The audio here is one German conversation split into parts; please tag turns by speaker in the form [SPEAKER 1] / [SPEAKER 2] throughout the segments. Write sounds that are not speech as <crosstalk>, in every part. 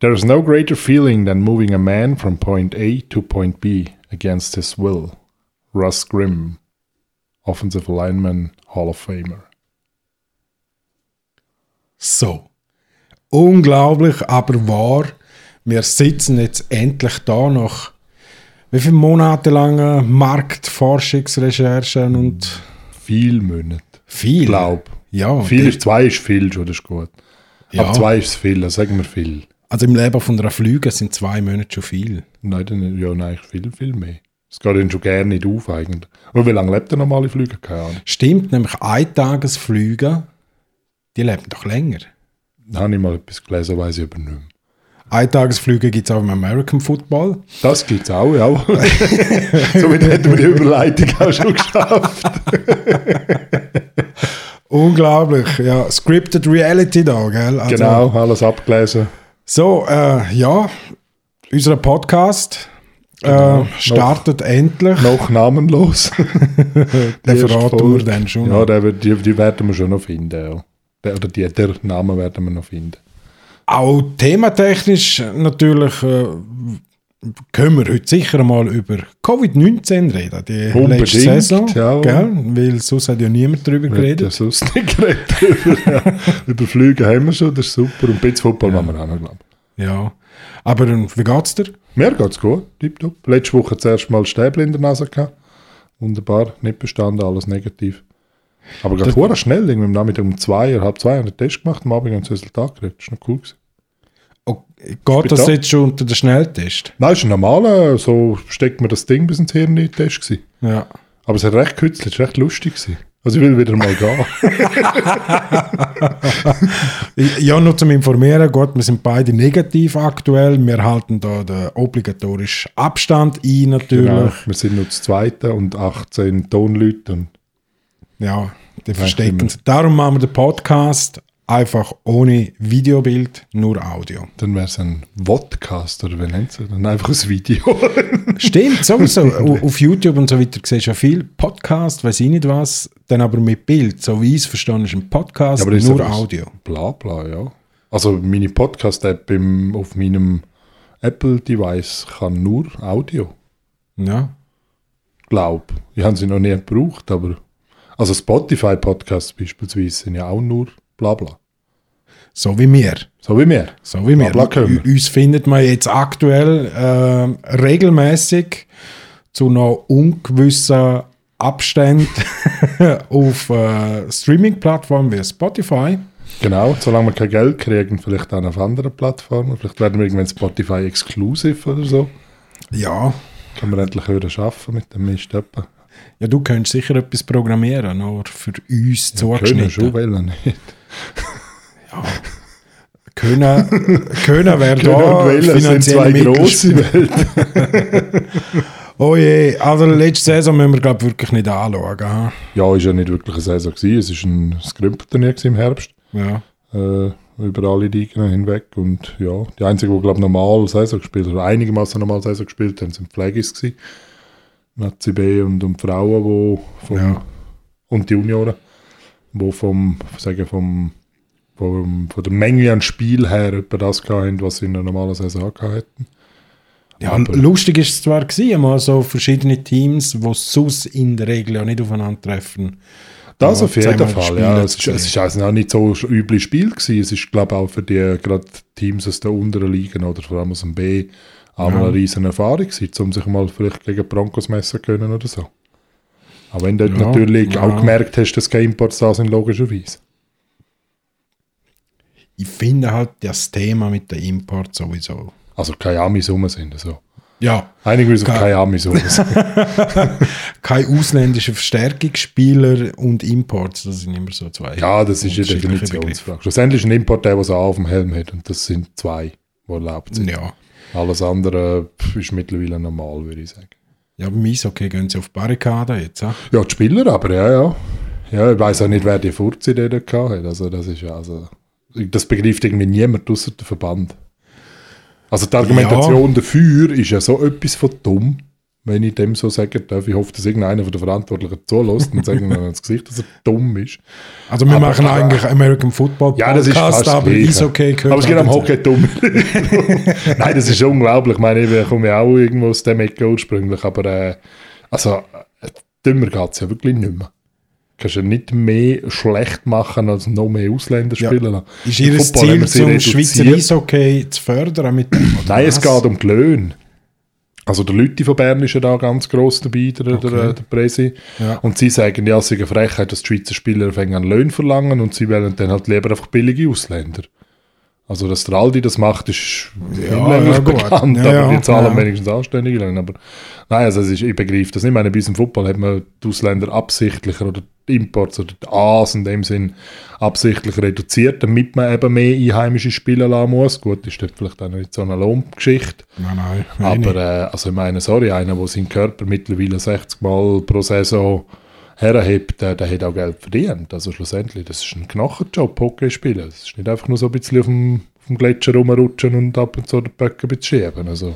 [SPEAKER 1] There is no greater feeling than moving a man from point A to point B against his will. Russ Grimm, Offensive Lineman, Hall of Famer.
[SPEAKER 2] So. Unglaublich, aber wahr. Wir sitzen jetzt endlich da nach wie viele monatelangen Marktforschungsrecherchen und
[SPEAKER 1] Viel Monate.
[SPEAKER 2] viel.
[SPEAKER 1] Ich glaube.
[SPEAKER 2] Ja,
[SPEAKER 1] Viel
[SPEAKER 2] die-
[SPEAKER 1] ist zwei ist viel schon, das ist gut.
[SPEAKER 2] Oh, Ja.
[SPEAKER 1] Ab zwei ist viel, das sagen wir viel.
[SPEAKER 2] Also im Leben von einer Flüge sind zwei Monate schon viel.
[SPEAKER 1] Nein, dann, ja, nein, ist viel, viel mehr. Es geht ihnen schon gerne nicht auf eigentlich. Und wie lange lebt er der normale Flüger? Keine Ahnung.
[SPEAKER 2] Stimmt, nämlich Eintagesflüge, die leben doch länger.
[SPEAKER 1] Da habe ich mal etwas gelesen, weiß ich aber nicht mehr.
[SPEAKER 2] Eintagesflüge gibt es auch im American Football.
[SPEAKER 1] Das gibt es auch, ja. <laughs> Somit hätten wir die Überleitung auch schon geschafft.
[SPEAKER 2] Unglaublich, ja. Scripted Reality da, gell? Also,
[SPEAKER 1] Genau, alles abgelesen.
[SPEAKER 2] So, äh, ja, unser Podcast
[SPEAKER 1] Genau,
[SPEAKER 2] äh, startet endlich.
[SPEAKER 1] Noch
[SPEAKER 2] <laughs>
[SPEAKER 1] namenlos.
[SPEAKER 2] Der
[SPEAKER 1] Die erste
[SPEAKER 2] verraten wir
[SPEAKER 1] Folge.
[SPEAKER 2] dann schon.
[SPEAKER 1] Ja, der wird- die, die werden wir schon noch finden. Ja. Der, oder die, der Name werden wir noch finden.
[SPEAKER 2] Auch thematechnisch natürlich äh, können wir heute sicher mal über Covid-19 reden. Die
[SPEAKER 1] Unbedingt,
[SPEAKER 2] letzte Saison,
[SPEAKER 1] ja.
[SPEAKER 2] gell? weil sonst hat ja niemand darüber
[SPEAKER 1] Wird ja
[SPEAKER 2] geredet.
[SPEAKER 1] sonst nicht geredet. <laughs> Über, ja. über Flüge haben wir schon, das ist super. Und ein bisschen Football machen wir auch noch, glaube ich.
[SPEAKER 2] Ja. Aber ähm, wie geht's dir?
[SPEAKER 1] Mir geht's gut, tipptopp. Letzte Woche zuerst mal Stäbel in der Nase gehabt. Wunderbar, nicht bestanden, alles negativ. Aber gerade vorher schnell, irgendwie am Nachmittag um zwei, halb zwei, habe ich einen Test gemacht, am Abend haben sie das Resultat gekriegt. Das ist noch cool gewesen.
[SPEAKER 2] Oh, geht das
[SPEAKER 1] da.
[SPEAKER 2] jetzt schon unter den Schnelltest?
[SPEAKER 1] Nein, ist ein normaler, so steckt man das Ding bis ins Hirn nicht, Test gewesen.
[SPEAKER 2] Ja.
[SPEAKER 1] Aber es hat recht gekützelt, es war recht lustig. Gewesen. Also ich will wieder mal gehen.
[SPEAKER 2] Ja, nur zum Informieren, gut, wir sind beide negativ aktuell. Wir halten da den obligatorischen Abstand ein, natürlich.
[SPEAKER 1] Genau. Wir sind nur das Zweite und 18 Tonleute. Und
[SPEAKER 2] Ja, die verstecken sie. Darum machen wir den Podcast einfach ohne Videobild, nur Audio.
[SPEAKER 1] dann wäre es ein Vodcast oder wie nennt es Dann einfach ein Video.
[SPEAKER 2] Stimmt, <laughs> sowieso. Au- Auf YouTube und so weiter siehst du ja viel Podcast, weiß ich nicht was, dann aber mit Bild. So wie ich es verstanden ist ein Podcast,
[SPEAKER 1] Aber das ist
[SPEAKER 2] nur
[SPEAKER 1] einfach
[SPEAKER 2] Audio.
[SPEAKER 1] Bla bla, ja. Also meine Podcast-App im- auf meinem Apple-Device kann nur Audio.
[SPEAKER 2] Ja.
[SPEAKER 1] Glaub. Ich habe sie noch nie gebraucht, aber. Also Spotify-Podcasts beispielsweise sind ja auch nur bla bla.
[SPEAKER 2] So wie wir.
[SPEAKER 1] So wie wir.
[SPEAKER 2] So wie wir.
[SPEAKER 1] Blabla können
[SPEAKER 2] U- Uns findet man jetzt aktuell ähm, regelmäßig zu noch ungewissen Abständen <laughs> auf äh, Streaming-Plattformen wie Spotify.
[SPEAKER 1] Genau, solange wir kein Geld kriegen, vielleicht auch auf anderen Plattformen. Vielleicht werden wir irgendwann Spotify exklusiv oder so.
[SPEAKER 2] Ja.
[SPEAKER 1] Können wir endlich hören arbeiten mit dem Mist. etwa.
[SPEAKER 2] Ja, du könntest sicher etwas programmieren, nur für uns
[SPEAKER 1] Können schon
[SPEAKER 2] zugeschnitten.
[SPEAKER 1] wollen nicht.
[SPEAKER 2] Können,
[SPEAKER 1] <laughs>
[SPEAKER 2] können wäre
[SPEAKER 1] Können und
[SPEAKER 2] da
[SPEAKER 1] wollen sind zwei
[SPEAKER 2] finanziell groß.
[SPEAKER 1] grosse Welten.
[SPEAKER 2] <laughs> Oh je, also letzte Saison müssen wir glaube ich wirklich nicht anschauen. ha?
[SPEAKER 1] Ja, ist ja nicht wirklich eine Saison gewesen. Es war ein Scrimpturnier gewesen im Herbst.
[SPEAKER 2] Ja.
[SPEAKER 1] Äh, über alle Ligen hinweg. Und ja, die einzigen, die, glaube ich, normal Saison gespielt oder einigermaßen normal Saison gespielt haben, sind die Pflegis gewesen. Nazi B und, und die Frauen, die vom,
[SPEAKER 2] Ja.
[SPEAKER 1] und die Junioren, die vom, sagen, vom, vom, von der Menge an Spiel her etwa das gehabt haben, was sie in einer normalen Saison auch gehabt hätten.
[SPEAKER 2] Ja, lustig ist es zwar gewesen, mal so verschiedene Teams, die sonst in der Regel ja nicht aufeinandertreffen.
[SPEAKER 1] Das
[SPEAKER 2] Ja,
[SPEAKER 1] auf jeden
[SPEAKER 2] zusammen
[SPEAKER 1] Fall,
[SPEAKER 2] spielen
[SPEAKER 1] ja. Es ist,
[SPEAKER 2] zu
[SPEAKER 1] es ist also auch nicht so ein übles Spiel gewesen. Es ist, glaube ich, auch für die gerade Teams aus der unteren Liga oder vor allem aus dem B auch mal eine riesen Erfahrung gewesen, um sich mal vielleicht gegen Broncos messen können oder so. Auch wenn du dort
[SPEAKER 2] Ja,
[SPEAKER 1] natürlich
[SPEAKER 2] ja.
[SPEAKER 1] auch gemerkt hast, dass keine Imports da sind, logischerweise.
[SPEAKER 2] Ich finde halt das Thema mit den Import sowieso.
[SPEAKER 1] Also keine Amis rum sind. Also.
[SPEAKER 2] Ja,
[SPEAKER 1] Einige wissen
[SPEAKER 2] Keine-
[SPEAKER 1] keine Amis rum sind.
[SPEAKER 2] keine ausländischen Verstärkungsspieler und Imports, das sind immer so zwei.
[SPEAKER 1] Ja, das ist eine
[SPEAKER 2] unterschiedliche Begriffe.
[SPEAKER 1] Definitionsfrage. Schlussendlich ist ein Import der, was er auf dem Helm hat. Und das sind zwei, die erlaubt sind.
[SPEAKER 2] Ja.
[SPEAKER 1] Alles andere pff, ist mittlerweile normal, würde ich sagen.
[SPEAKER 2] Ja, beim Eishockey gehen sie auf Barrikaden jetzt. Ha?
[SPEAKER 1] Ja, die Spieler aber, ja, ja. Ja, ich weiß auch nicht, wer die Furzidee da gehabt hat. Also, das ist ja, also, das begreift irgendwie niemand außer der Verband. Also, die Argumentation dafür ist ja so etwas von dumm. wenn ich dem so sage, darf ich hoffe, dass irgendeiner von den Verantwortlichen zulässt und sagt ihm dann ins Gesicht, dass er dumm ist.
[SPEAKER 2] Also wir
[SPEAKER 1] Aber-
[SPEAKER 2] machen
[SPEAKER 1] aber-
[SPEAKER 2] eigentlich American Football
[SPEAKER 1] Ja, das ist fast
[SPEAKER 2] aber
[SPEAKER 1] gleich,
[SPEAKER 2] ist okay.
[SPEAKER 1] Aber es geht am Hockey dumm.
[SPEAKER 2] <laughs>
[SPEAKER 1] Nein, das ist unglaublich. Ich meine, ich komme ja auch irgendwo aus dem Ecke ursprünglich, aber äh, also, äh, dümmer geht es ja wirklich nicht mehr. Du kannst ja nicht mehr schlecht machen, als noch mehr Ausländer
[SPEAKER 2] Ja.
[SPEAKER 1] spielen lassen.
[SPEAKER 2] Ist
[SPEAKER 1] Im
[SPEAKER 2] Ihr
[SPEAKER 1] Football haben
[SPEAKER 2] Ziel,
[SPEAKER 1] wir sie
[SPEAKER 2] zum
[SPEAKER 1] reduziert.
[SPEAKER 2] Schweizer Eishockey zu fördern? Mit dem, oder
[SPEAKER 1] Nein, es
[SPEAKER 2] was?
[SPEAKER 1] geht um die Löhne. Also der Lütti von Bern ist ja da ganz gross dabei, der, der, der Presi.
[SPEAKER 2] Ja.
[SPEAKER 1] Und sie sagen, ja, es sei eine Frechheit, dass die Schweizer Spieler anfangen an Löhne verlangen und sie wählen dann halt lieber einfach billige Ausländer. Also, dass der Aldi das macht, ist hinlänglich
[SPEAKER 2] ja, gut.
[SPEAKER 1] bekannt,
[SPEAKER 2] Ja,
[SPEAKER 1] aber
[SPEAKER 2] ja,
[SPEAKER 1] die zahlen
[SPEAKER 2] ja.
[SPEAKER 1] wenigstens anständige Löhne. Aber nein, also es ist, ich begreife das nicht. Ich meine, bei uns im Football hat man die Ausländer absichtlicher oder die Imports oder die As in dem Sinn absichtlich reduziert, damit man eben mehr einheimische Spieler lassen muss. Gut, ist dort vielleicht auch nicht so eine Lohngeschichte.
[SPEAKER 2] Nein, nein. nein,
[SPEAKER 1] Aber äh, also ich meine, sorry, einer, der seinen Körper mittlerweile 60 Mal pro Saison herhebt, äh, der hat auch Geld verdient. Also schlussendlich, das ist ein Knochenjob, Hockey spielen. Es ist nicht einfach nur so ein bisschen auf dem, auf dem Gletscher rumrutschen und ab und zu den Böcken ein bisschen schieben. Also,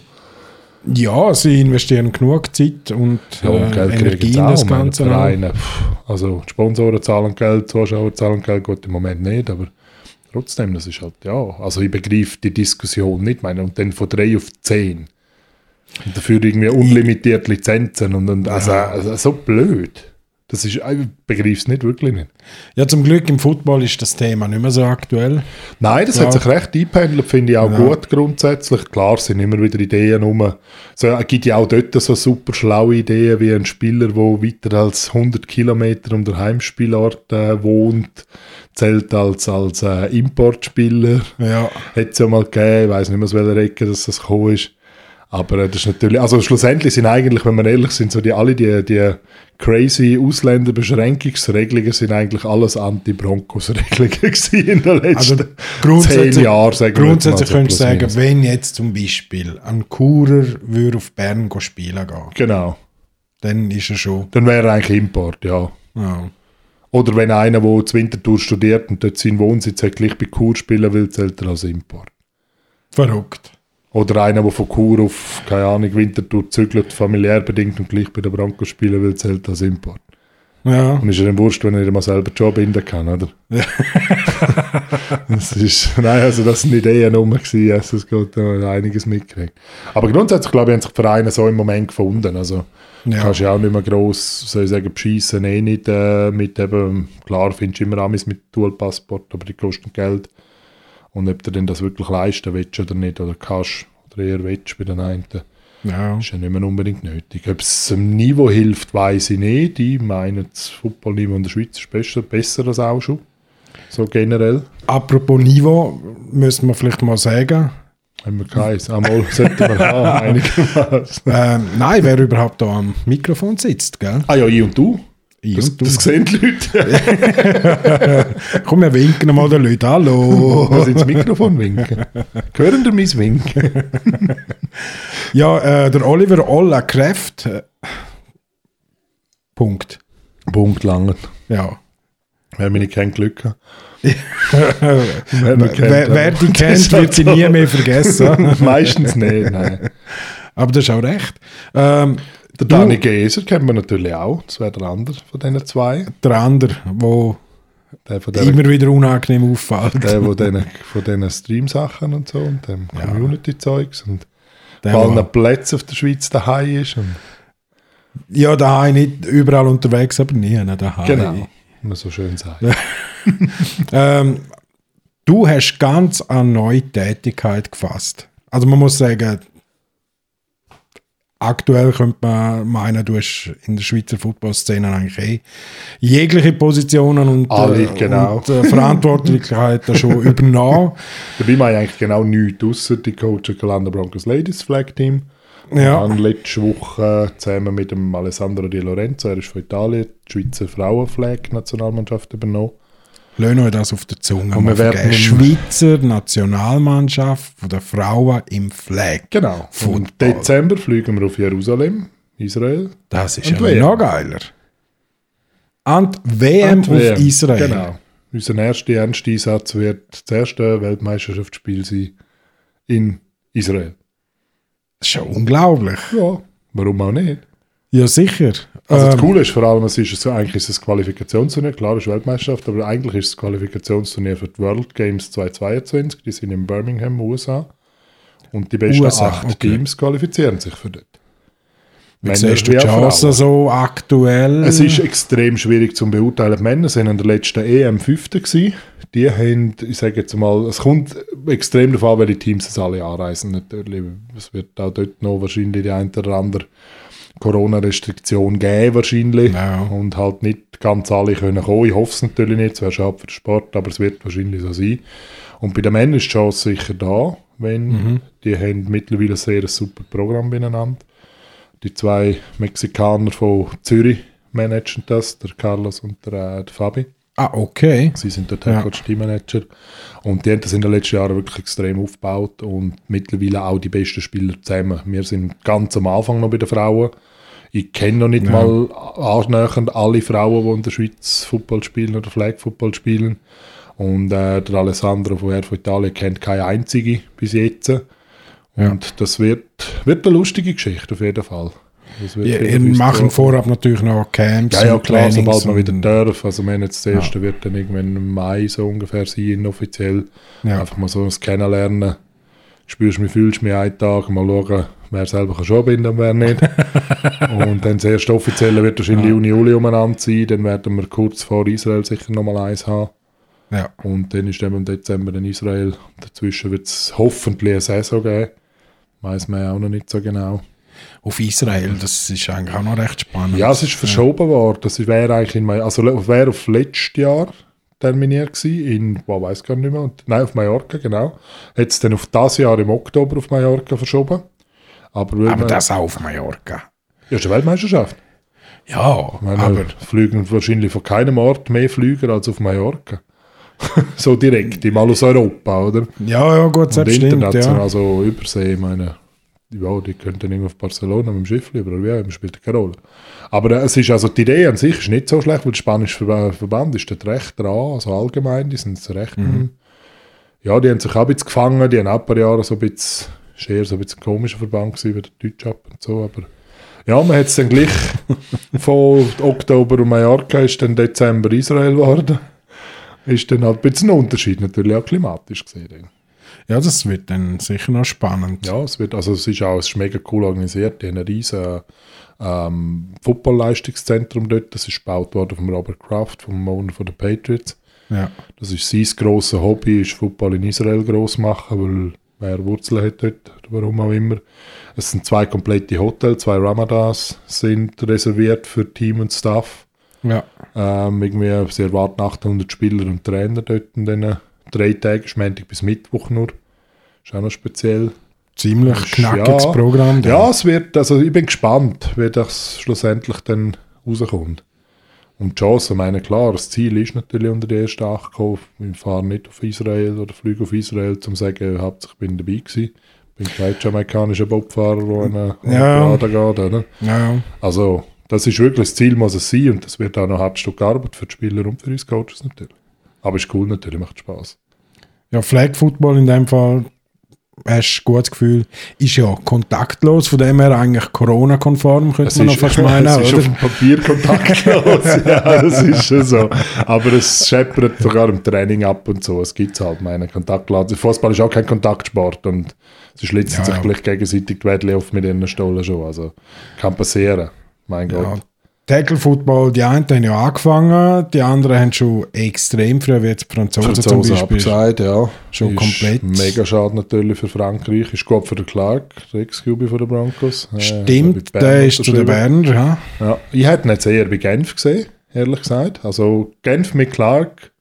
[SPEAKER 2] nein. Ja, sie investieren genug Zeit und
[SPEAKER 1] ja, und
[SPEAKER 2] äh,
[SPEAKER 1] Geld
[SPEAKER 2] Energie
[SPEAKER 1] kriegen
[SPEAKER 2] in
[SPEAKER 1] sie
[SPEAKER 2] das
[SPEAKER 1] auch. meine
[SPEAKER 2] Ganze. an.
[SPEAKER 1] Vereine, pff, also die Sponsoren zahlen Geld, Zuschauer zahlen Geld, gut, im Moment nicht, aber trotzdem, das ist halt, ja, also ich begreife die Diskussion nicht, Ich meine, und dann von 3 auf 10. Und dafür irgendwie unlimitiert Lizenzen und, und also, also so blöd. Das ist, ich begreife es nicht, wirklich nicht.
[SPEAKER 2] Ja, zum Glück im Football ist das Thema nicht mehr so aktuell.
[SPEAKER 1] Nein, das hat
[SPEAKER 2] Ja.
[SPEAKER 1] sich recht eingependelt, finde ich auch gut grundsätzlich. Klar sind immer wieder Ideen rum. So, Es gibt ja auch dort so super schlaue Ideen, wie ein Spieler, der weiter als 100 Kilometer um den Heimspielort äh, wohnt, zählt als, als äh, Importspieler.
[SPEAKER 2] Ja.
[SPEAKER 1] Hätte es ja mal gegeben, ich weiß nicht mehr, aus welcher Ecke dass das gekommen ist. Aber äh, das ist natürlich, also schlussendlich sind eigentlich, wenn wir ehrlich sind, so die, alle die, die crazy Ausländerbeschränkungsregelungen sind eigentlich alles Anti-Broncos-Regelungen <laughs> gewesen in den
[SPEAKER 2] Also
[SPEAKER 1] letzten
[SPEAKER 2] grundsätzlich,
[SPEAKER 1] zehn Jahren. Sagen wir jetzt mal
[SPEAKER 2] grundsätzlich
[SPEAKER 1] so
[SPEAKER 2] könntest du
[SPEAKER 1] plus
[SPEAKER 2] sagen,
[SPEAKER 1] minus.
[SPEAKER 2] wenn jetzt zum Beispiel ein Kurer würde auf Bern go spielen gehen,
[SPEAKER 1] Genau,
[SPEAKER 2] dann ist er schon.
[SPEAKER 1] dann wäre er eigentlich Import, ja.
[SPEAKER 2] Ja.
[SPEAKER 1] Oder wenn einer, der zu Winterthur studiert und dort seinen Wohnsitz hat, gleich bei Chur spielen will, zählt er als Import.
[SPEAKER 2] Verrückt.
[SPEAKER 1] Oder einer, der von Chur auf, keine Ahnung, Winterthur zügelt, familiär bedingt und gleich bei den Broncos spielen will, zählt als Import.
[SPEAKER 2] Ja.
[SPEAKER 1] Und ist ja dann wurscht, wenn er mal selber Job binden kann, oder? das ist, nein, also das sind Ideen rum gewesen, also es geht da einiges mitgekriegt. Aber grundsätzlich, glaube ich, haben sich die Vereine so im Moment gefunden, also
[SPEAKER 2] Ja.
[SPEAKER 1] kannst ja auch nicht mehr gross, soll ich sagen, beschissen, eh nicht äh, mit eben, klar findest du immer Amis mit Dual-Passport, aber die kosten Geld und ob du denn das wirklich leisten willst oder nicht, oder kannst, oder eher willst bei den einen.
[SPEAKER 2] ja.
[SPEAKER 1] Ist ja nicht mehr unbedingt nötig. Ob es dem Niveau hilft, weiß ich nicht. Ich meine, das Footballniveau in der Schweiz ist besser, besser als auch schon. So generell.
[SPEAKER 2] Apropos Niveau, müssen wir vielleicht mal sagen.
[SPEAKER 1] Haben wir keins. <laughs> Einmal sollten wir haben, einigermaßen.
[SPEAKER 2] Ähm, nein, wer überhaupt da am Mikrofon sitzt, gell?
[SPEAKER 1] Ah ja, ich und du.
[SPEAKER 2] Ich
[SPEAKER 1] Das,
[SPEAKER 2] und du.
[SPEAKER 1] das sehen die <laughs> Leute.
[SPEAKER 2] Komm, wir winken mal den Leuten. <laughs> Hallo!
[SPEAKER 1] Was ins Mikrofon winken. Hören ihr mein Winken?
[SPEAKER 2] ja, äh, der Oliver Olla Kräft. Äh, Punkt.
[SPEAKER 1] Punkt langen.
[SPEAKER 2] Ja.
[SPEAKER 1] Wenn wir nicht kein Glück <laughs> haben.
[SPEAKER 2] wer,
[SPEAKER 1] ihn kennt,
[SPEAKER 2] wer, wer die kennt, wird sie nie mehr <laughs> vergessen.
[SPEAKER 1] Meistens nicht, <laughs> nein.
[SPEAKER 2] Aber das ist auch recht. Ähm,
[SPEAKER 1] Der Dani Geser kennt man natürlich auch. Das wäre der andere von diesen zwei.
[SPEAKER 2] der andere, wo
[SPEAKER 1] Der von dieser
[SPEAKER 2] immer wieder unangenehm auffällt.
[SPEAKER 1] der, der denen, von diesen Stream-Sachen und so und dem Community-Zeugs und
[SPEAKER 2] <laughs> Der,
[SPEAKER 1] allen
[SPEAKER 2] wo-
[SPEAKER 1] Plätzen auf der Schweiz daheim ist. Und,
[SPEAKER 2] ja, daheim nicht überall unterwegs, aber nie ne, daheim.
[SPEAKER 1] genau, muss man so schön sagen.
[SPEAKER 2] Ähm, du hast ganz eine neue Tätigkeit gefasst. Also man muss sagen, aktuell könnte man meinen, du hast in der Schweizer Footballszene eigentlich eh jegliche Positionen und,
[SPEAKER 1] Alle, genau.
[SPEAKER 2] und äh,
[SPEAKER 1] <laughs>
[SPEAKER 2] Verantwortlichkeiten schon übernommen.
[SPEAKER 1] Dabei mache ich eigentlich genau nichts ausser die Coach Colanda Broncos Ladies Flag Team.
[SPEAKER 2] Ja.
[SPEAKER 1] Dann letzte Woche zusammen mit dem Alessandro Di Lorenzo, er ist von Italien, die Schweizer Frauenflag-Nationalmannschaft übernommen.
[SPEAKER 2] Lass euch das auf der Zunge.
[SPEAKER 1] Und wir
[SPEAKER 2] mal vergessen.
[SPEAKER 1] werden-
[SPEAKER 2] Schweizer Nationalmannschaft von der Frauen im Flag.
[SPEAKER 1] Genau. Und im
[SPEAKER 2] Football.
[SPEAKER 1] Dezember fliegen wir auf Jerusalem, Israel.
[SPEAKER 2] Das ist
[SPEAKER 1] Und
[SPEAKER 2] ja
[SPEAKER 1] WM.
[SPEAKER 2] noch geiler. Und WM auf
[SPEAKER 1] WM.
[SPEAKER 2] Israel.
[SPEAKER 1] Genau. Unser erster ernster Einsatz wird das erste Weltmeisterschaftsspiel sein in Israel.
[SPEAKER 2] Das ist ja unglaublich.
[SPEAKER 1] Ja, warum auch nicht?
[SPEAKER 2] Ja, sicher.
[SPEAKER 1] Also das
[SPEAKER 2] Ähm,
[SPEAKER 1] Coole ist vor allem, es ist so, eigentlich ist es ein Qualifikationsturnier, klar es ist Weltmeisterschaft, aber eigentlich ist es ein Qualifikationsturnier für die World Games 2022, die sind in Birmingham, USA. Und die besten
[SPEAKER 2] USA,
[SPEAKER 1] acht
[SPEAKER 2] okay.
[SPEAKER 1] Teams qualifizieren sich für dort.
[SPEAKER 2] Wie
[SPEAKER 1] Männer
[SPEAKER 2] siehst du
[SPEAKER 1] wie
[SPEAKER 2] die
[SPEAKER 1] auch
[SPEAKER 2] Chancen
[SPEAKER 1] Frauen.
[SPEAKER 2] so aktuell?
[SPEAKER 1] Es ist extrem schwierig zu beurteilen. Die Männer sind in der letzten EM Fünfte gewesen. Die haben, ich sage jetzt mal, es kommt extrem darauf an, welche Teams es alle anreisen. Natürlich, es wird auch dort noch wahrscheinlich die ein oder andere Corona-Restriktion geben wahrscheinlich.
[SPEAKER 2] Ja.
[SPEAKER 1] Und halt nicht ganz alle können kommen. Ich hoffe es natürlich nicht, es wäre schade für den Sport, aber es wird wahrscheinlich so sein. Und bei den Männern ist die Chance sicher da, wenn die haben mittlerweile ein sehr super Programm beieinander die zwei Mexikaner von Zürich managen das, der Carlos und der, äh, der Fabi.
[SPEAKER 2] ah, okay.
[SPEAKER 1] Sie sind dort
[SPEAKER 2] Ja.
[SPEAKER 1] Headcoach, Teammanager. Und die haben das in den letzten Jahren wirklich extrem aufgebaut und mittlerweile auch die besten Spieler zusammen. Wir sind ganz am Anfang noch bei den Frauen. Ich kenne noch nicht mal annähernd alle Frauen, die in der Schweiz Football spielen oder Flag Football spielen. Und äh, der Alessandro von Air von Italien kennt keine einzige bis jetzt. Und das wird, wird eine lustige Geschichte auf jeden Fall. Das wird
[SPEAKER 2] Ja,
[SPEAKER 1] viel
[SPEAKER 2] wir
[SPEAKER 1] auf uns
[SPEAKER 2] machen
[SPEAKER 1] zukommen.
[SPEAKER 2] vorab natürlich noch Camps.
[SPEAKER 1] Ja, ja,
[SPEAKER 2] und
[SPEAKER 1] klar,
[SPEAKER 2] Trainings
[SPEAKER 1] sobald man wieder
[SPEAKER 2] und-
[SPEAKER 1] darf. Also, wir haben jetzt das erste wird dann irgendwann im Mai so ungefähr sein, offiziell.
[SPEAKER 2] Ja.
[SPEAKER 1] Einfach mal so ein Kennenlernen. Spürst du mich, fühlst du mich einen Tag, mal schauen, wer selber kann schon binden und wer nicht. und dann das erste offizielle wird wahrscheinlich Juni, Juli umeinander sein. Dann werden wir kurz vor Israel sicher nochmal eins haben.
[SPEAKER 2] Ja.
[SPEAKER 1] Und dann ist eben im Dezember in Israel. Dazwischen wird es hoffentlich eine Saison geben. Weiß man ja auch noch nicht so genau.
[SPEAKER 2] Auf Israel, das ist eigentlich auch noch recht spannend.
[SPEAKER 1] Ja, es ist verschoben worden. Das wäre eigentlich in Mai also le- wäre auf letztes Jahr terminiert gewesen, in, wo weiß gar nicht mehr, und, nein, auf Mallorca, genau. Hat es dann auf das Jahr im Oktober auf Mallorca verschoben. Aber, weil
[SPEAKER 2] aber
[SPEAKER 1] man,
[SPEAKER 2] das auch auf Mallorca.
[SPEAKER 1] ja, ist eine Weltmeisterschaft.
[SPEAKER 2] Ja,
[SPEAKER 1] Ich meine,
[SPEAKER 2] aber
[SPEAKER 1] fliegen wahrscheinlich von keinem Ort mehr Flüger als auf Mallorca. <laughs> so direkt, mal aus Europa, oder?
[SPEAKER 2] ja, ja, gut,
[SPEAKER 1] Und
[SPEAKER 2] das stimmt.
[SPEAKER 1] international,
[SPEAKER 2] Ja.
[SPEAKER 1] also Übersee, ich meine, ja, die könnten irgendwie auf Barcelona mit dem Schiff lieber, oder wie auch immer, spielt keine Rolle. Aber äh, es ist also, die Idee an sich ist nicht so schlecht, weil der spanische Ver Verband ist dort recht dran, also allgemein, die sind zu recht,
[SPEAKER 2] Mhm.
[SPEAKER 1] ja, die haben sich auch ein bisschen gefangen, die haben auch ein paar Jahre so ein bisschen, ist eher so ein bisschen ein komischer Verband gewesen, wie der Deutsche ab und so, aber ja, man hat es dann
[SPEAKER 2] <laughs>
[SPEAKER 1] gleich von Oktober und Mallorca ist dann Dezember Israel geworden. Ist dann halt ein bisschen ein Unterschied, natürlich auch klimatisch gesehen. dann.
[SPEAKER 2] ja, das wird dann sicher noch spannend.
[SPEAKER 1] Ja, es wird, also es ist auch, es ist mega cool organisiert. Die haben ein riesen ähm, Football-Leistungszentrum dort. Das ist gebaut worden von Robert Kraft, vom Owner von den Patriots.
[SPEAKER 2] Ja.
[SPEAKER 1] Das ist sein grosses Hobby, ist Football in Israel gross machen, weil wer Wurzeln hat dort, warum auch immer. Es sind zwei komplette Hotels, zwei Ramadas sind reserviert für Team und Staff.
[SPEAKER 2] ja.
[SPEAKER 1] Ähm, irgendwie, sie erwarten 800 Spieler und Trainer dort in diesen drei Tagen, ist Montag bis Mittwoch nur. Ist auch noch speziell.
[SPEAKER 2] Ziemlich
[SPEAKER 1] Ist-
[SPEAKER 2] knackiges
[SPEAKER 1] ja.
[SPEAKER 2] Programm. dann.
[SPEAKER 1] Ja, es wird, also ich bin gespannt, wie das schlussendlich dann rauskommt. Und die Chance, ich meine, klar, das Ziel ist natürlich unter die ersten acht kommen. Wir fahren nicht auf Israel oder fliegen auf Israel, um zu sagen, hauptsächlich ich bin dabei gewesen. Ich bin kein jamaikanischer Bobfahrer, der einen
[SPEAKER 2] Ja.
[SPEAKER 1] Parade geht. Oder?
[SPEAKER 2] Ja, ja.
[SPEAKER 1] Also, das ist wirklich das Ziel, muss es sein. Und das wird auch noch ein hartes Stück Arbeit für die Spieler und für uns Coaches natürlich. Aber ist cool natürlich, macht Spaß.
[SPEAKER 2] Ja, Flag Football in dem Fall hast du ein gutes Gefühl, ist ja kontaktlos, von dem her eigentlich Corona-konform, könnte man noch
[SPEAKER 1] <laughs>
[SPEAKER 2] fast meinen,
[SPEAKER 1] es ist auf
[SPEAKER 2] oder?
[SPEAKER 1] dem Papier kontaktlos.
[SPEAKER 2] <laughs>
[SPEAKER 1] ja, das ist schon so. Aber es scheppert sogar im Training ab und so. Es gibt halt meine Kontaktladen. Fußball ist auch kein Kontaktsport und sie schlitzen
[SPEAKER 2] Ja,
[SPEAKER 1] sich
[SPEAKER 2] ja.
[SPEAKER 1] gleich gegenseitig die Wedel auf mit ihren Stollen schon. Also kann passieren. Mein Gott.
[SPEAKER 2] Ja. Tackle Football, die einen haben ja angefangen, die anderen haben schon extrem früh, wie jetzt die Franzosen,
[SPEAKER 1] Franzosen
[SPEAKER 2] zum Beispiel.
[SPEAKER 1] abgesagt, ja.
[SPEAKER 2] Schon
[SPEAKER 1] ist
[SPEAKER 2] komplett.
[SPEAKER 1] Mega schade natürlich für Frankreich. Ist gut für den Clark, der Ex-QB von den Broncos. Ja, hat
[SPEAKER 2] Stimmt,
[SPEAKER 1] bei äh, Bern
[SPEAKER 2] der ist zu den
[SPEAKER 1] unterschrieben.
[SPEAKER 2] Berner, ja.
[SPEAKER 1] Ja, ich hätte ihn jetzt eher bei Genf gesehen, ehrlich gesagt. Also Genf mit Clark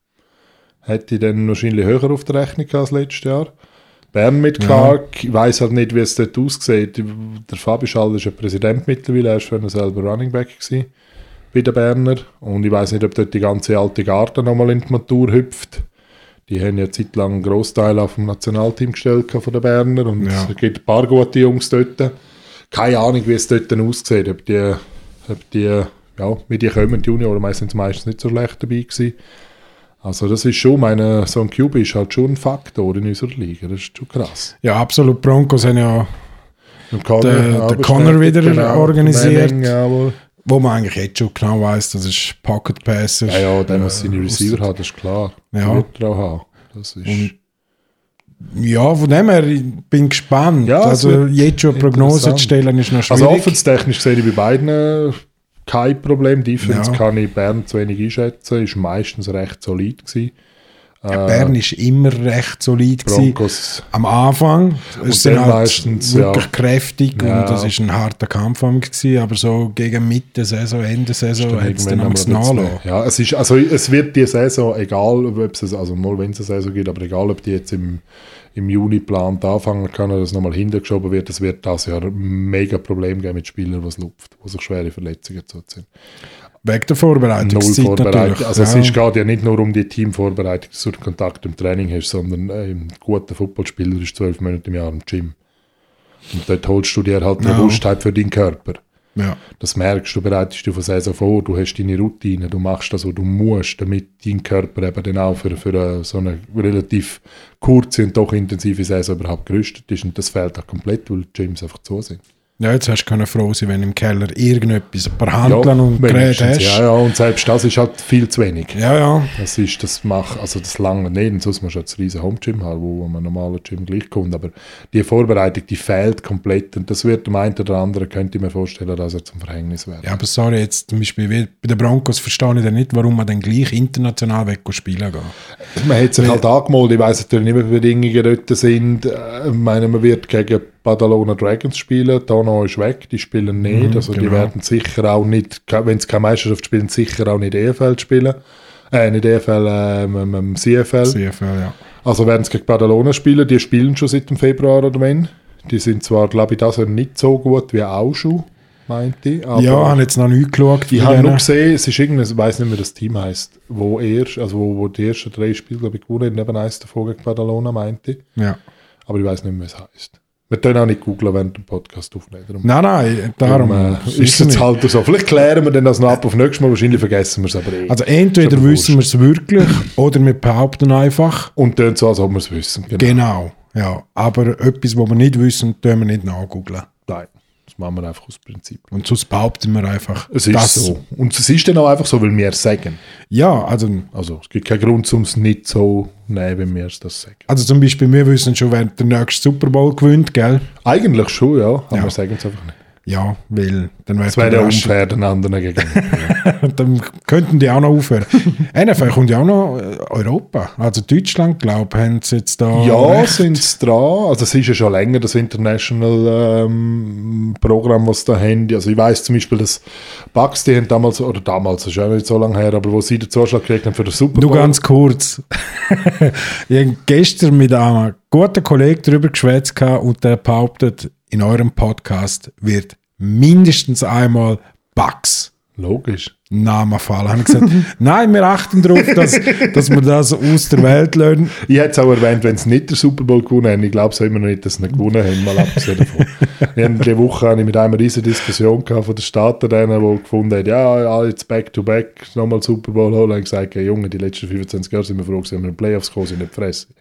[SPEAKER 1] hätte ich dann wahrscheinlich höher auf der Rechnung gehabt als letztes Jahr. Bern mit Clark, ich weiß halt nicht, wie es dort aussieht. Der Fabi Schall ist ja Präsident mittlerweile, er ist früher selber Running Back gewesen bei den Berner. Und ich weiß nicht, ob dort die ganze alte Garde nochmal in die Matur hüpft. Die haben ja eine Zeit lang einen Großteil auf dem Nationalteam gestellt gehabt von den Berner und
[SPEAKER 2] Ja.
[SPEAKER 1] es gibt ein paar gute Jungs dort. Keine Ahnung, wie es dort dann aussieht, ob die, ob die, ja, wie die kommen, die Junioren meistens meistens nicht so schlecht dabei gewesen. Also das ist schon, meine, so ein QB ist halt schon ein Faktor in unserer Liga, das ist schon krass.
[SPEAKER 2] Ja, absolut. Broncos haben ja
[SPEAKER 1] Und Connor
[SPEAKER 2] der, der
[SPEAKER 1] auch
[SPEAKER 2] Connor
[SPEAKER 1] bestätigt,
[SPEAKER 2] wieder
[SPEAKER 1] genau,
[SPEAKER 2] organisiert,
[SPEAKER 1] Manning, jawohl.
[SPEAKER 2] wo man eigentlich jetzt schon genau weiß, das ist Pocket Passer.
[SPEAKER 1] Ja, ja, der muss seine Receiver haben, das ist klar.
[SPEAKER 2] Äh, Ja.
[SPEAKER 1] Wird er auch haben. Das ist
[SPEAKER 2] Und- Ja, von dem her, ich bin gespannt.
[SPEAKER 1] Ja, es
[SPEAKER 2] also
[SPEAKER 1] wird
[SPEAKER 2] jetzt schon eine Prognose
[SPEAKER 1] interessant.
[SPEAKER 2] zu stellen, ist noch schwierig.
[SPEAKER 1] also offensichtlich sehe ich bei beiden kein Problem. Defense
[SPEAKER 2] Ja.
[SPEAKER 1] kann ich Bern zu wenig einschätzen, ist meistens recht solid gewesen. Äh,
[SPEAKER 2] Bern ist immer recht solid gewesen.
[SPEAKER 1] Broncos
[SPEAKER 2] Am Anfang
[SPEAKER 1] Und
[SPEAKER 2] es sind
[SPEAKER 1] dann
[SPEAKER 2] halt
[SPEAKER 1] meistens,
[SPEAKER 2] wirklich
[SPEAKER 1] ja.
[SPEAKER 2] kräftig
[SPEAKER 1] Ja.
[SPEAKER 2] und das ist ein harter Kampf am gewesen, aber so gegen Mitte Saison, Ende Saison hat es dann
[SPEAKER 1] Irgendwann
[SPEAKER 2] am
[SPEAKER 1] haben wir ein
[SPEAKER 2] nachgelassen.
[SPEAKER 1] bisschen- Ja, es ist, also es wird die Saison, egal ob es, also mal wenn es eine Saison gibt, aber egal ob die jetzt im, im Juni plant anfangen kann oder es nochmal hintergeschoben wird, es wird das Jahr ein mega Problem geben mit Spielern, was lupft, wo sich schwere Verletzungen zuziehen.
[SPEAKER 2] Wegen der
[SPEAKER 1] Null
[SPEAKER 2] Vorbereitungszeit
[SPEAKER 1] Vorbereitung.
[SPEAKER 2] natürlich.
[SPEAKER 1] Also es
[SPEAKER 2] ja.
[SPEAKER 1] ist, geht ja nicht nur um die Teamvorbereitung, dass du den Kontakt im Training hast, sondern äh, ein guter Footballspieler ist zwölf Monate im Jahr im Gym. Und dort holst du dir halt Robustheit für deinen Körper.
[SPEAKER 2] ja.
[SPEAKER 1] Das merkst du, bereitest dich auf eine Saison vor, du hast deine Routine, du machst das, was du musst, damit dein Körper eben dann auch für, für eine, so eine relativ kurze und doch intensive Saison überhaupt gerüstet ist. Und das fehlt auch komplett, weil die Gyms einfach zu sind.
[SPEAKER 2] ja, jetzt hast du keine froh sein, wenn im Keller irgendetwas, ein paar Handeln und Geräte
[SPEAKER 1] wenigstens.
[SPEAKER 2] hast.
[SPEAKER 1] ja, ja, und selbst das ist halt viel zu wenig.
[SPEAKER 2] ja, ja.
[SPEAKER 1] Das ist, das mach, also das lange nicht, und sonst musst du jetzt ein riesen Home-Gym haben, wo man normaler Gym gleich kommt, aber die Vorbereitung, die fehlt komplett und das wird dem einen oder anderen, könnte ich mir vorstellen, dass er zum Verhängnis wird.
[SPEAKER 2] Ja, aber sorry, jetzt zum Beispiel wie bei den Broncos verstehe ich dann nicht, warum man dann gleich international weg spielen geht.
[SPEAKER 1] Man hat sich halt angemeldet, ich weiss natürlich nicht, mehr, wie die Bedingungen dort sind. Äh, Ich meine, man wird gegen Badalona Dragons spielen, Donau ist weg, die spielen nicht, also die
[SPEAKER 2] genau.
[SPEAKER 1] werden sicher auch nicht, wenn sie keine Meisterschaft spielen, sicher auch nicht EFL spielen. Äh, nicht EFL, ähm, ähm, ähm, CFL.
[SPEAKER 2] CFL, ja.
[SPEAKER 1] Also werden sie gegen Badalona spielen, die spielen schon seit dem Februar oder wenn. Die sind zwar, glaube ich, das Jahr nicht so gut wie auch schon, meinte ich. aber-
[SPEAKER 2] ja, habe jetzt noch nicht geschaut.
[SPEAKER 1] ich
[SPEAKER 2] von
[SPEAKER 1] habe nur
[SPEAKER 2] denen.
[SPEAKER 1] gesehen, es ist irgendein, ich weiß nicht mehr, das Team heißt, wo erst, also wo, wo die ersten drei Spiele, glaube ich, gewonnen haben, eben eins davon gegen Badalona, meinte ich.
[SPEAKER 2] Ja.
[SPEAKER 1] Aber ich weiß nicht mehr, wie es heißt. Wir können auch nicht googlen, während dem Podcast aufnehmen. Darum,
[SPEAKER 2] Nein, nein, darum.
[SPEAKER 1] darum äh,
[SPEAKER 2] sicher
[SPEAKER 1] ist es jetzt
[SPEAKER 2] nicht.
[SPEAKER 1] halt so. Vielleicht klären wir dann das noch ab auf nächstes Mal, wahrscheinlich vergessen wir es aber eh.
[SPEAKER 2] Also entweder
[SPEAKER 1] Ist aber
[SPEAKER 2] wissen wir es wirklich oder wir behaupten einfach,
[SPEAKER 1] Und dann so, als ob wir es wissen. Genau.
[SPEAKER 2] genau. Ja, aber etwas, was wir nicht wissen, dürfen wir nicht nachgoogeln.
[SPEAKER 1] Nein, das machen wir einfach aus Prinzip.
[SPEAKER 2] Und sonst behaupten wir einfach,
[SPEAKER 1] Es ist so. Und es ist dann auch einfach so, weil wir es sagen.
[SPEAKER 2] Ja, also,
[SPEAKER 1] Also es gibt keinen Grund, um es nicht so nehmen, wenn wir es das sagen.
[SPEAKER 2] also zum Beispiel, wir wissen schon, wer der nächste Super Bowl gewinnt, gell?
[SPEAKER 1] Eigentlich schon, ja, aber
[SPEAKER 2] Ja.
[SPEAKER 1] wir sagen es einfach nicht.
[SPEAKER 2] Ja, weil dann wäre
[SPEAKER 1] Es wäre unfair den anderen gegenüber.
[SPEAKER 2] Und <laughs> dann könnten die auch noch aufhören. <laughs> NFL kommt ja auch noch äh, Europa. Also Deutschland, glaube ich, haben sie jetzt
[SPEAKER 1] <laughs>
[SPEAKER 2] da.
[SPEAKER 1] ja,
[SPEAKER 2] recht.
[SPEAKER 1] sind sie dran. Also es ist ja schon länger das International ähm, Programm, was da haben. Also ich weiß zum Beispiel, dass Bugs, die haben damals, oder damals, das ist ja nicht so lange her, aber wo sie den Zuschlag gekriegt haben für den Super
[SPEAKER 2] Nur
[SPEAKER 1] Bowl.
[SPEAKER 2] ganz <laughs> kurz. ich habe gestern mit einem guten Kollegen darüber geschwätzt gehabt und der behauptet, in eurem Podcast wird mindestens einmal Bugs.
[SPEAKER 1] Logisch.
[SPEAKER 2] Namen fallen. Habe ich <laughs> gesagt, nein, wir achten darauf, dass, dass wir das aus der Welt lösen.
[SPEAKER 1] Ich hätte es auch erwähnt, wenn sie nicht den Super Bowl gewonnen haben. Ich glaube es auch immer noch nicht, dass sie ihn gewonnen haben, mal abgesehen davon. Wir haben die Woche habe ich mit einem riesen Diskussion gehabt von den Staaten, denen, die gefunden haben, ja, ja, jetzt back-to-back nochmal Super Bowl holen. Ich habe gesagt, hey, Junge, die letzten 25 Jahre sind wir froh, gewesen, wenn wir in die Playoffs gekommen sind, nicht fressen.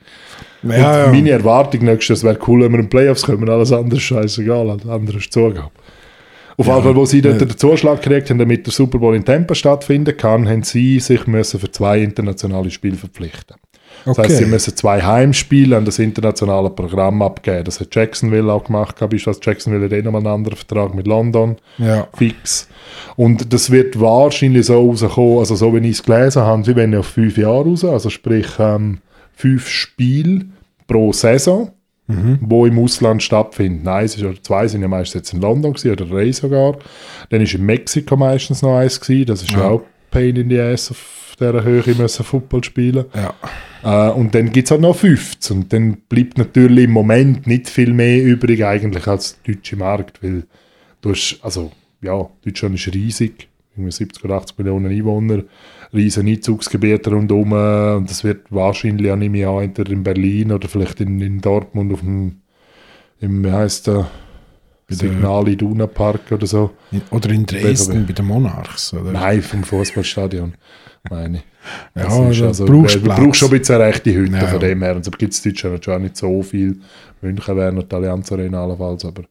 [SPEAKER 2] Ja, ja.
[SPEAKER 1] Meine Erwartung nächstes wäre cool, wenn wir in die Playoffs kommen, alles andere ist scheißegal, alles andere ist Zugabe. Auf jeden Fall, wo sie dort den Zuschlag gekriegt haben, damit der Super Bowl in Tampa stattfinden kann, haben sie sich müssen für zwei internationale Spiele verpflichten. Das
[SPEAKER 2] Okay.
[SPEAKER 1] heißt, sie müssen zwei Heimspiele an das internationale Programm abgeben. Das hat Jacksonville auch gemacht, glaube ich. Beispielsweise Jacksonville hat eh nochmal einen anderen Vertrag mit London
[SPEAKER 2] ja.
[SPEAKER 1] fix. Und das wird wahrscheinlich so rauskommen, also so wie ich es gelesen habe, wie wenn ich auf fünf Jahre raus, also sprich ähm, fünf Spiele pro Saison, wo im Ausland stattfinden. Nein, es ist, oder zwei sind ja meistens jetzt in London gewesen, oder drei sogar. Dann ist in Mexiko meistens noch eins gewesen, das ist ja auch Pain in the Ass auf dieser Höhe müssen Football spielen.
[SPEAKER 2] ja.
[SPEAKER 1] Äh, und dann gibt es auch noch 15. Und dann bleibt natürlich im Moment nicht viel mehr übrig eigentlich als der deutsche Markt, weil du hast, also ja, Deutschland ist riesig, irgendwie 70 oder 80 Millionen Einwohner, riesen Einzugsgebiete rundherum äh, und das wird wahrscheinlich, ja, nehme ich an, entweder in Berlin oder vielleicht in, in Dortmund auf dem, im, wie heisst der, Signal Iduna Park oder so.
[SPEAKER 2] In- Oder in Dresden bei den Monarchs. Oder?
[SPEAKER 1] Nein, vom Fußballstadion, meine ich.
[SPEAKER 2] Ja,
[SPEAKER 1] <laughs> Das ist
[SPEAKER 2] da
[SPEAKER 1] also,
[SPEAKER 2] brauchst
[SPEAKER 1] du
[SPEAKER 2] Platz.
[SPEAKER 1] brauchst schon ein bisschen eine rechte Hütte
[SPEAKER 2] Ja.
[SPEAKER 1] von Also, dem her. Und so gibt es in Deutschland schon auch nicht so viel. München wäre noch die Allianz Arena allenfalls, aber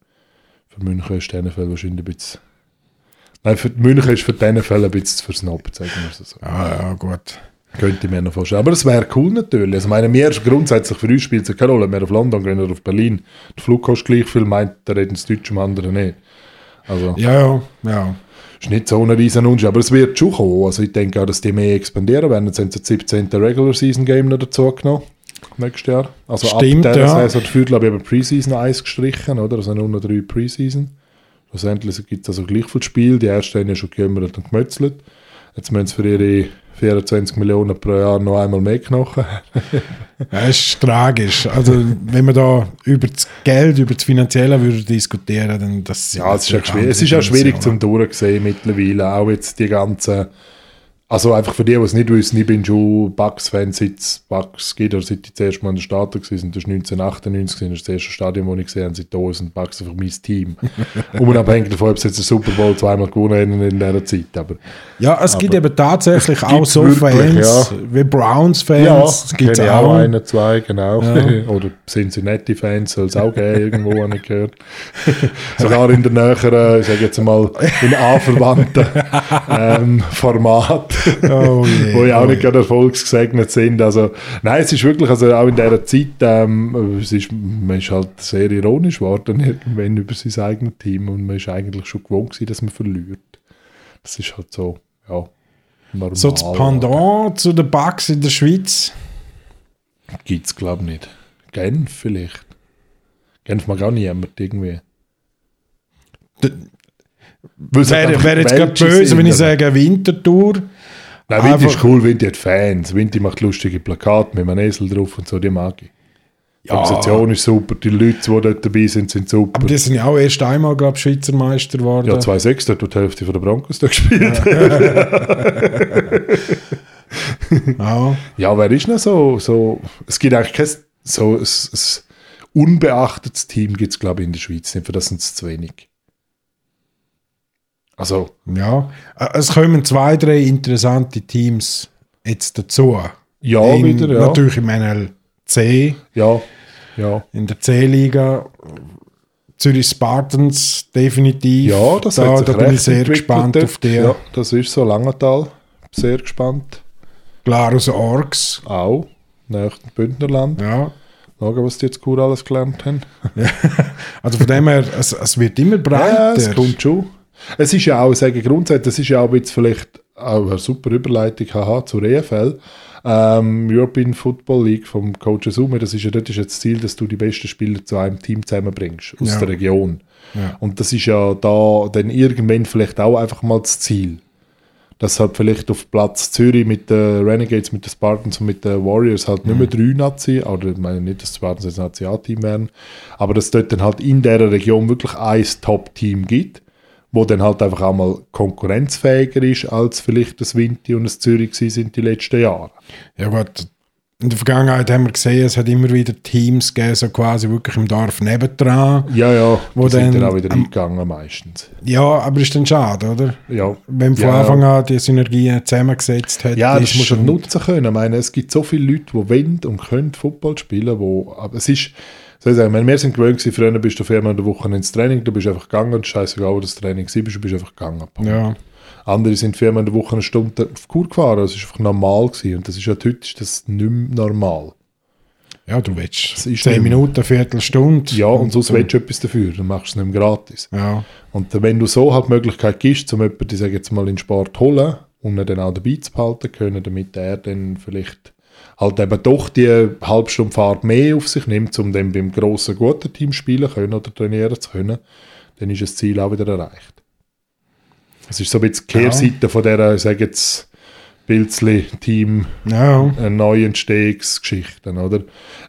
[SPEAKER 1] Für München ist in diesen Fällen wahrscheinlich ein bisschen. Nein, für München ist für diesen Fall ein bisschen zu versnobbt, sagen wir es so.
[SPEAKER 2] Ah, ja, gut.
[SPEAKER 1] Könnte ich mir noch vorstellen. Aber es wäre cool natürlich. Also, ich meine, mir ist grundsätzlich für uns spielt es keine Rolle, ob wir auf London gehen oder auf Berlin. Der Flug kostet gleich viel, meint, der redet das Deutsch, dem anderen nicht. Also,
[SPEAKER 2] Ja, ja, ja.
[SPEAKER 1] ist nicht so ein riesen Unterschied, aber es wird schon kommen. Also, ich denke auch, dass die mehr expandieren werden. Jetzt haben sie das 17. Regular Season Game noch dazu genommen. Nächstes Jahr. Also,
[SPEAKER 2] Stimmt,
[SPEAKER 1] ab dieser
[SPEAKER 2] ja.
[SPEAKER 1] Saison dafür, glaube ich, eben Preseason 1 gestrichen, oder? Also, nur noch drei Preseason. Schlussendlich gibt es also gleich viel Spiel. Die ersten haben ja schon gekümmert und gemützelt. Jetzt müssen sie für ihre 24 Millionen pro Jahr noch einmal mehr Knochen.
[SPEAKER 2] Das ist tragisch. Also, wenn wir da über das Geld, über das Finanzielle würde diskutieren, dann das
[SPEAKER 1] Ja, es ist, auch schwierig, es ist auch schwierig zum Durchsehen mittlerweile. Auch jetzt die ganzen. Also einfach für die, die es nicht wissen, ich bin schon Bucks-Fan, seit es Bucks gibt, oder seit ich das erste Mal in den Staaten war, und das war 1998, gewesen, das ist das erste Stadion, das ich gesehen habe, seit da sind Bucks für mein Team. Unabhängig davon, ob sie jetzt den Super Bowl zweimal gewonnen haben in dieser Zeit. Aber
[SPEAKER 2] Ja, es gibt eben tatsächlich auch so
[SPEAKER 1] wirklich,
[SPEAKER 2] Fans
[SPEAKER 1] ja.
[SPEAKER 2] wie Browns-Fans.
[SPEAKER 1] ja,
[SPEAKER 2] es gibt
[SPEAKER 1] kenne ich
[SPEAKER 2] auch.
[SPEAKER 1] auch einen, zwei, genau. <laughs> Oder Cincinnati-Fans soll es auch geben, irgendwo habe ich gehört.
[SPEAKER 2] <laughs>
[SPEAKER 1] Sogar in der näheren, äh, ich sage jetzt mal, in anverwandten ähm,
[SPEAKER 2] <laughs>
[SPEAKER 1] Format, <laughs>
[SPEAKER 2] Oh je,
[SPEAKER 1] wo ja
[SPEAKER 2] oh
[SPEAKER 1] auch nicht gerade erfolgsgesegnet sind. Also, nein, es ist wirklich, also auch in dieser Zeit, ähm, es ist, man ist halt sehr ironisch geworden irgendwann über sein eigenes Team und man ist eigentlich schon gewohnt gewesen, dass man verliert. Das ist halt so, ja, normal.
[SPEAKER 2] So das Pendant zu den Bugs in der Schweiz.
[SPEAKER 1] Gibt es, glaube ich, nicht. Genf vielleicht. Genf mag auch niemand irgendwie.
[SPEAKER 2] D-
[SPEAKER 1] Weil sie
[SPEAKER 2] Wäre
[SPEAKER 1] einfach
[SPEAKER 2] wär jetzt gerade
[SPEAKER 1] Welschen
[SPEAKER 2] böse,
[SPEAKER 1] sind,
[SPEAKER 2] wenn ich
[SPEAKER 1] aber-
[SPEAKER 2] sage Winterthur.
[SPEAKER 1] Nein, Winti
[SPEAKER 2] einfach-
[SPEAKER 1] ist cool, Winti hat Fans. Winti macht lustige Plakate mit einem Esel drauf und so, die mag ich. Die Organisation ist super, die Leute, die dort dabei sind, sind super.
[SPEAKER 2] Aber die sind ja auch erst einmal, glaube ich, Schweizer Meister geworden.
[SPEAKER 1] ja, 2-6, dort <laughs> hat die Hälfte von der Broncos da gespielt. Ja.
[SPEAKER 2] Ja.
[SPEAKER 1] wer ist noch so, so... Es gibt eigentlich kein so ein, ein unbeachtetes Team, gibt es, glaube ich, in der Schweiz nicht, für das sind es zu wenig. Also...
[SPEAKER 2] ja. Äh, Es kommen zwei, drei interessante Teams jetzt dazu.
[SPEAKER 1] Ja,
[SPEAKER 2] In-
[SPEAKER 1] wieder, ja.
[SPEAKER 2] Natürlich im NLC,
[SPEAKER 1] Ja, ja.
[SPEAKER 2] in der C-Liga. Zürich Spartans, definitiv.
[SPEAKER 1] Ja, das
[SPEAKER 2] da,
[SPEAKER 1] hat sich
[SPEAKER 2] da bin
[SPEAKER 1] recht
[SPEAKER 2] ich sehr
[SPEAKER 1] entwickelt
[SPEAKER 2] gespannt
[SPEAKER 1] dort.
[SPEAKER 2] auf die.
[SPEAKER 1] Ja, das ist so Langenthal. Sehr gespannt.
[SPEAKER 2] Glarus Orks.
[SPEAKER 1] Auch. Nach dem Bündnerland.
[SPEAKER 2] Ja.
[SPEAKER 1] Schauen, was die jetzt gut alles gelernt haben.
[SPEAKER 2] Also von dem her, es, es wird immer
[SPEAKER 1] Ja,
[SPEAKER 2] breiter.
[SPEAKER 1] es kommt schon. Es ist ja auch, sagen grundsätzlich, es ist ja auch jetzt vielleicht auch eine super Überleitung haha, zur E EFL. Ähm, European Football League vom Coach Summe, das ist ja dort ist jetzt das Ziel, dass du die besten Spieler zu einem Team zusammenbringst, aus
[SPEAKER 2] Ja.
[SPEAKER 1] der Region.
[SPEAKER 2] Ja.
[SPEAKER 1] Und das ist ja da dann irgendwann vielleicht auch einfach mal das Ziel. Dass halt vielleicht auf Platz Zürich mit den Renegades, mit den Spartans und mit den Warriors halt nicht mehr drei
[SPEAKER 2] Mhm.
[SPEAKER 1] Nazi, oder ich meine nicht, dass die Spartans jetzt Nazi A-Team wären, aber dass dort dann halt in dieser Region wirklich ein Top-Team gibt, wo dann halt einfach auch mal konkurrenzfähiger ist, als vielleicht das Winti und das Zürich gewesen sind die letzten Jahre.
[SPEAKER 2] Ja gut, in der Vergangenheit haben wir gesehen, es hat immer wieder Teams gegeben, so quasi wirklich im Dorf nebendran.
[SPEAKER 1] Ja, ja,
[SPEAKER 2] Wo
[SPEAKER 1] die sind
[SPEAKER 2] dann
[SPEAKER 1] dann auch wieder
[SPEAKER 2] am-
[SPEAKER 1] eingegangen meistens.
[SPEAKER 2] Ja, aber ist dann schade, oder?
[SPEAKER 1] Ja.
[SPEAKER 2] Wenn man von
[SPEAKER 1] ja.
[SPEAKER 2] Anfang an die Synergien zusammengesetzt hätte.
[SPEAKER 1] Ja, das muss man nutzen können. Ich meine, es gibt so viele Leute, die wollen und können Football spielen, wo, aber es ist, soll ich sagen, ich meine, wir sind gewöhnt gewesen, früher bist du viermal in der Woche ins Training, du bist einfach gegangen, scheißegal, wo das Training war, bist, du bist einfach gegangen.
[SPEAKER 2] Ja,
[SPEAKER 1] Andere sind viermal in der Woche eine Stunde auf Kur gefahren, das ist einfach normal gewesen und das ist halt heute ist das nicht mehr normal.
[SPEAKER 2] ja du willst
[SPEAKER 1] ist
[SPEAKER 2] zehn
[SPEAKER 1] nicht-
[SPEAKER 2] Minuten, Viertelstunde.
[SPEAKER 1] Ja, und sonst willst du etwas dafür, dann machst du es nicht mehr gratis.
[SPEAKER 2] Ja,
[SPEAKER 1] Und wenn du so halt die Möglichkeit gibst, zum jemanden, die sag jetzt mal, in den Sport zu holen und ihn dann auch dabei zu behalten können, damit er dann vielleicht halt eben doch die halbe Stunde Fahrt mehr auf sich nimmt, um dann beim grossen, guten Team spielen können oder trainieren zu können, dann ist das Ziel auch wieder erreicht. Es ist so ein bisschen die Kehrseite von dieser, ich sag jetzt, Pilzli-Team-
[SPEAKER 2] ja. ja.
[SPEAKER 1] eine Neuentstehungsgeschichte, Äh, oder?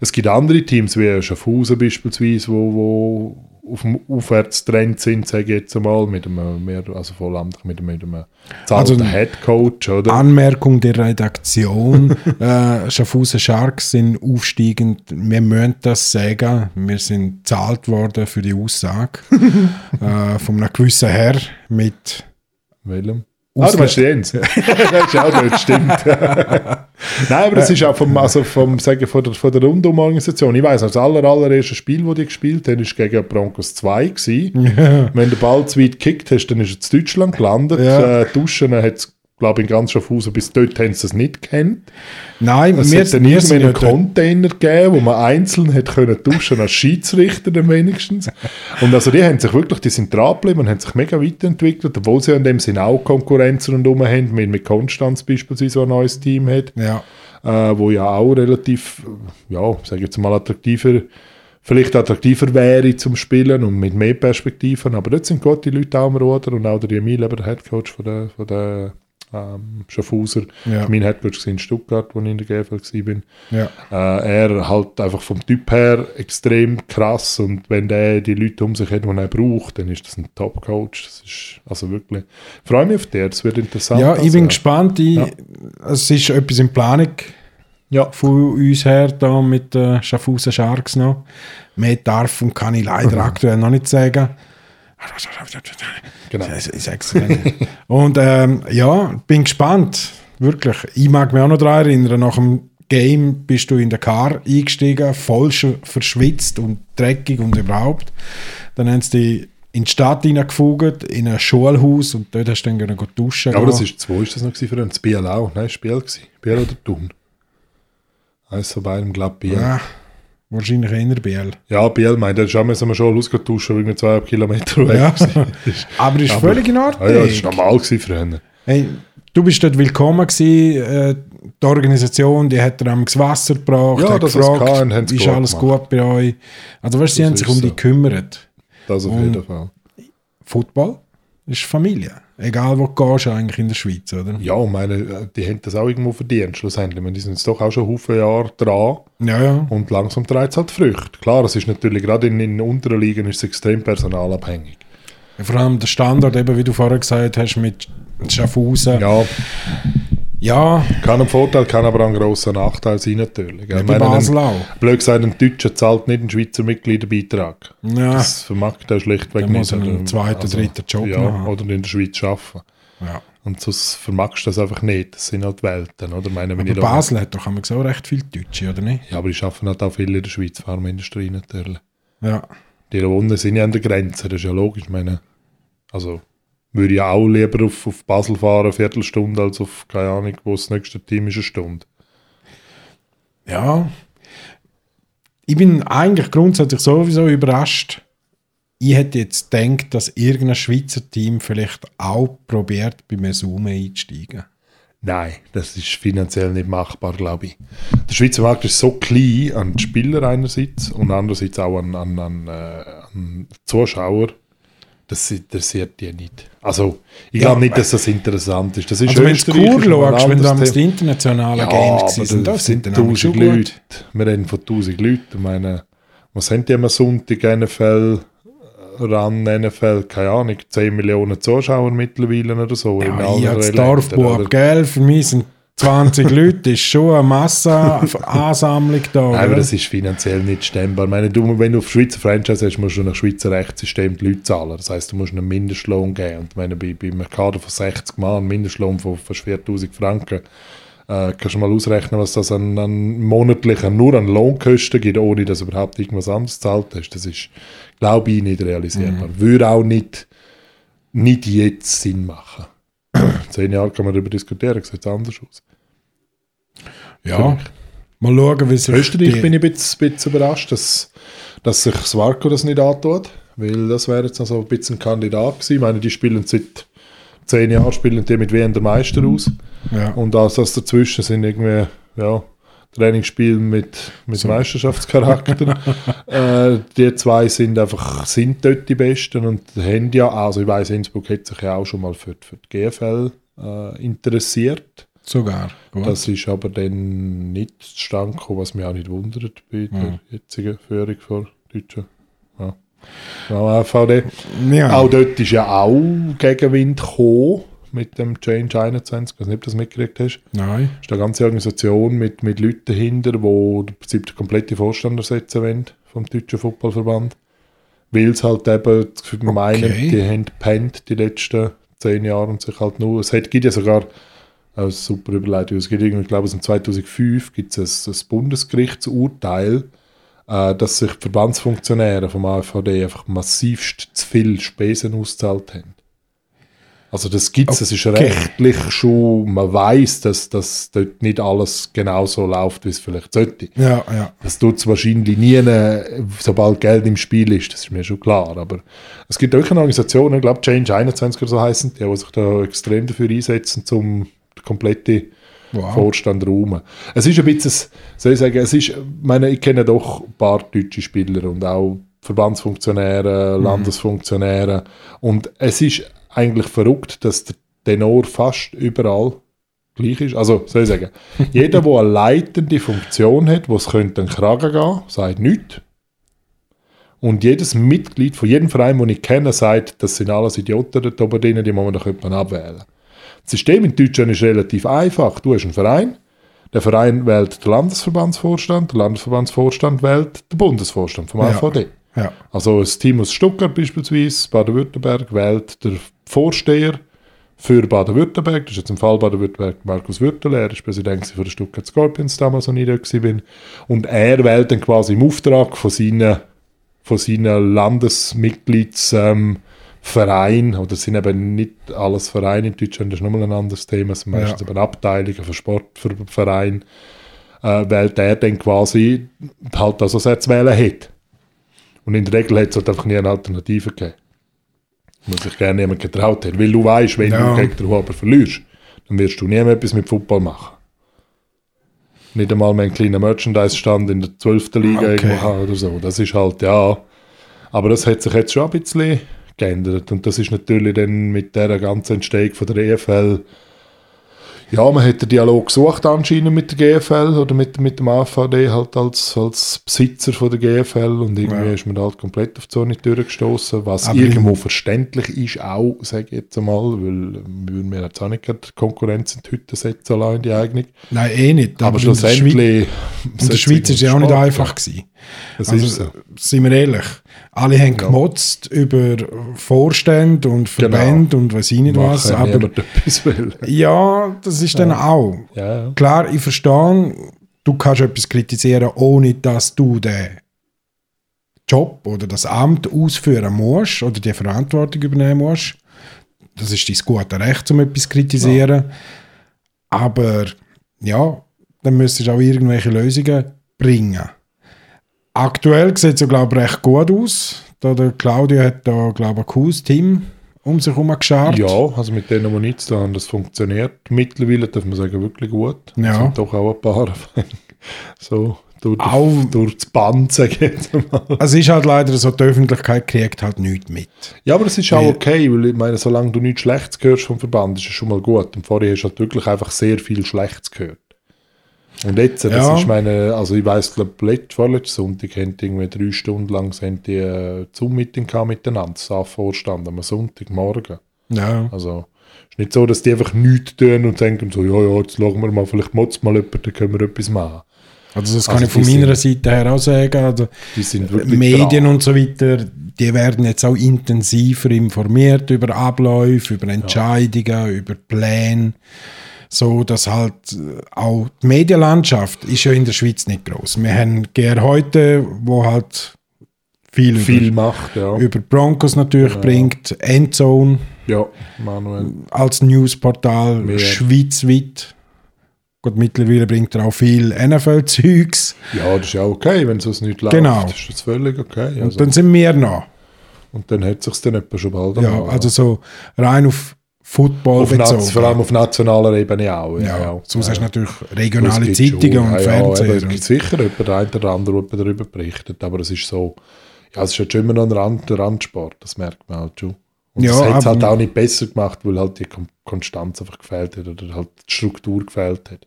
[SPEAKER 1] Es gibt andere Teams, wie Schaffhausen beispielsweise, wo, wo auf dem Aufwärtstrend sind, sage ich jetzt einmal, mit einem, mehr, also vorlamtlich mit einem, mit einem
[SPEAKER 2] Also-
[SPEAKER 1] zahlten Headcoach, oder?
[SPEAKER 2] Anmerkung der Redaktion: äh, Schaffhausen Sharks sind aufsteigend. Wir müssen das sagen. Wir sind bezahlt worden für die Aussage äh, von einem gewissen Herr mit
[SPEAKER 1] Welchem? Ah, du meinst Jens. das ist auch dort, stimmt. Nein, aber das ist auch vom, also vom, sagen, von, der, von der Rundumorganisation. Ich weiss, noch, das aller, allererste Spiel, das die gespielt haben, war gegen Broncos 2. Gewesen. Wenn der Ball zu weit gekickt hast, dann ist er zu Deutschland gelandet.
[SPEAKER 2] Ja.
[SPEAKER 1] Äh, Duschen hat es, glaube ich, in ganz Schaffhausen bis dort haben sie es nicht gekannt.
[SPEAKER 2] Nein,
[SPEAKER 1] Es
[SPEAKER 2] wir,
[SPEAKER 1] hat dann
[SPEAKER 2] wir
[SPEAKER 1] irgendwann
[SPEAKER 2] sind ja
[SPEAKER 1] einen
[SPEAKER 2] dort.
[SPEAKER 1] Container gegeben, wo man einzeln hat können duschen als Schiedsrichter dann wenigstens. Und also die haben sich wirklich, die sind dran geblieben und haben sich mega weiterentwickelt, obwohl sie in dem Sinn auch Konkurrenzen und rum haben, mit, mit Konstanz beispielsweise, wo ein neues Team hat,
[SPEAKER 2] Ja.
[SPEAKER 1] äh, wo ja auch relativ, äh, ja, sage ich jetzt mal attraktiver, vielleicht attraktiver wäre zum Spielen und mit mehr Perspektiven, aber dort sind gute Leute auch am Ruder und auch der Emil, eben der Headcoach von der, von der ähm, Schaffhauser,
[SPEAKER 2] Ja.
[SPEAKER 1] mein Headcoach war in Stuttgart, wo ich in der GFL war.
[SPEAKER 2] Ja.
[SPEAKER 1] Äh, er halt einfach vom Typ her extrem krass und wenn der die Leute um sich hat, die er braucht, dann ist das ein Top-Coach. Das ist also wirklich... Ich freue mich auf den, das wird interessant.
[SPEAKER 2] ja, ich bin
[SPEAKER 1] also,
[SPEAKER 2] gespannt. Ich,
[SPEAKER 1] Ja.
[SPEAKER 2] Es ist etwas in Planung
[SPEAKER 1] Ja,
[SPEAKER 2] von uns her, da mit den Schaffhausen Sharks noch. Mehr darf und kann
[SPEAKER 1] <laughs>
[SPEAKER 2] ich leider aktuell noch nicht sagen.
[SPEAKER 1] genau.
[SPEAKER 2] Ich, ich sag's nicht. Und ähm, ja, bin gespannt. Wirklich. Ich mag mich auch noch daran erinnern, nach dem Game bist du in der Car eingestiegen, voll sch- verschwitzt und dreckig und überhaupt. Dann haben sie dich in die Stadt hineingefugt, in ein Schulhaus und dort hast du dann gehen duschen.
[SPEAKER 1] Aber das
[SPEAKER 2] gehen.
[SPEAKER 1] ist, wo ist das noch gewesen für einen? Das Biel auch? Nein, das Biel gewesen. Biel oder Thun? Eins von beidem, glaube Biel. Ja,
[SPEAKER 2] Ja, wahrscheinlich eher BL.
[SPEAKER 1] Biel, meint, da ist auch müssen wir schon rausgetuschen, wegen zweieinhalb Kilometer weg.
[SPEAKER 2] Ja. <laughs>
[SPEAKER 1] gewesen.
[SPEAKER 2] Aber ist
[SPEAKER 1] Aber-
[SPEAKER 2] völlig in Ordnung.
[SPEAKER 1] Ah, ja, das war normal gewesen früher.
[SPEAKER 2] Hey, du bist dort willkommen gewesen. äh, Die Organisation, die hat dir am Wasser gebracht,
[SPEAKER 1] Ja,
[SPEAKER 2] hat
[SPEAKER 1] das
[SPEAKER 2] gefragt,
[SPEAKER 1] hat's gehabt und haben's
[SPEAKER 2] ist
[SPEAKER 1] gut
[SPEAKER 2] alles
[SPEAKER 1] gemacht.
[SPEAKER 2] gut bei euch? Also weißt, du, sie
[SPEAKER 1] Das
[SPEAKER 2] haben sich
[SPEAKER 1] ist
[SPEAKER 2] um
[SPEAKER 1] so.
[SPEAKER 2] dich gekümmert.
[SPEAKER 1] Das auf
[SPEAKER 2] Und-
[SPEAKER 1] jeden Fall.
[SPEAKER 2] Football ist Familie. Egal wo du gehst, eigentlich in der Schweiz, oder?
[SPEAKER 1] Ja, ich meine, äh, die haben das auch irgendwo verdient, schlussendlich. Ich meine, Die sind jetzt doch auch schon Haufen Jahre dran
[SPEAKER 2] Ja, ja.
[SPEAKER 1] und langsam trägt es halt Früchte. Klar, es ist natürlich, gerade in den unteren Ligen ist es extrem personalabhängig.
[SPEAKER 2] Vor allem der Standard, eben, wie du vorher gesagt hast, mit Schaffhausen. Ja,
[SPEAKER 1] Ja,
[SPEAKER 2] ja,
[SPEAKER 1] kann ein Vorteil, kann aber auch ein grosser Nachteil sein, natürlich. Ja,
[SPEAKER 2] bei Basel auch.
[SPEAKER 1] blöd gesagt, ein Deutscher zahlt nicht einen Schweizer Mitgliederbeitrag.
[SPEAKER 2] Ja.
[SPEAKER 1] Das vermag der schlichtweg
[SPEAKER 2] Dann Ah. muss
[SPEAKER 1] nicht.
[SPEAKER 2] er einen
[SPEAKER 1] Oder- Also,
[SPEAKER 2] zweiten, dritten Job
[SPEAKER 1] ja,
[SPEAKER 2] noch haben.
[SPEAKER 1] Oder in der Schweiz arbeiten.
[SPEAKER 2] ja.
[SPEAKER 1] Und sonst vermagst du das einfach nicht. Das sind halt Welten, oder? Ich Meine, wenn
[SPEAKER 2] Aber
[SPEAKER 1] ich da-
[SPEAKER 2] Basel hat doch auch recht viel Deutsche, oder nicht?
[SPEAKER 1] Ja, aber ich arbeite halt auch viel in der Schweiz, Pharmaindustrie natürlich.
[SPEAKER 2] Ja.
[SPEAKER 1] die Runden sind ja an der Grenze, das ist ja logisch. Ich meine, also würde ich auch lieber auf, auf Basel fahren, eine Viertelstunde, als auf, keine Ahnung, wo das nächste Team ist, eine Stunde.
[SPEAKER 2] Ja. Ich bin eigentlich grundsätzlich sowieso überrascht. Ich hätte jetzt gedacht, dass irgendein Schweizer Team vielleicht auch probiert, bei Mesume einzusteigen.
[SPEAKER 1] Nein, das ist finanziell nicht machbar, glaube ich. Der Schweizer Markt ist so klein an die Spieler einerseits und andererseits auch an, an, an, äh, an Zuschauer. Das interessiert die nicht. Also, ich
[SPEAKER 2] Ja. äh,
[SPEAKER 1] glaube nicht, dass das interessant ist. Das ist
[SPEAKER 2] Also wenn du
[SPEAKER 1] Österreich,
[SPEAKER 2] Kur
[SPEAKER 1] ist noch ein
[SPEAKER 2] schaust, wenn du am
[SPEAKER 1] anderes Thema.
[SPEAKER 2] internationalen
[SPEAKER 1] Ja,
[SPEAKER 2] Games
[SPEAKER 1] aber
[SPEAKER 2] gewesen sind,
[SPEAKER 1] da
[SPEAKER 2] das sind dann aber schon
[SPEAKER 1] tausend
[SPEAKER 2] gut.
[SPEAKER 1] Leute. Wir reden von tausend Leuten. Ich meine, was haben die am Sonntag NFL, RAN, NFL, keine Ahnung, 10 Millionen Zuschauer mittlerweile oder so. in
[SPEAKER 2] Ja,
[SPEAKER 1] allen
[SPEAKER 2] ich als
[SPEAKER 1] Ländern,
[SPEAKER 2] Dorfbub,
[SPEAKER 1] oder?
[SPEAKER 2] gell? Für mich sind
[SPEAKER 1] <laughs>
[SPEAKER 2] 20 Leute, ist schon eine Massenansammlung da.
[SPEAKER 1] Nein, aber
[SPEAKER 2] Genau, oder?
[SPEAKER 1] das ist finanziell nicht stemmbar. Ich meine, du, wenn du auf Schweizer Franchise hast, musst du nach Schweizer Rechtssystem die Leute zahlen. Das heisst, du musst einen Mindestlohn geben. Und ich meine, bei, bei einem Kader von 60 Mann, einen Mindestlohn von fast 4000 Franken, äh, kannst du mal ausrechnen, was das an, an monatlichen, nur an Lohnkosten gibt, ohne dass du überhaupt irgendwas anderes gezahlt hast. Das ist, glaube ich, nicht realisierbar. Würde auch nicht, nicht jetzt Sinn machen. <clears throat> In zehn Jahren kann man darüber diskutieren, sieht es anders aus.
[SPEAKER 2] ja. Mal schauen, wie sich
[SPEAKER 1] Österreich
[SPEAKER 2] die-
[SPEAKER 1] bin ich ein bisschen, bisschen überrascht, dass, dass sich Swarko das nicht antut, weil das wäre jetzt noch so ein bisschen ein Kandidat gewesen. Ich meine, die spielen seit zehn Jahren spielen die mit WM der Meister aus
[SPEAKER 2] ja.
[SPEAKER 1] und alles das dazwischen sind irgendwie, ja, Trainingsspiele mit, mit Meisterschaftscharakter. äh, die zwei sind einfach, sind dort die Besten und haben ja, also ich weiß, Innsbruck hat sich ja auch schon mal für, die- für die GFL äh, interessiert.
[SPEAKER 2] sogar. Gut.
[SPEAKER 1] Das ist aber dann nicht zustande gekommen, was mich auch nicht wundert bei der jetzigen Führung von Deutschen. Ja. Genau, AVD.
[SPEAKER 2] ja.
[SPEAKER 1] Auch dort ist ja auch Gegenwind gekommen mit dem Change 21. Ich weiß nicht, ob du das mitgekriegt hast.
[SPEAKER 2] Nein.
[SPEAKER 1] Das ist eine ganze Organisation mit, mit Leuten dahinter, die im Prinzip den kompletten Vorstand ersetzen wollen vom Deutschen Fußballverband. Weil es halt eben meinen, die haben gepennt die letzten zehn Jahren und sich halt nur, es hat, gibt ja sogar eine super Überleitung, es gibt irgendwie, ich glaube aus dem 2005 gibt es ein, ein Bundesgerichtsurteil, äh, dass sich die Verbandsfunktionäre vom AVD einfach massivst zu viel Spesen ausgezahlt haben. Also das gibt es, es ist rechtlich schon, man weiß, dass das dort nicht alles genau so läuft, wie es vielleicht sollte.
[SPEAKER 2] Ja, ja.
[SPEAKER 1] Das tut es wahrscheinlich nie, äh, sobald Geld im Spiel ist, das ist mir schon klar. Aber es gibt auch eine Organisation, ich glaube Change 21 oder so heißen, die, die sich da extrem dafür einsetzen, um den kompletten
[SPEAKER 2] Wow.
[SPEAKER 1] Vorstand rum. Es ist ein bisschen, soll ich sagen, es ist, ich meine, ich kenne doch ein paar deutsche Spieler und auch Verbandsfunktionäre, Landesfunktionäre und es ist eigentlich verrückt, dass der Tenor fast überall gleich ist. Also, soll ich sagen, jeder, der eine leitende Funktion hat, wo es könnte den Kragen gehen, sagt nichts. Und jedes Mitglied von jedem Verein, den ich kenne, sagt, das sind alles Idioten dort oben drin, die muss man doch jemanden abwählen. Das System in Deutschland ist relativ einfach. Du hast einen Verein, der Verein wählt den Landesverbandsvorstand, der Landesverbandsvorstand wählt den Bundesvorstand vom AVD.
[SPEAKER 2] Ja.
[SPEAKER 1] Also das Team aus Stuttgart beispielsweise, Baden-Württemberg, wählt der Vorsteher für Baden-Württemberg, das ist jetzt im Fall Baden-Württemberg Markus Würtele, er ist Präsident gewesen von der Stuttgart Scorpions damals, als ich da gewesen bin. Und er wählt dann quasi im Auftrag von seinen, von seinen Landesmitgliedsvereinen, ähm, Verein, oder es sind eben nicht alles Vereine in Deutschland, das ist nochmal ein anderes Thema, es sind meistens
[SPEAKER 2] Ja.
[SPEAKER 1] eben Abteilungen von Sportvereinen, äh, wählt er dann quasi halt das, was er zu wählen hat. Und in der Regel hat es halt einfach nie eine Alternative gegeben. Muss sich gerne jemand getraut hat. Weil du weißt, wenn
[SPEAKER 2] Ja.
[SPEAKER 1] du gegen den Huber verlierst, dann wirst du nie mehr etwas mit Football machen. Nicht einmal mehr einen kleinen Merchandise-Stand in der 12. Liga
[SPEAKER 2] Okay.
[SPEAKER 1] irgendwo haben oder so. Das ist halt, ja. Aber das hat sich jetzt schon ein bisschen geändert. Und das ist natürlich dann mit der ganzen Entstehung von der E EFL. Ja, man hat den Dialog gesucht anscheinend mit der GFL oder mit, mit dem AVD halt als, als Besitzer von der GFL und irgendwie
[SPEAKER 2] Ja.
[SPEAKER 1] ist man da halt komplett auf die Zone durchgestoßen, was
[SPEAKER 2] Aber
[SPEAKER 1] irgendwo verständlich ist auch, sage ich jetzt einmal, weil ähm, würden wir jetzt auch nicht gerade die Konkurrenz in die Hütte setzen allein die eigene.
[SPEAKER 2] Nein, eh nicht.
[SPEAKER 1] Aber
[SPEAKER 2] in der Schweiz-
[SPEAKER 1] schlussendlich
[SPEAKER 2] in der Schweiz ist es ja auch nicht einfach gewesen.
[SPEAKER 1] Das
[SPEAKER 2] also,
[SPEAKER 1] ist so.
[SPEAKER 2] Sind wir ehrlich, alle haben gemotzt über Vorstände und
[SPEAKER 1] Genau.
[SPEAKER 2] Verbände und weiß ich nicht was.
[SPEAKER 1] Was,
[SPEAKER 2] Aber
[SPEAKER 1] aber etwas will.
[SPEAKER 2] ja, das ist dann auch.
[SPEAKER 1] Ja, ja.
[SPEAKER 2] Klar, ich verstehe, du kannst etwas kritisieren, ohne dass du den Job oder das Amt ausführen musst oder die Verantwortung übernehmen musst. Das ist dein gute Recht, um etwas zu kritisieren. Aber ja, dann müsstest du auch irgendwelche Lösungen bringen. Aktuell sieht es ja, glaube ich, recht gut aus. Da der Claudio hat da, glaube ich, ein cooles Team um sich herum geschart.
[SPEAKER 1] Ja, also mit denen, die nichts da haben, das funktioniert mittlerweile, darf man sagen, wirklich gut.
[SPEAKER 2] Ja.
[SPEAKER 1] Es sind doch auch ein paar <laughs> so durch,
[SPEAKER 2] Au.
[SPEAKER 1] durch das Band, sage ich jetzt mal.
[SPEAKER 2] Es ist halt leider so, die Öffentlichkeit kriegt halt nichts mit.
[SPEAKER 1] Ja, aber es ist auch
[SPEAKER 2] Ja.
[SPEAKER 1] okay, weil ich meine, solange du nichts Schlechtes hörst vom Verband, ist es schon mal gut. Und vorher hast du halt wirklich einfach sehr viel Schlechtes gehört. Und jetzt, das
[SPEAKER 2] Ja.
[SPEAKER 1] ist meine, also ich weiss, glaub, let- vorletzten Sonntag haben die irgendwie drei Stunden lang sind die äh, Zoom-Meeting gehabt miteinander, das vorstand am Sonntagmorgen.
[SPEAKER 2] Ja.
[SPEAKER 1] Also ist nicht so, dass die einfach nichts tun und denken so, ja, ja, jetzt schauen wir mal, vielleicht motzt mal jemand, dann können wir etwas machen.
[SPEAKER 2] Also das kann
[SPEAKER 1] Also
[SPEAKER 2] ich von
[SPEAKER 1] die
[SPEAKER 2] meiner Seite her auch sagen. Also
[SPEAKER 1] Die sind wirklich
[SPEAKER 2] Medien
[SPEAKER 1] dran.
[SPEAKER 2] und so weiter, die werden jetzt auch intensiver informiert über Abläufe, über Entscheidungen, über Pläne. So, dass halt äh, auch die Medienlandschaft ist ja in der Schweiz nicht groß. Wir haben GR heute, wo halt viel,
[SPEAKER 1] viel macht, ja.
[SPEAKER 2] über, über Broncos natürlich bringt, Endzone
[SPEAKER 1] Ja, Manuel.
[SPEAKER 2] als Newsportal
[SPEAKER 1] Mehr.
[SPEAKER 2] schweizweit. Gut, mittlerweile bringt er auch viel NFL-Zeugs.
[SPEAKER 1] Ja, das ist ja okay, wenn es nicht läuft,
[SPEAKER 2] Genau.
[SPEAKER 1] ist das völlig okay. Also,
[SPEAKER 2] Und dann sind wir noch.
[SPEAKER 1] und dann hat sich dann etwa schon bald
[SPEAKER 2] Ja,
[SPEAKER 1] einmal,
[SPEAKER 2] also so rein auf Football
[SPEAKER 1] auf Naz, vor allem auf nationaler Ebene auch. Ja,
[SPEAKER 2] ja,
[SPEAKER 1] ja.
[SPEAKER 2] sonst hast du natürlich
[SPEAKER 1] Ja, es
[SPEAKER 2] regionale
[SPEAKER 1] gibt
[SPEAKER 2] Zeitungen
[SPEAKER 1] schon,
[SPEAKER 2] und
[SPEAKER 1] ja, ja, eben,
[SPEAKER 2] Fernseher.
[SPEAKER 1] Es gibt sicher jemanden, der eine oder andere der darüber berichtet, aber es ist so, ja, es ist halt schon immer noch ein Rand, ein Randsport, das merkt man halt schon. Und
[SPEAKER 2] Ja,
[SPEAKER 1] das hat es
[SPEAKER 2] aber-
[SPEAKER 1] halt auch nicht besser gemacht, weil halt die Kon- Konstanz einfach gefehlt hat oder halt die Struktur gefehlt hat.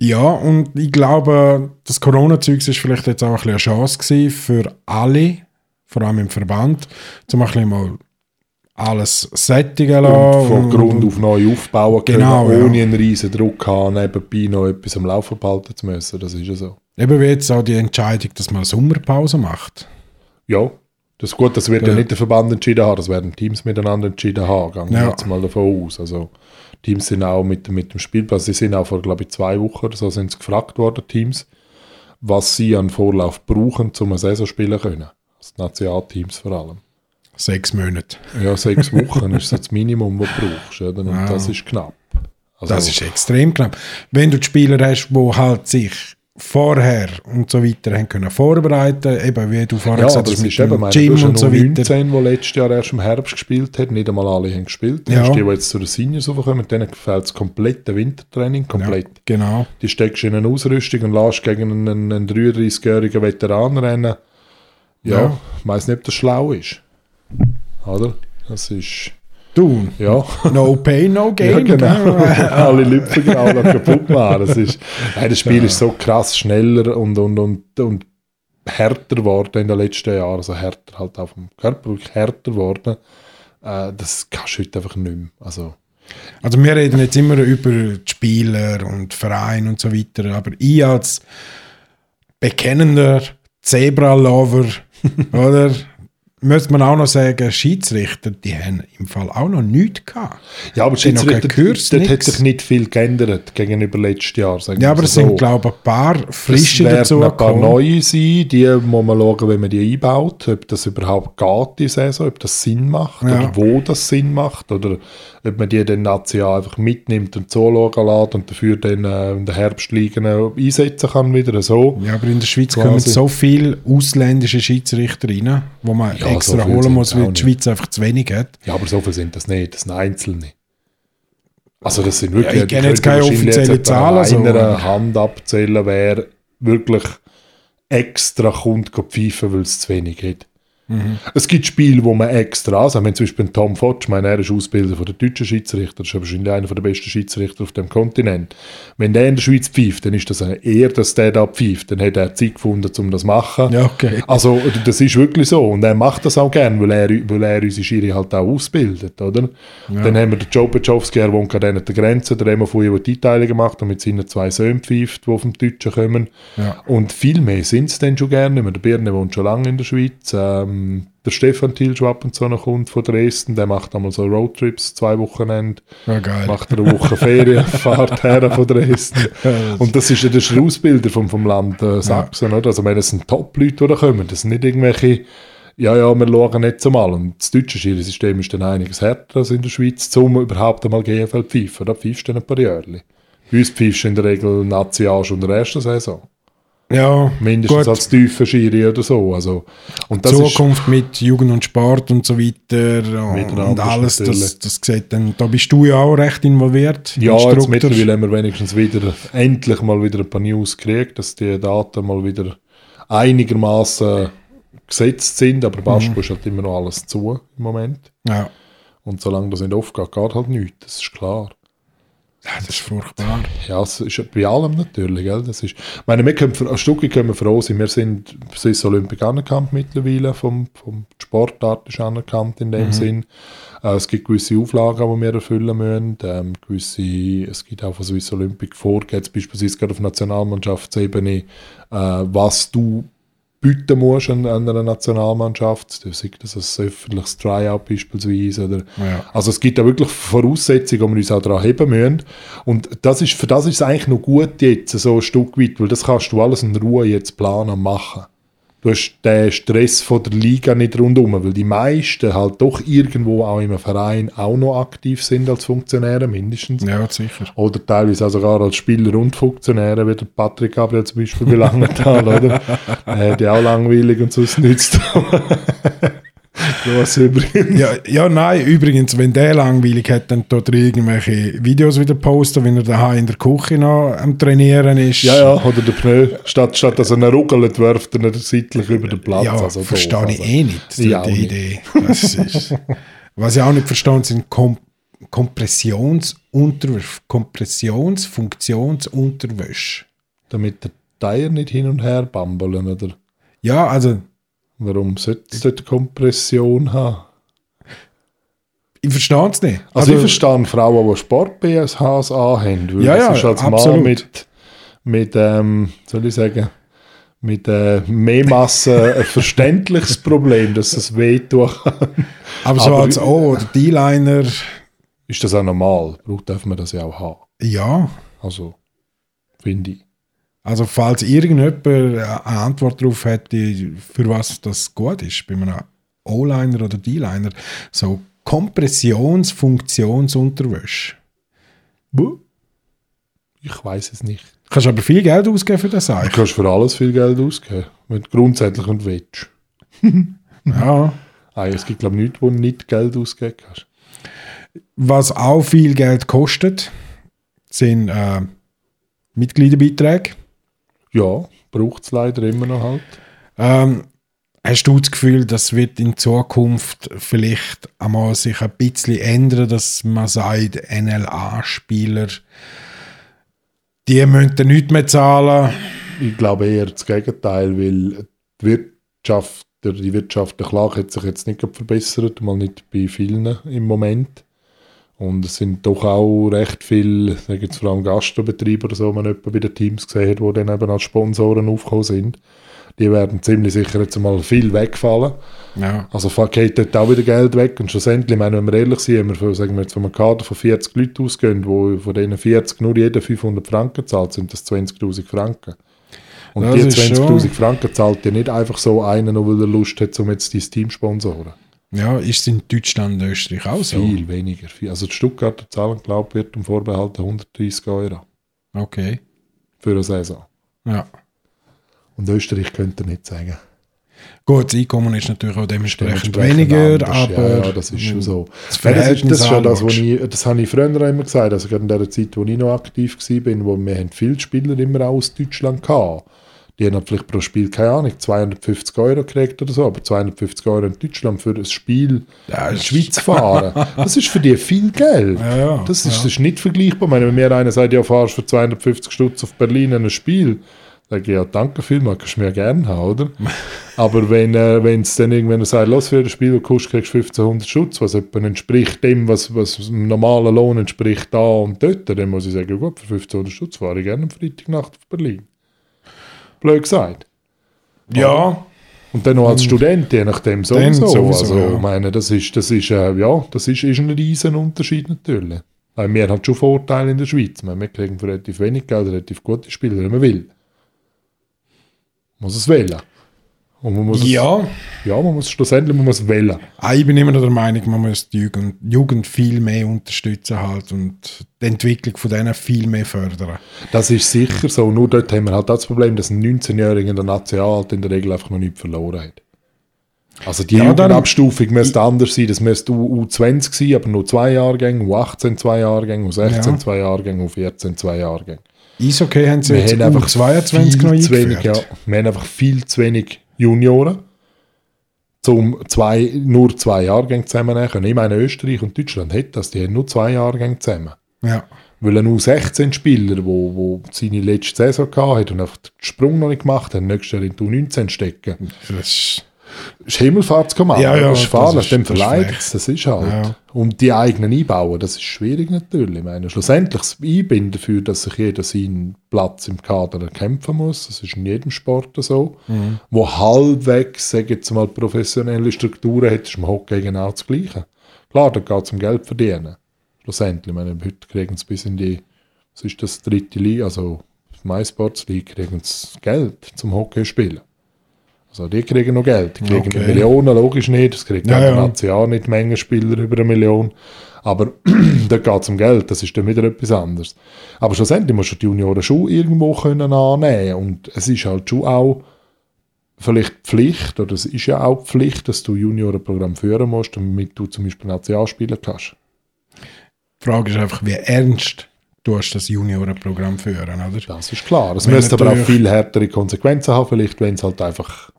[SPEAKER 2] ja, und ich glaube, das Corona-Zeug ist vielleicht jetzt auch ein bisschen eine Chance gewesen für alle, vor allem im Verband, zum ein bisschen mal alles sättigen
[SPEAKER 1] Und
[SPEAKER 2] lassen.
[SPEAKER 1] von
[SPEAKER 2] und-
[SPEAKER 1] Grund auf neu aufbauen können,
[SPEAKER 2] Genau, ja.
[SPEAKER 1] ohne einen riesen Druck haben, nebenbei noch etwas am Laufen behalten zu müssen, das ist ja so.
[SPEAKER 2] Eben wie jetzt auch die Entscheidung, dass man eine Sommerpause macht.
[SPEAKER 1] Ja, Das ist gut, das wird ja.
[SPEAKER 2] Ja.
[SPEAKER 1] nicht der Verband entschieden haben, das werden Teams miteinander entschieden haben, gehen wir
[SPEAKER 2] Ja.
[SPEAKER 1] jetzt mal davon aus. Also Teams sind auch mit, mit dem Spielplan, sie sind auch vor, glaube ich, zwei Wochen oder so sind sie gefragt worden, Teams, was sie an Vorlauf brauchen, um eine Saison spielen können. Das Nationalteams vor allem.
[SPEAKER 2] Sechs Monate.
[SPEAKER 1] Ja,
[SPEAKER 2] <laughs>
[SPEAKER 1] sechs Wochen ist so das Minimum, was du brauchst. Oder? Und
[SPEAKER 2] Ja.
[SPEAKER 1] das ist knapp. Also,
[SPEAKER 2] Das ist extrem knapp. Wenn du die Spieler hast, die halt sich vorher und so weiter haben können vorbereiten, eben wie du vorher
[SPEAKER 1] ja,
[SPEAKER 2] gesagt
[SPEAKER 1] aber es
[SPEAKER 2] hast,
[SPEAKER 1] ist
[SPEAKER 2] mit
[SPEAKER 1] eben, ich
[SPEAKER 2] dem
[SPEAKER 1] meine, du
[SPEAKER 2] Gym
[SPEAKER 1] hast ja
[SPEAKER 2] und so
[SPEAKER 1] nur
[SPEAKER 2] weiter.
[SPEAKER 1] 19, die letztes Jahr erst im Herbst gespielt haben, nicht einmal alle haben gespielt. Dann
[SPEAKER 2] Ja.
[SPEAKER 1] hast du die, die jetzt zu den Seniors raufkommen, denen gefällt das komplette Wintertraining, komplett.
[SPEAKER 2] Genau.
[SPEAKER 1] Die steckst du in eine Ausrüstung und lässt gegen einen, einen 33-jährigen Veteran rennen. Ja,
[SPEAKER 2] Ja.
[SPEAKER 1] ich weiss nicht, ob das schlau ist. Oder? Das ist,
[SPEAKER 2] Du,
[SPEAKER 1] ja...
[SPEAKER 2] no pay, no
[SPEAKER 1] Ja,
[SPEAKER 2] gain.
[SPEAKER 1] genau. <laughs> Alle Lippen genau noch kaputt machen. Das, ist, nein, das Spiel ist so krass schneller und, und, und, und härter geworden in den letzten Jahren. Also härter halt auf dem Körper, wirklich härter geworden. Äh, das kannst du heute einfach nicht mehr. Also,
[SPEAKER 2] Also wir reden jetzt immer über die Spieler und Verein und so weiter, aber ich als bekennender
[SPEAKER 1] <laughs>
[SPEAKER 2] Zebra-Lover, oder? Müsste man auch noch sagen, Schiedsrichter, die haben im Fall auch noch nichts gehabt.
[SPEAKER 1] ja, aber
[SPEAKER 2] Sind noch
[SPEAKER 1] Schiedsrichter,
[SPEAKER 2] kein Kurs,
[SPEAKER 1] dort hat
[SPEAKER 2] nix.
[SPEAKER 1] sich nicht viel geändert gegenüber letztes Jahr. sagen
[SPEAKER 2] Ja,
[SPEAKER 1] wir
[SPEAKER 2] aber
[SPEAKER 1] es
[SPEAKER 2] es
[SPEAKER 1] Also so.
[SPEAKER 2] sind, glaube ich, ein paar
[SPEAKER 1] Es
[SPEAKER 2] frische
[SPEAKER 1] werden
[SPEAKER 2] dazu
[SPEAKER 1] ein paar
[SPEAKER 2] gekommen.
[SPEAKER 1] neue sein, die muss man schauen, wenn man die einbaut, ob das überhaupt geht, die Saison, ob das Sinn macht
[SPEAKER 2] Ja.
[SPEAKER 1] oder wo das Sinn macht oder ob man die dann national einfach mitnimmt und zuschauen lässt und dafür dann äh, in den Herbstligen äh, einsetzen kann wieder so.
[SPEAKER 2] Ja, aber in der Schweiz
[SPEAKER 1] Quasi.
[SPEAKER 2] kommen so viele ausländische Schiedsrichter rein, wo man
[SPEAKER 1] Ja, so
[SPEAKER 2] extra
[SPEAKER 1] viel
[SPEAKER 2] holen
[SPEAKER 1] sind
[SPEAKER 2] muss,
[SPEAKER 1] auch
[SPEAKER 2] weil die
[SPEAKER 1] nicht.
[SPEAKER 2] Schweiz einfach zu wenig hat.
[SPEAKER 1] Ja, aber so viel sind das nicht, das sind Einzelne. Also das sind wirklich...
[SPEAKER 2] Ja, ich
[SPEAKER 1] die
[SPEAKER 2] kenne jetzt
[SPEAKER 1] könnten
[SPEAKER 2] keine
[SPEAKER 1] wahrscheinlich
[SPEAKER 2] offizielle also-
[SPEAKER 1] jetzt etwa
[SPEAKER 2] Zahlen,
[SPEAKER 1] an
[SPEAKER 2] so.
[SPEAKER 1] einer Hand abzählen, wer wirklich extra kommt, geht pfeifen, weil es zu wenig hat.
[SPEAKER 2] Mhm.
[SPEAKER 1] Es gibt Spiele, wo man extra also wenn zum Beispiel Tom Fotsch, ich meine, er ist Ausbilder von der deutschen Schiedsrichter, das ist ja wahrscheinlich einer der besten Schiedsrichter auf dem Kontinent. Wenn der in der Schweiz pfeift, dann ist das eine Ehre, dass der da pfeift. Dann hat er Zeit gefunden, um das zu machen.
[SPEAKER 2] Ja, okay.
[SPEAKER 1] Also, das ist wirklich so. Und er macht das auch gern, weil er, weil er unsere Schiri halt auch ausbildet, oder? Dann haben wir den Joe Pachowski, er wohnt gerade an der Grenze, der Emo Fuji, der die Teile gemacht hat, mit seinen zwei Söhnen pfeift, die auf dem Deutschen kommen.
[SPEAKER 2] Ja.
[SPEAKER 1] Und viel mehr sind es dann schon gerne. Der Birne wohnt schon lange in der Schweiz. Ähm, der Stefan Thiel schon ab und zu noch kommt von Dresden, der macht einmal so Roadtrips, zwei Wochenende
[SPEAKER 2] Ja, geil.
[SPEAKER 1] macht er eine Woche Ferien, fährt <laughs> her von Dresden. Und das ist ja der Schlussbilder vom, vom Land äh, Sachsen, oder? Also, ich meine, es sind Top-Leute, die da kommen. Das sind nicht irgendwelche, ja, ja, wir schauen jetzt mal. Und das deutsche Schiri-System ist dann einiges härter als in der Schweiz, um überhaupt einmal GFL zu pfeifen. Da pfeifst du dann ein paar Jahre. Bei uns pfeifst du in der Regel Nazi-Arsch in der ersten Saison.
[SPEAKER 2] Ja,
[SPEAKER 1] Mindestens
[SPEAKER 2] gut.
[SPEAKER 1] als tiefer Schiri oder so. Also, und das ist,
[SPEAKER 2] Zukunft mit Jugend und Sport und so weiter und,
[SPEAKER 1] Miteinander
[SPEAKER 2] und alles,
[SPEAKER 1] natürlich.
[SPEAKER 2] das, das sieht dann, da bist du ja auch recht involviert.
[SPEAKER 1] Ja, jetzt
[SPEAKER 2] Instruktor.
[SPEAKER 1] mittlerweile haben wir wenigstens wieder, endlich mal wieder ein paar News gekriegt, dass die Daten mal wieder einigermaßen gesetzt sind, aber Basketball ist halt immer noch alles zu im Moment.
[SPEAKER 2] Ja.
[SPEAKER 1] Und solange das nicht aufgeht, geht halt nichts, das ist klar.
[SPEAKER 2] ja, das ist furchtbar.
[SPEAKER 1] Ja, es ist bei allem natürlich, gell? Das ist, ich meine, wir können, als Stücke können wir froh sein, wir sind, es ist Olympic anerkannt mittlerweile, vom, vom die Sportart ist anerkannt in dem Sinn. Äh, es gibt gewisse Auflagen, die wir erfüllen müssen, ähm, gewisse, es gibt auch von Swiss Olympic vorgeht, beispielsweise gerade auf Nationalmannschaftsebene, äh, was du bieten musst an, an einer Nationalmannschaft, sei das ein öffentliches Tryout beispielsweise. Oder
[SPEAKER 2] Ja.
[SPEAKER 1] Also es gibt da wirklich Voraussetzungen, wo wir uns auch daran heben müssen. Und das ist, für das ist es eigentlich noch gut jetzt, so ein Stück weit, weil das kannst du alles in Ruhe jetzt planen und machen. Du hast den Stress von der Liga nicht rundum, weil die meisten halt doch irgendwo auch im Verein auch noch aktiv sind als Funktionäre mindestens.
[SPEAKER 2] Ja, sicher.
[SPEAKER 1] Oder teilweise auch sogar als Spieler und Funktionäre, wie der Patrick Gabriel zum Beispiel belangt hat,
[SPEAKER 2] <laughs>
[SPEAKER 1] oder? Er hat ja auch langweilig und sonst nichts. <laughs> Los übrigens.
[SPEAKER 2] Ja, ja, nein, übrigens, wenn der langweilig hat, dann tut er irgendwelche Videos wieder posten, wenn er daheim in der Küche noch am Trainieren ist.
[SPEAKER 1] Ja, ja, oder der Pneu. Statt, statt dass er einen ruckelt, wirft er ihn seitlich über den Platz.
[SPEAKER 2] Ja,
[SPEAKER 1] also doof,
[SPEAKER 2] verstehe ich
[SPEAKER 1] also.
[SPEAKER 2] eh nicht, so
[SPEAKER 1] Ich auch
[SPEAKER 2] die
[SPEAKER 1] nicht.
[SPEAKER 2] Idee. Das ist, was ich auch nicht verstehe, sind Kom Kompressionsunterwäsche. Kompressionsfunktionsunterwäsche.
[SPEAKER 1] Damit der Teier nicht hin und her bambeln, oder?
[SPEAKER 2] Ja, also
[SPEAKER 1] Warum sollte es dort Kompression haben?
[SPEAKER 2] ich verstehe es nicht.
[SPEAKER 1] Also, ich
[SPEAKER 2] Aber
[SPEAKER 1] verstehe Frauen, die Sport-BSHs anhaben. weil
[SPEAKER 2] Ja,
[SPEAKER 1] das
[SPEAKER 2] ja,
[SPEAKER 1] ist als Mann
[SPEAKER 2] absolut.
[SPEAKER 1] mit, mit ähm, soll ich sagen, mit äh,
[SPEAKER 2] <laughs>
[SPEAKER 1] Mehrmasse ein verständliches Problem, dass es weh tut.
[SPEAKER 2] Aber so
[SPEAKER 1] Aber-
[SPEAKER 2] als O oder D-Liner,
[SPEAKER 1] <laughs> Ist das auch normal? Braucht, darf man das ja auch haben.
[SPEAKER 2] ja.
[SPEAKER 1] Also, finde ich.
[SPEAKER 2] Also falls irgendjemand eine Antwort darauf hätte, für was das gut ist, bei einem O-Liner oder D-Liner, so Kompressionsfunktionsunterwäsche.
[SPEAKER 1] Ich weiß es nicht.
[SPEAKER 2] Kannst aber viel Geld ausgeben für das
[SPEAKER 1] Du
[SPEAKER 2] eigentlich.
[SPEAKER 1] kannst für alles viel Geld ausgeben, wenn du grundsätzlich und willst.
[SPEAKER 2] Ja.
[SPEAKER 1] Ah, es gibt, glaube ich, nichts, wo du nicht Geld ausgeben kannst.
[SPEAKER 2] Was auch viel Geld kostet, sind äh, Mitgliederbeiträge.
[SPEAKER 1] Ja, braucht es leider immer noch halt.
[SPEAKER 2] Ähm, hast du das Gefühl, das wird in Zukunft vielleicht einmal sich ein bisschen ändern, dass man sagt, NLA-Spieler, die müssen dann nichts mehr zahlen.
[SPEAKER 1] Ich glaube eher das Gegenteil, weil die Wirtschaft, oder die Wirtschaft der Klage hat sich jetzt nicht gerade verbessert, mal nicht bei vielen im Moment. Und es sind doch auch recht viele, da gibt es vor allem Gastrobetriebe oder so, wenn man etwa bei den Teams gesehen hat, die dann eben als Sponsoren aufgekommen sind. Die werden ziemlich sicher jetzt mal viel wegfallen.
[SPEAKER 2] Ja.
[SPEAKER 1] Also fuck, geht dort auch wieder Geld weg und schlussendlich, ich meine, wenn wir ehrlich sind, haben wir, von- sagen wir jetzt, wenn wir einen Kader von 40 Leuten ausgehen, wo von denen 40 nur jeder 500 Franken zahlt, sind das 20'000 Franken. Und
[SPEAKER 2] Das
[SPEAKER 1] die
[SPEAKER 2] ist
[SPEAKER 1] 20'000
[SPEAKER 2] schon-
[SPEAKER 1] Franken zahlt dir nicht einfach so einer, nur weil er Lust hat, um jetzt dein Team zu sponsoren.
[SPEAKER 2] ja, ist es in Deutschland und Österreich auch so?
[SPEAKER 1] Viel weniger. Viel. Also die Stuttgarter zahlen, glaube ich, wird um Vorbehalt 130 Euro
[SPEAKER 2] Okay.
[SPEAKER 1] für eine Saison.
[SPEAKER 2] Ja.
[SPEAKER 1] Und Österreich könnte nicht sagen.
[SPEAKER 2] Gut, das Einkommen ist natürlich auch dementsprechend,
[SPEAKER 1] Dementsprechend
[SPEAKER 2] weniger,
[SPEAKER 1] anders.
[SPEAKER 2] aber hm.
[SPEAKER 1] Ja, ja, das ist schon so.
[SPEAKER 2] das
[SPEAKER 1] Ja, das, ist,
[SPEAKER 2] Verhältnis
[SPEAKER 1] das ist schon das, was
[SPEAKER 2] anschaust.
[SPEAKER 1] ich, das habe ich früher immer gesagt, also gerade in der Zeit, wo ich noch aktiv war, wo wir haben viele Spieler immer auch aus Deutschland gehabt. Die haben halt vielleicht pro Spiel, keine Ahnung, 250 Euro gekriegt oder so, aber 250 Euro in Deutschland für ein Spiel
[SPEAKER 2] Ja,
[SPEAKER 1] in die
[SPEAKER 2] ist-
[SPEAKER 1] Schweiz
[SPEAKER 2] <laughs>
[SPEAKER 1] fahren, das ist für die viel Geld.
[SPEAKER 2] Ja, ja,
[SPEAKER 1] das, ist,
[SPEAKER 2] ja.
[SPEAKER 1] das ist nicht vergleichbar. Ich meine, wenn mir einer sagt, ja, fahrst für 250 Stutz auf Berlin an ein Spiel, dann sage ich, ja, danke vielmals, kannst du mir ja gerne haben, oder? Aber wenn äh, es dann irgendwann sagt, los für ein Spiel, das kostet, kriegst du 1500 Schutz, was etwa entspricht dem, was, was dem normalen Lohn entspricht, da und dort, dann muss ich sagen, ja gut, für 1500 Schutz fahre ich gerne am Freitagnacht auf Berlin. Blöd gesagt.
[SPEAKER 2] ja,
[SPEAKER 1] Und dann noch als Student, je nachdem sowieso.
[SPEAKER 2] sowieso,
[SPEAKER 1] also,
[SPEAKER 2] ja.
[SPEAKER 1] ich meine, das ist, das ist, äh, ja, das ist, ist ein riesen Unterschied natürlich. Weil wir haben schon Vorteile in der Schweiz. Ich meine, wir kriegen für relativ wenig Geld, relativ gute Spieler, wenn man will. Muss es wählen. Und man muss
[SPEAKER 2] ja.
[SPEAKER 1] Es, ja, man muss schlussendlich muss man es wählen.
[SPEAKER 2] Ah, Ich bin immer noch der Meinung, man muss die Jugend, Jugend viel mehr unterstützen halt und die Entwicklung von denen viel mehr fördern.
[SPEAKER 1] Das ist sicher so. Nur dort haben wir halt auch das Problem, dass ein 19-Jähriger in der Nationalhalt in der Regel einfach noch nichts verloren hat. Also die
[SPEAKER 2] Ja, dann-
[SPEAKER 1] Jugendabstufung müsste anders sein. Das müsste U- U20 sein, aber nur zwei Jahrgänge, U18 zwei Jahrgänge, U16
[SPEAKER 2] Ja.
[SPEAKER 1] zwei Jahrgänge, U14 zwei Jahrgänge.
[SPEAKER 2] Eishockey haben sie
[SPEAKER 1] Wir
[SPEAKER 2] jetzt
[SPEAKER 1] haben einfach
[SPEAKER 2] 22
[SPEAKER 1] viel
[SPEAKER 2] noch
[SPEAKER 1] zu wenig,
[SPEAKER 2] eingeführt.
[SPEAKER 1] ja, Wir haben einfach viel zu wenig Junioren, um zwei, nur zwei Jahrgänge zusammenzunehmen. Ich meine, Österreich und Deutschland hat das. Die haben nur zwei Jahrgänge zusammen.
[SPEAKER 2] Ja.
[SPEAKER 1] Weil ein U16-Spieler, der wo, wo seine letzte Saison gehabt hat und einfach den Sprung noch nicht gemacht hat, nächstes Jahr in die U19 stecken.
[SPEAKER 2] Das ist,
[SPEAKER 1] Das ist Himmelfahrtskommando.
[SPEAKER 2] Ja, ja,
[SPEAKER 1] das ist
[SPEAKER 2] das
[SPEAKER 1] fahrlich,
[SPEAKER 2] ist-
[SPEAKER 1] dem
[SPEAKER 2] das ist
[SPEAKER 1] verleiht
[SPEAKER 2] schlecht.
[SPEAKER 1] es. Das ist halt.
[SPEAKER 2] Ja.
[SPEAKER 1] Und die eigenen einbauen, das ist schwierig natürlich. Ich meine, schlussendlich das Einbinden dafür, dass sich jeder seinen Platz im Kader erkämpfen muss, das ist in jedem Sport so,
[SPEAKER 2] Mhm.
[SPEAKER 1] wo halbwegs, sage ich jetzt mal, professionelle Strukturen hat, ist im Hockey genau das Gleiche. Klar, da geht es um Geld verdienen. Schlussendlich, ich meine, heute kriegen sie bis in die, was ist das, dritte Liga, also die MySports League, kriegen sie Geld zum Hockey spielen. Also die kriegen noch Geld, die kriegen
[SPEAKER 2] Okay.
[SPEAKER 1] eine Million, logisch nicht, das kriegt
[SPEAKER 2] Ja,
[SPEAKER 1] ja,
[SPEAKER 2] ja.
[SPEAKER 1] ja. Jahr nicht Mengen Spieler über eine Million. Aber <clears throat> da geht es um Geld, das ist dann wieder etwas anderes. Aber schlussendlich musst du die Junioren schon irgendwo können annehmen Und es ist halt schon auch vielleicht Pflicht, oder es ist ja auch Pflicht, dass du Juniorenprogramm führen musst, damit du zum Beispiel National spielen kannst.
[SPEAKER 2] die Frage ist einfach, wie ernst du hast das Juniorenprogramm führen, oder?
[SPEAKER 1] Das ist klar. Es
[SPEAKER 2] Wenn
[SPEAKER 1] müsste aber auch
[SPEAKER 2] natürlich-
[SPEAKER 1] viel härtere Konsequenzen haben, vielleicht, wenn es halt einfach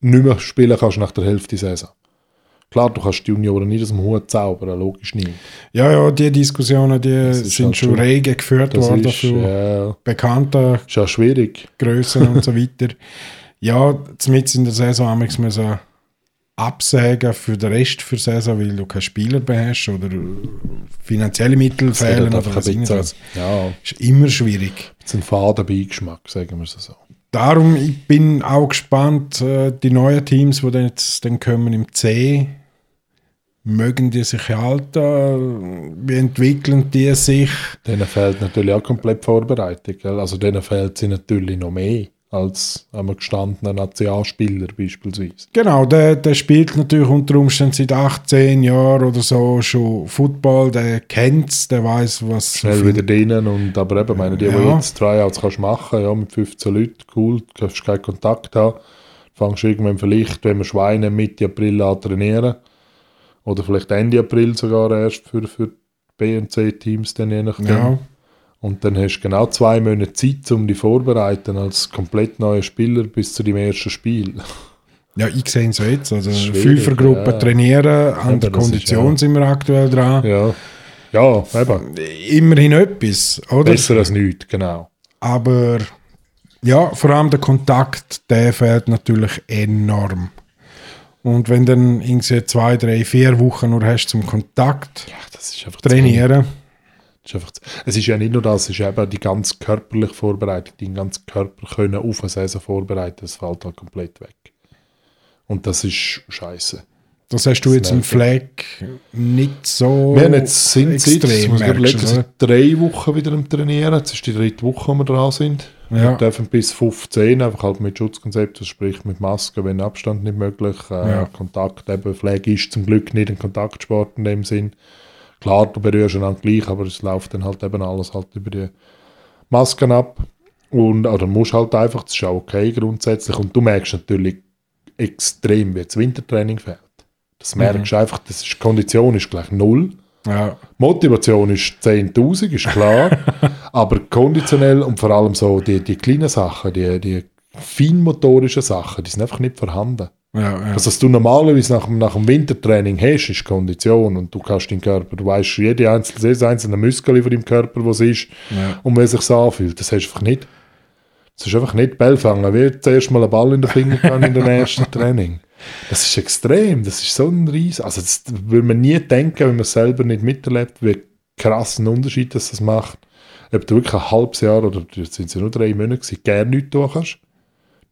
[SPEAKER 1] nicht mehr spielen kannst nach der Hälfte der Saison. Klar, du kannst die Junioren nicht aus dem Hut zaubern, logisch nicht.
[SPEAKER 2] Ja, ja, die Diskussionen, die
[SPEAKER 1] ist
[SPEAKER 2] sind
[SPEAKER 1] halt
[SPEAKER 2] schon
[SPEAKER 1] schon-
[SPEAKER 2] rege geführt
[SPEAKER 1] Das
[SPEAKER 2] worden
[SPEAKER 1] ist,
[SPEAKER 2] von
[SPEAKER 1] äh,
[SPEAKER 2] bekannten
[SPEAKER 1] ist auch schwierig.
[SPEAKER 2] Größen und <laughs> so weiter. Ja, zumindest in der Saison haben wir müssen absägen für den Rest der Saison, weil du keine Spieler mehr hast oder finanzielle Mittel
[SPEAKER 1] Es hat
[SPEAKER 2] fehlen
[SPEAKER 1] halt
[SPEAKER 2] oder
[SPEAKER 1] einfach
[SPEAKER 2] was
[SPEAKER 1] ein bisschen-
[SPEAKER 2] irgendwas.
[SPEAKER 1] Ja,
[SPEAKER 2] Ist immer schwierig.
[SPEAKER 1] es ist ein faden Beigeschmack, sagen wir es so.
[SPEAKER 2] Darum, ich bin auch gespannt, äh, die neuen Teams, die dann jetzt dann kommen im C, mögen die sich halten? Wie entwickeln die sich?
[SPEAKER 1] Denen fehlt natürlich auch komplett Vorbereitung. Gell? Also denen fehlt sie natürlich noch mehr als einem gestandenen Nationalspieler beispielsweise.
[SPEAKER 2] Genau, der, der spielt natürlich unter Umständen seit 18 Jahren oder so schon Football, der kennt's, der weiß, was
[SPEAKER 1] Schnell wieder drinnen und aber eben, meine, die, die
[SPEAKER 2] Ja.
[SPEAKER 1] jetzt Tryouts kannst machen, ja, mit 15 Leuten, cool, du kannst keinen Kontakt haben, fängst irgendwann vielleicht, wenn wir Schweine Mitte April an trainieren oder vielleicht Ende April sogar erst für, für B- und C-Teams dann je nachdem.
[SPEAKER 2] Ja.
[SPEAKER 1] Und dann hast du genau zwei Monate Zeit, um dich vorbereiten als komplett neuer Spieler bis zu deinem ersten Spiel. <laughs>
[SPEAKER 2] Ja, ich sehe es jetzt. Also
[SPEAKER 1] Schwierig,
[SPEAKER 2] Fünfergruppe
[SPEAKER 1] ja.
[SPEAKER 2] trainieren, an
[SPEAKER 1] Eben,
[SPEAKER 2] der
[SPEAKER 1] das ist
[SPEAKER 2] Kondition
[SPEAKER 1] ja-
[SPEAKER 2] sind wir aktuell dran.
[SPEAKER 1] ja. Ja, eben.
[SPEAKER 2] Immerhin etwas, oder?
[SPEAKER 1] Besser als nichts, genau.
[SPEAKER 2] Aber ja, vor allem der Kontakt, der fehlt natürlich enorm. Und wenn dann irgendwie zwei, drei, vier Wochen nur hast zum Kontakt
[SPEAKER 1] Ja, das ist einfach zu wenig.
[SPEAKER 2] trainieren,
[SPEAKER 1] Das ist einfach zu- Es ist ja nicht nur das, es ist eben die ganz körperliche Vorbereitung, den ganzen Körper können auf eine Saison vorbereiten, das fällt halt komplett weg. Und das ist scheiße.
[SPEAKER 2] das hast du jetzt im Flag nicht so
[SPEAKER 1] Wir haben jetzt sind seit,
[SPEAKER 2] Oh, extrem,
[SPEAKER 1] muss ich
[SPEAKER 2] merkst du,
[SPEAKER 1] überlegen, seit drei Wochen wieder am Trainieren. Jetzt ist die dritte Woche, wo wir dran sind.
[SPEAKER 2] Ja.
[SPEAKER 1] Wir dürfen bis 15, einfach halt mit Schutzkonzept, das spricht mit Maske, wenn Abstand nicht möglich, äh,
[SPEAKER 2] Ja.
[SPEAKER 1] Kontakt, eben Pflege ist zum Glück nicht ein Kontaktsport in dem Sinn. Klar, du berührst einander gleich, aber es läuft dann halt eben alles halt über die Masken ab. Und, oder musst halt einfach, das ist auch okay grundsätzlich. Und du merkst natürlich extrem, wie das Wintertraining fehlt. Das
[SPEAKER 2] Mhm.
[SPEAKER 1] merkst du einfach, das ist, die Kondition ist gleich null.
[SPEAKER 2] Ja.
[SPEAKER 1] Motivation ist 10.000, ist klar. aber konditionell und vor allem so die, die kleinen Sachen, die, die feinmotorischen Sachen, die sind einfach nicht vorhanden.
[SPEAKER 2] Ja, ja.
[SPEAKER 1] Also, was du normalerweise nach, dem- nach dem Wintertraining hast, ist Kondition und du kannst deinen Körper, du weißt jede einzelne, jedes einzelne Muskel von deinem Körper, was ist
[SPEAKER 2] Ja.
[SPEAKER 1] und wie es sich anfühlt. Das hast du einfach nicht. Das ist einfach nicht Ball fangen. Wie zuerst mal einen Ball in den Finger kann in dem
[SPEAKER 2] <laughs>
[SPEAKER 1] ersten Training. Das ist extrem. Das ist so ein Ries. Also, das würde man nie denken, wenn man es selber nicht miterlebt, wie krassen Unterschied das, das macht. Ob du wirklich ein halbes Jahr oder jetzt sind es ja nur drei Monate gewesen, gerne nichts tun kannst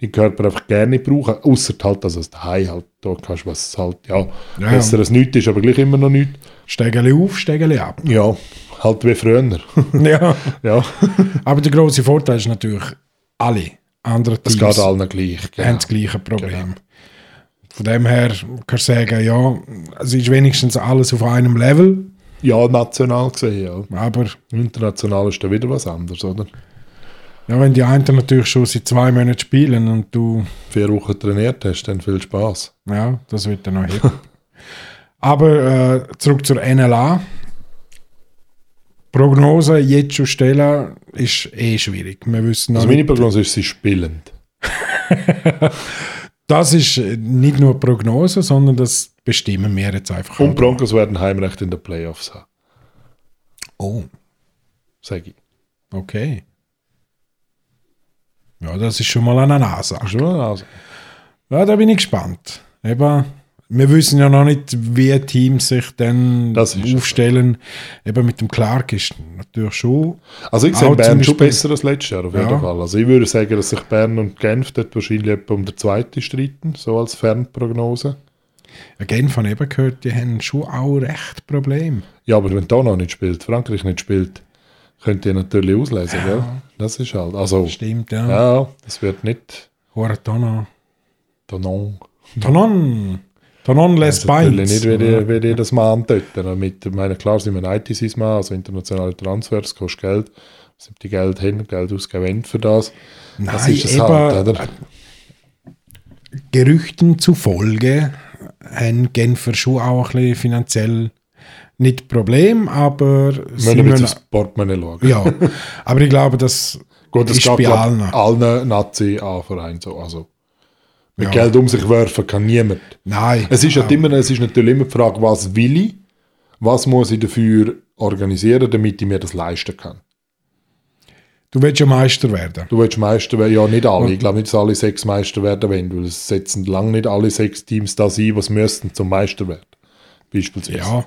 [SPEAKER 1] den Körper einfach gerne nicht brauchen, außer halt, dass du es daheim halt da kannst, was halt, ja,
[SPEAKER 2] ja.
[SPEAKER 1] besser als nichts ist, aber gleich immer noch nichts.
[SPEAKER 2] Stegeli auf,
[SPEAKER 1] <laughs>
[SPEAKER 2] Stegeli ab.
[SPEAKER 1] Ja, halt wie
[SPEAKER 2] <laughs>
[SPEAKER 1] früher.
[SPEAKER 2] ja.
[SPEAKER 1] ja,
[SPEAKER 2] Aber der große Vorteil ist natürlich, alle anderen
[SPEAKER 1] es
[SPEAKER 2] Teams
[SPEAKER 1] geht allen gleich. genau.
[SPEAKER 2] haben das gleiche Problem. Von dem her kann ich sagen, ja, es ist wenigstens alles auf einem Level,
[SPEAKER 1] Ja, national gesehen, ja.
[SPEAKER 2] aber
[SPEAKER 1] International ist da wieder was anderes, oder?
[SPEAKER 2] ja, wenn die einen natürlich schon seit zwei Monaten spielen und du,
[SPEAKER 1] Vier Wochen trainiert hast, dann viel Spaß.
[SPEAKER 2] ja, das wird dann noch
[SPEAKER 1] <laughs>
[SPEAKER 2] hip. aber äh, zurück zur NLA. Prognose jetzt schon stellen, ist eh schwierig. Wir wissen noch
[SPEAKER 1] Also
[SPEAKER 2] nicht-
[SPEAKER 1] meine Prognose ist, sie spielend.
[SPEAKER 2] Das ist äh, nicht nur Prognose, sondern das bestimmen wir jetzt einfach.
[SPEAKER 1] Und die Broncos werden Heimrecht in den Playoffs haben,
[SPEAKER 2] oh,
[SPEAKER 1] sage ich.
[SPEAKER 2] okay. Ja, das ist schon mal eine Ansage.
[SPEAKER 1] Schon also.
[SPEAKER 2] Ja, da bin ich gespannt. Eben, wir wissen ja noch nicht, wie Teams sich dann
[SPEAKER 1] Das ist es.
[SPEAKER 2] aufstellen. Eben mit dem Clark ist natürlich schon.
[SPEAKER 1] Also ich
[SPEAKER 2] Auch
[SPEAKER 1] sehe
[SPEAKER 2] Ah, zum
[SPEAKER 1] Bern schon
[SPEAKER 2] Beispiel-
[SPEAKER 1] besser als letztes Jahr auf jeden
[SPEAKER 2] Ja.
[SPEAKER 1] Fall. Also ich würde sagen, dass sich Bern und Genf dort wahrscheinlich etwa um den zweiten streiten, so als Fernprognose.
[SPEAKER 2] Ja, Genf von eben gehört, die haben schon auch recht Problem.
[SPEAKER 1] Ja, aber wenn da noch nicht spielt, Frankreich nicht spielt, könnt ihr natürlich auslesen, gell? Das ist halt, also,
[SPEAKER 2] Stimmt, ja. ja.
[SPEAKER 1] ja, das wird nicht
[SPEAKER 2] Tonon.
[SPEAKER 1] Donon.
[SPEAKER 2] Tonon. Tonon lässt beide.
[SPEAKER 1] Natürlich nicht, wie die, wie die das mal andeuten. Damit, ich meine, klar sind wir ein ITCs mal, also internationale Transfers, kostet Geld. Sind die Geld hin, Geld ausgeben für das? das
[SPEAKER 2] Nein,
[SPEAKER 1] ist es
[SPEAKER 2] eben, äh,
[SPEAKER 1] halt, oder?
[SPEAKER 2] Gerüchten zufolge haben Genfer schon auch ein bisschen finanziell nicht Problem, aber
[SPEAKER 1] Wir müssen ein bisschen aufs Portemonnaie schauen.
[SPEAKER 2] ja, aber ich glaube, das
[SPEAKER 1] Gut, es
[SPEAKER 2] ist
[SPEAKER 1] gab
[SPEAKER 2] bei
[SPEAKER 1] glaub,
[SPEAKER 2] allen.
[SPEAKER 1] allen, allen Nazi-A-Vereinen so. Also, mit
[SPEAKER 2] Ja. Genau.
[SPEAKER 1] Geld um sich werfen kann niemand.
[SPEAKER 2] Nein,
[SPEAKER 1] Es ist, halt immer, es ist natürlich immer die Frage, was will ich, was muss ich dafür organisieren, damit ich mir das leisten kann.
[SPEAKER 2] du willst ja Meister werden.
[SPEAKER 1] Du willst Meister werden, ja nicht alle. Ich glaube nicht, dass alle sechs Meister werden wollen, weil es setzen lange nicht alle sechs Teams das ein, was müssten zum Meister werden. Beispielsweise.
[SPEAKER 2] Ja.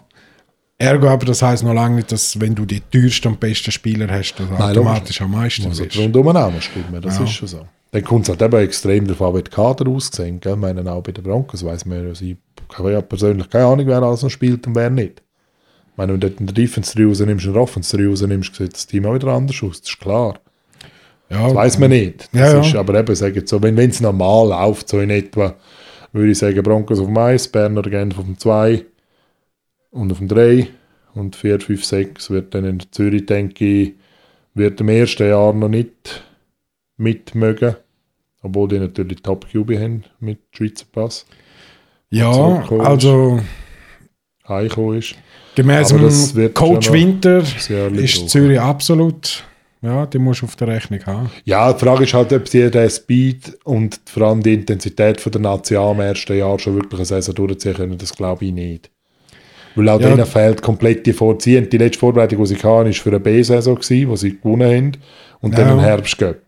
[SPEAKER 2] Ergo, aber das heißt noch lange nicht, dass wenn du die teuersten und besten Spieler hast, dass du
[SPEAKER 1] Nein,
[SPEAKER 2] automatisch am Meister
[SPEAKER 1] Also
[SPEAKER 2] bist.
[SPEAKER 1] rundum einen Namen spielen wir, das ist schon so. Dann kommt es halt eben extrem darauf an, wie der Kader aussehen. Gell? Ich meine, auch bei den Broncos weiß man ja, sie- ich habe ja persönlich keine Ahnung, wer alles noch spielt und wer nicht. Ich meine, wenn du dort einen Defense 3 rausnimmst und einen Offense 3 rausnimmst, sieht das Team auch wieder anders aus, das ist klar.
[SPEAKER 2] Ja,
[SPEAKER 1] Das weiß man nicht. Das
[SPEAKER 2] Ja, ja.
[SPEAKER 1] ist aber eben, sagen, so, wenn es normal läuft, so in etwa, würde ich sagen, Broncos auf dem 1, Berner Genf auf dem 2 und auf dem 3 und 4, 5, 6 wird dann in Zürich, denke ich, wird im ersten Jahr noch nicht mitmögen. Obwohl die natürlich Top-QB haben mit Schweizer Pass.
[SPEAKER 2] ja
[SPEAKER 1] zurückkommst.
[SPEAKER 2] also
[SPEAKER 1] Heimgekommen ist.
[SPEAKER 2] gemäß
[SPEAKER 1] Aber das
[SPEAKER 2] dem
[SPEAKER 1] wird
[SPEAKER 2] Coach
[SPEAKER 1] schon noch
[SPEAKER 2] Winter
[SPEAKER 1] das Jahr
[SPEAKER 2] ist
[SPEAKER 1] brauchen.
[SPEAKER 2] Zürich absolut, ja, die musst du auf der Rechnung haben.
[SPEAKER 1] Ja, die Frage ist halt, ob sie den Speed und vor allem die Intensität von der Nation im ersten Jahr schon wirklich eine Saison durchziehen können. Das glaube ich nicht. Weil auch
[SPEAKER 2] Ja.
[SPEAKER 1] denen fehlt komplett die Vorziehung. Die letzte Vorbereitung, die sie hatten, war für eine B-Saison, gewesen, wo sie gewonnen haben. Und
[SPEAKER 2] Ja.
[SPEAKER 1] dann im Herbst gehabt.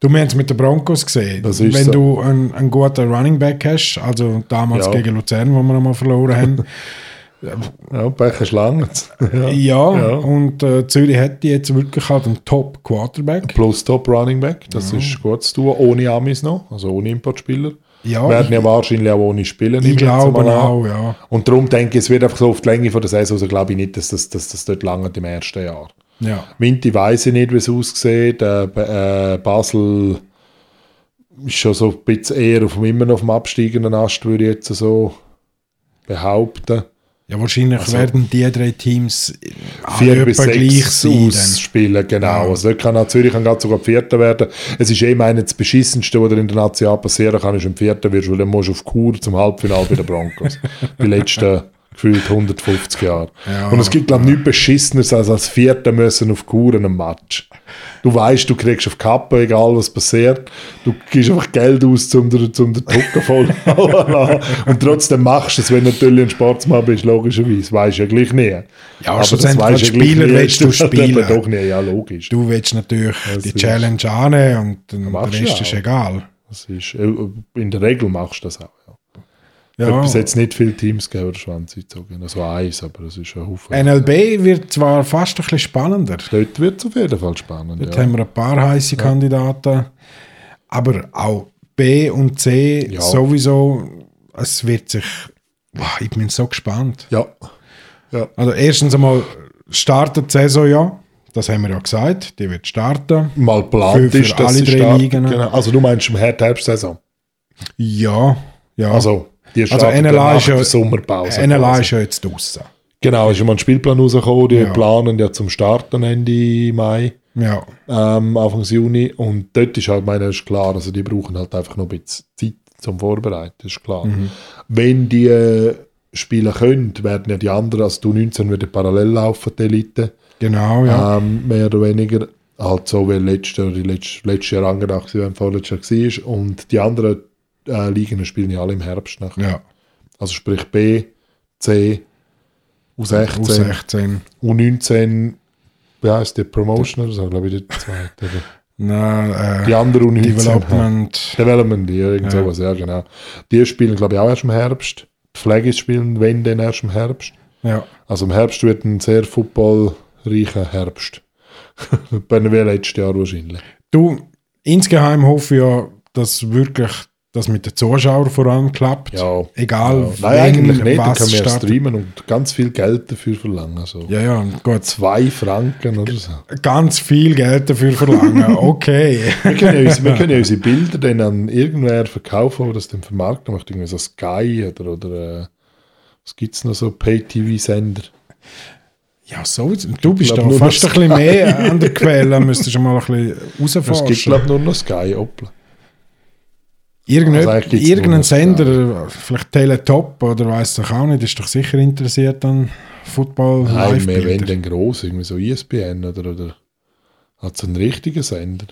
[SPEAKER 2] Du meinst mit den Broncos gesehen,
[SPEAKER 1] Das ist
[SPEAKER 2] wenn
[SPEAKER 1] so.
[SPEAKER 2] du einen, einen guten Running Back hast, also damals
[SPEAKER 1] Ja.
[SPEAKER 2] gegen Luzern, wo wir einmal verloren
[SPEAKER 1] <laughs>
[SPEAKER 2] haben.
[SPEAKER 1] Ja, Becher
[SPEAKER 2] <laughs>
[SPEAKER 1] Schlangens.
[SPEAKER 2] ja.
[SPEAKER 1] Ja.
[SPEAKER 2] und äh, Zürich hätte jetzt wirklich halt einen Top Quarterback.
[SPEAKER 1] Plus Top Running Back. Das ist gut zu tun. Ohne Amis noch, also ohne Importspieler.
[SPEAKER 2] Ja,
[SPEAKER 1] Werden
[SPEAKER 2] ich,
[SPEAKER 1] ja wahrscheinlich auch ohne Spieler
[SPEAKER 2] ich glaube auch, ja.
[SPEAKER 1] Und darum denke ich, es wird einfach so auf die Länge von der Saison, also glaube ich nicht, dass das, dass das dort lange im ersten Jahr.
[SPEAKER 2] ja.
[SPEAKER 1] Minti weiß ich nicht, wie es aussieht. Äh, B- äh, Basel ist schon so ein bisschen eher auf, dem- immer noch auf dem absteigenden Ast, würde ich jetzt so behaupten.
[SPEAKER 2] Ja, wahrscheinlich werden die drei Teams
[SPEAKER 1] Also
[SPEAKER 2] äh,
[SPEAKER 1] Vier
[SPEAKER 2] alle
[SPEAKER 1] bis
[SPEAKER 2] Ah, etwa
[SPEAKER 1] sechs ausspielen, genau.
[SPEAKER 2] Ja.
[SPEAKER 1] Also dort kann auch Zürich kann gerade sogar Vierter werden. Es ist eh meine, das Beschissenste, was dir in der Nation passieren kann, ist im Vierten wirst, weil dann musst du auf Kur zum Halbfinale bei den
[SPEAKER 2] <laughs>
[SPEAKER 1] Broncos. die letzten gefühlt 150 Jahre.
[SPEAKER 2] Ja.
[SPEAKER 1] Und es gibt, glaube ich, nichts Beschisseneres, als als Vierter müssen auf Kur in einem Match. Du weißt, du kriegst auf die Kappe, egal was passiert. Du gibst einfach Geld aus, um den, um den Drucker voll
[SPEAKER 2] <laughs>
[SPEAKER 1] Und trotzdem machst du es, wenn du natürlich ein Sportsmann bist, logischerweise. Weißt du ja gleich nie.
[SPEAKER 2] Ja,
[SPEAKER 1] Aber das
[SPEAKER 2] schlussendlich
[SPEAKER 1] weisst
[SPEAKER 2] als
[SPEAKER 1] ja gleich
[SPEAKER 2] Spieler
[SPEAKER 1] nie,
[SPEAKER 2] willst du
[SPEAKER 1] <laughs> das hat
[SPEAKER 2] spielen.
[SPEAKER 1] aber doch nicht, ja, logisch.
[SPEAKER 2] Du willst natürlich die
[SPEAKER 1] ist-
[SPEAKER 2] Challenge annehmen und dann
[SPEAKER 1] Machst
[SPEAKER 2] der
[SPEAKER 1] du
[SPEAKER 2] Rest
[SPEAKER 1] auch.
[SPEAKER 2] ist egal.
[SPEAKER 1] Das ist, äh, in der Regel machst du das auch. Ja.
[SPEAKER 2] Ja.
[SPEAKER 1] Bis jetzt nicht viele Teams gegeben, der Schwanz gezogen. Also eins, aber das ist ein Haufen.
[SPEAKER 2] NLB wird zwar fast ein bisschen spannender.
[SPEAKER 1] Dort wird es auf jeden Fall spannend.
[SPEAKER 2] Dort
[SPEAKER 1] ja.
[SPEAKER 2] haben wir ein paar heiße Kandidaten. Aber auch B und C
[SPEAKER 1] Ja.
[SPEAKER 2] sowieso, es wird sich. Boah, Ich bin so gespannt.
[SPEAKER 1] ja. ja.
[SPEAKER 2] Also, erstens einmal startet die Saison ja. Das haben wir ja gesagt. Die wird starten.
[SPEAKER 1] Mal
[SPEAKER 2] Für-
[SPEAKER 1] geplant
[SPEAKER 2] für
[SPEAKER 1] ist, dass
[SPEAKER 2] alle
[SPEAKER 1] sie
[SPEAKER 2] drei
[SPEAKER 1] starten.
[SPEAKER 2] Ligen. ne?
[SPEAKER 1] Genau. Also du meinst im Herbst-Herbst-Saison.
[SPEAKER 2] Ja. ja. Äh,
[SPEAKER 1] Also, die
[SPEAKER 2] Also
[SPEAKER 1] starten
[SPEAKER 2] NLA
[SPEAKER 1] nach
[SPEAKER 2] ist ja-
[SPEAKER 1] der Sommerpause.
[SPEAKER 2] NLA
[SPEAKER 1] quasi.
[SPEAKER 2] ist ja jetzt draußen.
[SPEAKER 1] Genau, ist immer ein Spielplan rausgekommen. Die
[SPEAKER 2] Ja.
[SPEAKER 1] planen ja zum Starten Ende Mai.
[SPEAKER 2] Ja.
[SPEAKER 1] ähm, Anfang Juni. Und dort ist halt, meine, ist klar, also die brauchen halt einfach noch ein bisschen Zeit zum Vorbereiten, ist klar. Wenn die äh, spielen können, werden ja die anderen, also du 19 würde parallel laufen, die Elite,
[SPEAKER 2] Genau, ja.
[SPEAKER 1] ähm, mehr oder weniger. Halt so, wie letztes Jahr, die letzte- letztes Jahr angedacht war, wenn vorletztes Jahr war. Und die anderen äh, Ligen spielen ja alle im Herbst nachher.
[SPEAKER 2] ja.
[SPEAKER 1] Also sprich B, C, U16,
[SPEAKER 2] U16.
[SPEAKER 1] U19, wie heisst die Promotion oder so, glaube ich, der zweite. oder?
[SPEAKER 2] Nein,
[SPEAKER 1] Die
[SPEAKER 2] äh,
[SPEAKER 1] anderen U19.
[SPEAKER 2] Development.
[SPEAKER 1] Development, ja, irgend
[SPEAKER 2] Ja.
[SPEAKER 1] sowas, ja, genau. Die spielen, glaube ich, auch erst im Herbst. Die Flaggies spielen, wenn denn erst im Herbst.
[SPEAKER 2] Ja.
[SPEAKER 1] Also im Herbst wird ein sehr footballreicher Herbst. <laughs> Bei wie letztes Jahr wahrscheinlich.
[SPEAKER 2] Du, insgeheim hoffe ich ja, dass wirklich das mit den Zuschauern vor allem klappt.
[SPEAKER 1] Ja.
[SPEAKER 2] Egal,
[SPEAKER 1] Nein, eigentlich nicht. Dann
[SPEAKER 2] was
[SPEAKER 1] können wir
[SPEAKER 2] startet.
[SPEAKER 1] streamen und ganz viel Geld dafür verlangen. So.
[SPEAKER 2] Ja, ja, gut.
[SPEAKER 1] Zwei Franken oder so.
[SPEAKER 2] Ganz viel Geld
[SPEAKER 1] <laughs>
[SPEAKER 2] dafür verlangen. Okay.
[SPEAKER 1] Wir können, ja uns, wir können ja unsere Bilder dann an irgendwer verkaufen, der das dann vermarkten macht. Irgendwie so Sky oder, oder äh, was gibt es noch so? Pay-TV-Sender.
[SPEAKER 2] Ja, so, du bist
[SPEAKER 1] glaub,
[SPEAKER 2] da
[SPEAKER 1] nur
[SPEAKER 2] fast ein
[SPEAKER 1] das
[SPEAKER 2] bisschen
[SPEAKER 1] <laughs>
[SPEAKER 2] mehr an der Quelle, müsstest du mal ein bisschen
[SPEAKER 1] Es gibt,
[SPEAKER 2] rausforschen.
[SPEAKER 1] glaube ich, nur noch Sky. Hoppla. Also
[SPEAKER 2] Irgendein,
[SPEAKER 1] eigentlich gibt's
[SPEAKER 2] irgendein
[SPEAKER 1] nur noch
[SPEAKER 2] Sender, vielleicht Teletop oder weiß doch auch nicht, ist doch sicher interessiert an Football
[SPEAKER 1] Nein, mehr wenn
[SPEAKER 2] live
[SPEAKER 1] denn gross, irgendwie so E ESPN oder, oder hat so einen richtigen Sender,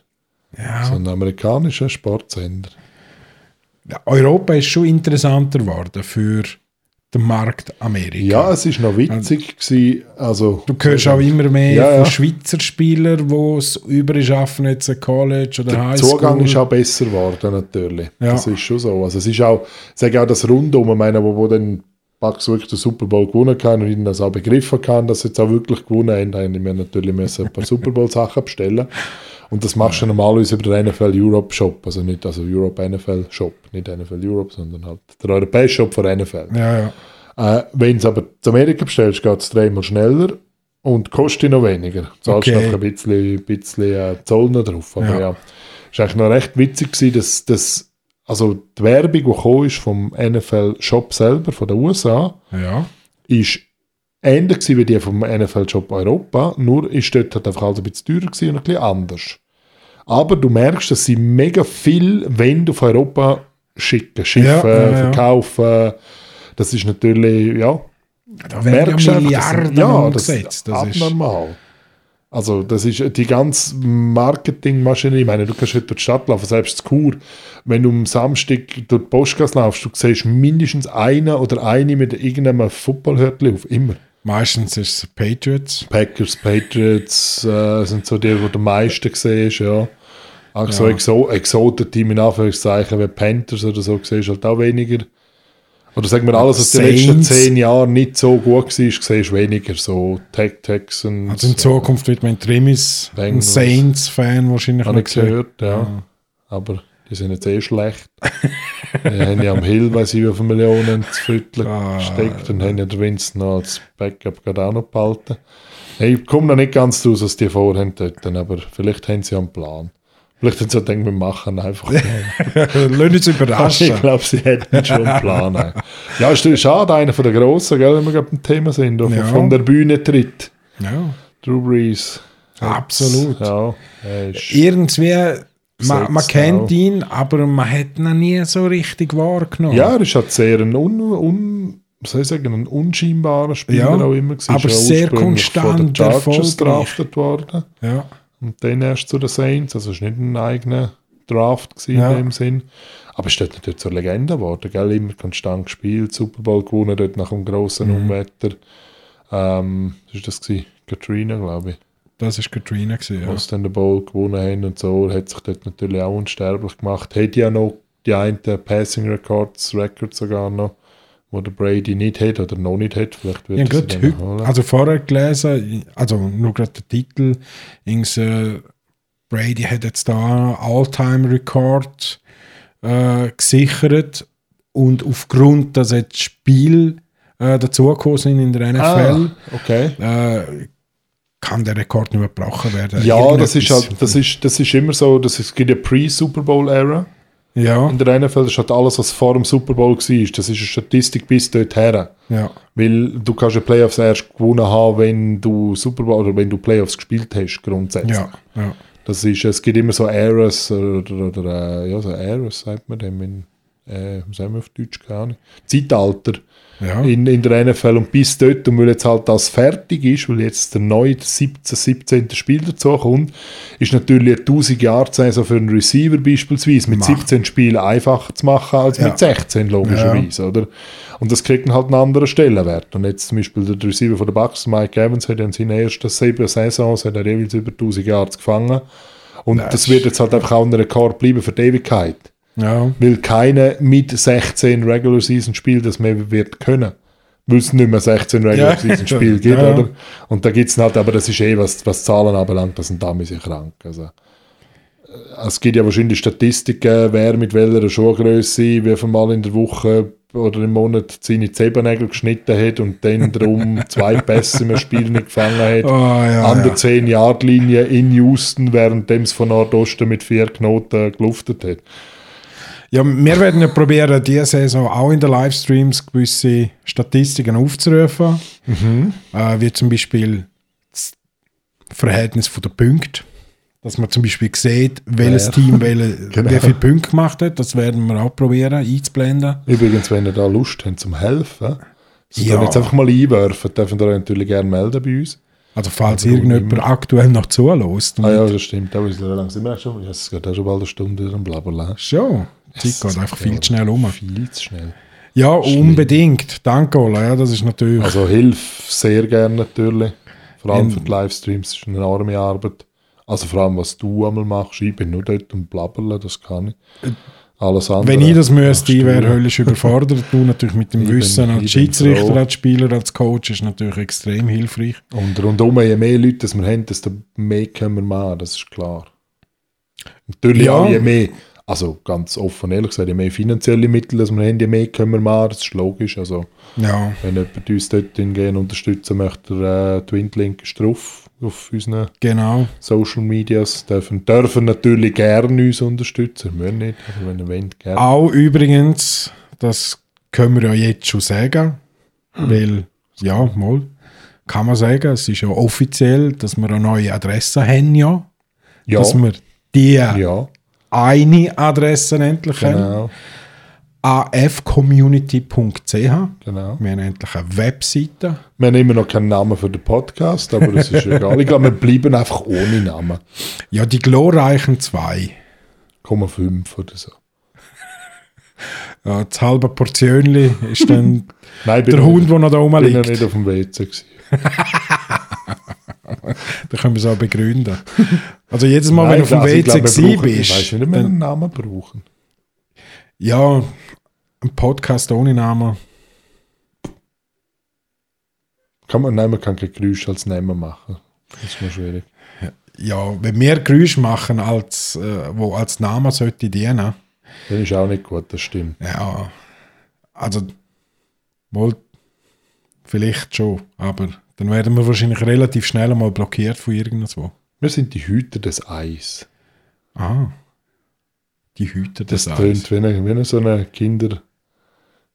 [SPEAKER 1] so
[SPEAKER 2] ja,
[SPEAKER 1] einen amerikanischen Sportsender.
[SPEAKER 2] Europa ist schon interessanter geworden für den Markt Amerika.
[SPEAKER 1] Ja, es ist noch witzig gewesen, also
[SPEAKER 2] Du hörst auch immer mehr
[SPEAKER 1] Ja,
[SPEAKER 2] von
[SPEAKER 1] ja.
[SPEAKER 2] Schweizer Spielern, die es überschaffen, jetzt ein College oder
[SPEAKER 1] der
[SPEAKER 2] High
[SPEAKER 1] Zugang
[SPEAKER 2] School.
[SPEAKER 1] ist auch besser geworden natürlich.
[SPEAKER 2] Ja.
[SPEAKER 1] Das ist schon so. Also es ist auch, ich sage auch das Rundum, ich meine, wo, wo dann Bucks wirklich den Super Bowl gewonnen kann und ihnen das auch begriffen kann, dass sie jetzt auch wirklich gewonnen haben, dann haben wir natürlich müssen ein paar Super Bowl Sachen bestellen. Und das machst du normalerweise über den NFL Europe Shop, also nicht also Europe NFL Shop, nicht NFL Europe, sondern halt der europäische Shop von NFL.
[SPEAKER 2] Ja, ja.
[SPEAKER 1] Äh, Wenn du es aber zu Amerika bestellst, geht es dreimal schneller und kostet noch weniger. Du zahlst
[SPEAKER 2] Okay.
[SPEAKER 1] noch ein bisschen, bisschen äh, Zoll noch drauf. Aber
[SPEAKER 2] Ja.
[SPEAKER 1] ja. Es war eigentlich noch recht witzig, gewesen, dass, dass also die Werbung, die gekommen ist vom NFL-Shop selber, von den USA,
[SPEAKER 2] Ja.
[SPEAKER 1] ist ähnlich gewesen wie die vom NFL-Job Europa, nur ist dort halt einfach alles ein bisschen teurer gewesen und ein bisschen anders. Aber du merkst, dass sie mega viel Wände auf Europa schicken, schiffen,
[SPEAKER 2] Ja, ja, ja.
[SPEAKER 1] verkaufen. Das ist natürlich, ja,
[SPEAKER 2] Da werden
[SPEAKER 1] merkst
[SPEAKER 2] ja
[SPEAKER 1] einfach,
[SPEAKER 2] Milliarden
[SPEAKER 1] das, ja,
[SPEAKER 2] umgesetzt.
[SPEAKER 1] Das
[SPEAKER 2] Das
[SPEAKER 1] ist
[SPEAKER 2] ist,
[SPEAKER 1] abnormal. Also, das ist die ganze Marketingmaschinerie. Ich meine, du kannst heute durch die Stadt laufen, selbst zu Chur. Wenn du am Samstag durch die Postgasse laufst, du siehst mindestens einen oder eine mit irgendeinem Footballhörtchen auf. Immer.
[SPEAKER 2] meistens ist es Patriots.
[SPEAKER 1] Packers, Patriots äh, sind so die, die du am meisten siehst, ja. Auch so Exo Exoten-Team in Anführungszeichen wie Panthers oder so siehst du halt auch weniger. Oder sagen wir alles, was in den letzten
[SPEAKER 2] Saints.
[SPEAKER 1] zehn Jahren nicht so gut war, siehst du weniger. So Tech Texans.
[SPEAKER 2] Also in Zukunft wird mein Trimis ein
[SPEAKER 1] Bengals.
[SPEAKER 2] Saints-Fan wahrscheinlich
[SPEAKER 1] äh, habe
[SPEAKER 2] noch
[SPEAKER 1] ich gehört, ja. Aber die sind jetzt eh schlecht. die haben ja am Hill, weiß ich, wie viele Millionen ins Viertel
[SPEAKER 2] Ah.
[SPEAKER 1] gesteckt und haben ja den Winston noch als Backup gerade auch noch behalten. Hey, ich komme noch nicht ganz draus, was die vorhaben dort, aber vielleicht haben sie ja einen Plan. Vielleicht haben sie auch gedacht, wir machen
[SPEAKER 2] <laughs>
[SPEAKER 1] einfach.
[SPEAKER 2] Lass
[SPEAKER 1] <laughs>
[SPEAKER 2] uns überraschen.
[SPEAKER 1] ich glaube, sie hätten schon einen Plan. ey. Ja, ist schade, einer von den Grossen, gell, wenn wir gerade beim Thema sind, der
[SPEAKER 2] Ja.
[SPEAKER 1] von der Bühne tritt.
[SPEAKER 2] Ja,
[SPEAKER 1] Drew Brees.
[SPEAKER 2] absolut.
[SPEAKER 1] Ja, er ist
[SPEAKER 2] Irgendwie, man, man
[SPEAKER 1] Gesetzt auch.
[SPEAKER 2] kennt ihn, aber man hat ihn nie so richtig wahrgenommen.
[SPEAKER 1] Ja, er ist halt sehr ein, un, un, was soll ich sagen, ein unscheinbarer Spieler
[SPEAKER 2] Ja,
[SPEAKER 1] auch immer gewesen.
[SPEAKER 2] aber
[SPEAKER 1] Ist ja
[SPEAKER 2] sehr
[SPEAKER 1] ursprünglich
[SPEAKER 2] konstant,
[SPEAKER 1] Von den Chargers
[SPEAKER 2] erfolgreich.
[SPEAKER 1] draftet worden
[SPEAKER 2] ja.
[SPEAKER 1] und dann erst zu den Saints. Also ist nicht ein eigener Draft gewesen
[SPEAKER 2] Ja.
[SPEAKER 1] in dem Sinn. Aber ist dort natürlich zur Legende geworden, gell? Immer konstant gespielt, Super Bowl gewonnen, dort nach dem grossen
[SPEAKER 2] Mhm.
[SPEAKER 1] Unwetter. Ähm, was ist das gewesen? Katrina, glaube ich
[SPEAKER 2] Das war Katrina. Gewesen,
[SPEAKER 1] ja.
[SPEAKER 2] ja.
[SPEAKER 1] was dann den Ball gewonnen haben und so, hat sich dort natürlich auch unsterblich gemacht. Hat ja noch die einen Passing Records, Records sogar noch, wo der Brady nicht hat oder noch nicht hat. Vielleicht wird
[SPEAKER 2] Ich habe
[SPEAKER 1] er sie
[SPEAKER 2] gerade
[SPEAKER 1] dann
[SPEAKER 2] heute-
[SPEAKER 1] holen.
[SPEAKER 2] also vorher gelesen, also nur gerade der Titel, irgends, äh, Brady hat jetzt da einen All-Time-Rekord äh, gesichert und aufgrund, dass jetzt Spiel äh, dazugekommen sind in der NFL,
[SPEAKER 1] ah, okay.
[SPEAKER 2] äh, kann der Rekord nicht mehr gebrochen werden.
[SPEAKER 1] Ja, das
[SPEAKER 2] Irgendetwas.
[SPEAKER 1] ist halt, das ist, das ist immer so, das ist, es gibt eine Pre-Super Bowl-Ära
[SPEAKER 2] Ja,
[SPEAKER 1] in der NFL, das ist halt alles, was vor dem Super Bowl war. Das ist eine Statistik bis dorthin.
[SPEAKER 2] ja,
[SPEAKER 1] Weil du kannst ja Playoffs erst gewonnen haben, wenn du Super Bowl oder wenn du Playoffs gespielt hast, grundsätzlich.
[SPEAKER 2] ja, ja.
[SPEAKER 1] Das ist, es gibt immer so Errors oder, oder, oder äh, ja, so Errors, sagt man dem in, äh, was sagen wir auf Deutsch, keine Ahnung. Zeitalter
[SPEAKER 2] ja.
[SPEAKER 1] in, in der NFL und bis dort, und weil jetzt halt das fertig ist, weil jetzt der neue 17, 17. Spiel dazu kommt, ist natürlich eine 1000 Jahre Saison für einen Receiver beispielsweise mit 17 Spielen einfacher zu machen als
[SPEAKER 2] Ja.
[SPEAKER 1] mit 16 logischerweise, oder? Und das kriegt dann halt einen anderen Stellenwert. Und jetzt zum Beispiel der Receiver von der Bucks, Mike Evans, hat ja in seinen ersten sieben Saisons hat er jeweils über 1000 Yards gefangen. Und das,
[SPEAKER 2] ist-
[SPEAKER 1] wird jetzt halt einfach auch ein Rekord bleiben für die Ewigkeit.
[SPEAKER 2] ja.
[SPEAKER 1] Weil keiner mit 16 Regular Season Spiel das mehr wird können. Weil es nicht mehr 16 Regular
[SPEAKER 2] Ja. <laughs>
[SPEAKER 1] Season Spiel gibt,
[SPEAKER 2] Ja.
[SPEAKER 1] oder? Und da gibt es halt, aber das ist eh, was, was Zahlen anbelangt, das sind da sich krank. Also, äh, es gibt ja wahrscheinlich Statistiken, wer mit welcher Schuhgröße, wie viel Mal in der Woche oder im Monat seine Zebennägel geschnitten hat und dann
[SPEAKER 2] <laughs>
[SPEAKER 1] drum zwei Pässe im Spiel nicht gefangen hat
[SPEAKER 2] Oh, ja,
[SPEAKER 1] an
[SPEAKER 2] ja.
[SPEAKER 1] der 10-Yard-Linie in Houston, währenddem es von Nordosten mit vier Knoten geluftet hat.
[SPEAKER 2] Ja, wir werden ja probieren, diese Saison auch in den Livestreams gewisse Statistiken aufzurufen.
[SPEAKER 1] Mhm.
[SPEAKER 2] Äh, wie zum Beispiel das Verhältnis der Punkte. Dass man zum Beispiel sieht, welches
[SPEAKER 1] Ja.
[SPEAKER 2] Team welche,
[SPEAKER 1] <laughs> Genau.
[SPEAKER 2] wie viele Punkte gemacht hat. Das werden wir auch probieren einzublenden.
[SPEAKER 1] Übrigens, wenn ihr da Lust habt zum Helfen, so
[SPEAKER 2] Ja.
[SPEAKER 1] ja. jetzt einfach mal einwerfen, dürfen ihr euch natürlich gerne melden bei uns.
[SPEAKER 2] Also, falls irgendjemand aktuell noch zulässt.
[SPEAKER 1] Ah ja, das stimmt, da ist es langsam immer schon. Ja, Es geht auch schon bald eine Stunde wieder Blablabla.
[SPEAKER 2] Schon. Die Zeit geht einfach viel zu schnell um.
[SPEAKER 1] Viel zu schnell.
[SPEAKER 2] Ja, unbedingt. Danke, Ola. Ja, das ist natürlich.
[SPEAKER 1] Also Hilfe sehr gerne natürlich. Vor allem für die Livestreams ist eine enorme Arbeit. Also vor allem, was du einmal machst. Ich bin nur dort und blabbeln, das kann ich. Alles andere.
[SPEAKER 2] Äh, Wenn ich das
[SPEAKER 1] machst
[SPEAKER 2] müsste, ich
[SPEAKER 1] du.
[SPEAKER 2] wäre höllisch überfordert. Du natürlich mit dem
[SPEAKER 1] Ich bin-
[SPEAKER 2] Wissen
[SPEAKER 1] ich
[SPEAKER 2] als
[SPEAKER 1] bin
[SPEAKER 2] Schiedsrichter,
[SPEAKER 1] froh.
[SPEAKER 2] als Spieler, als Coach ist natürlich extrem hilfreich.
[SPEAKER 1] Und rundum, je mehr Leute das wir haben, desto mehr können wir machen, das ist klar. Natürlich
[SPEAKER 2] Ja.
[SPEAKER 1] auch je mehr, also ganz offen und ehrlich gesagt, je mehr finanzielle Mittel das wir haben, je mehr können wir machen, das ist logisch. Also,
[SPEAKER 2] Ja.
[SPEAKER 1] wenn jemand uns dort gerne unterstützen möchte, der äh, Twinlink ist drauf auf unseren
[SPEAKER 2] Genau.
[SPEAKER 1] Social Medias. Dürfen, dürfen natürlich gerne uns unterstützen, wir müssen nicht, aber wenn ihr wollt, gerne.
[SPEAKER 2] Auch übrigens, das können wir ja jetzt schon sagen, weil, ja, mal, kann man sagen, es ist ja offiziell, dass wir eine neue Adresse haben, ja.
[SPEAKER 1] ja,
[SPEAKER 2] Dass wir die
[SPEAKER 1] ja,
[SPEAKER 2] eine Adresse endlich haben,
[SPEAKER 1] genau,
[SPEAKER 2] afcommunity.ch.
[SPEAKER 1] genau.
[SPEAKER 2] Wir haben endlich eine Webseite.
[SPEAKER 1] Wir haben immer noch keinen Namen für den Podcast, aber das ist egal. Ich glaube, wir bleiben einfach ohne Namen.
[SPEAKER 2] Ja, die glorreichen zwei.
[SPEAKER 1] 0,5 oder so.
[SPEAKER 2] Ja, das halbe Portionli
[SPEAKER 1] <laughs>
[SPEAKER 2] ist dann
[SPEAKER 1] Nein, bin
[SPEAKER 2] der
[SPEAKER 1] noch
[SPEAKER 2] Hund,
[SPEAKER 1] nicht-
[SPEAKER 2] der noch da oben
[SPEAKER 1] bin noch
[SPEAKER 2] liegt.
[SPEAKER 1] nicht auf dem WC. Gewesen.
[SPEAKER 2] Da können wir es auch begründen. Also jedes Mal, wenn du auf dem
[SPEAKER 1] also ich
[SPEAKER 2] WC
[SPEAKER 1] glaube, wir
[SPEAKER 2] gewesen
[SPEAKER 1] brauchen- Ich weiß
[SPEAKER 2] bist,
[SPEAKER 1] nicht, ob wir einen Namen brauchen.
[SPEAKER 2] ja, ein Podcast ohne Namen.
[SPEAKER 1] Kann man, nein, man kann kein Geräusch als Namen machen. Das ist mal schwierig.
[SPEAKER 2] Ja, wenn wir Geräusche machen, als, äh, wo als Name sollte dienen,
[SPEAKER 1] Das ist auch nicht gut, das stimmt.
[SPEAKER 2] ja, also wohl, vielleicht schon, aber dann werden wir wahrscheinlich relativ schnell mal blockiert von irgendwo.
[SPEAKER 1] Wir sind die Hüter des Eis.
[SPEAKER 2] Ah, die Hüter
[SPEAKER 1] Das,
[SPEAKER 2] des Eis.
[SPEAKER 1] tönt wie eine, wie eine so eine Kinder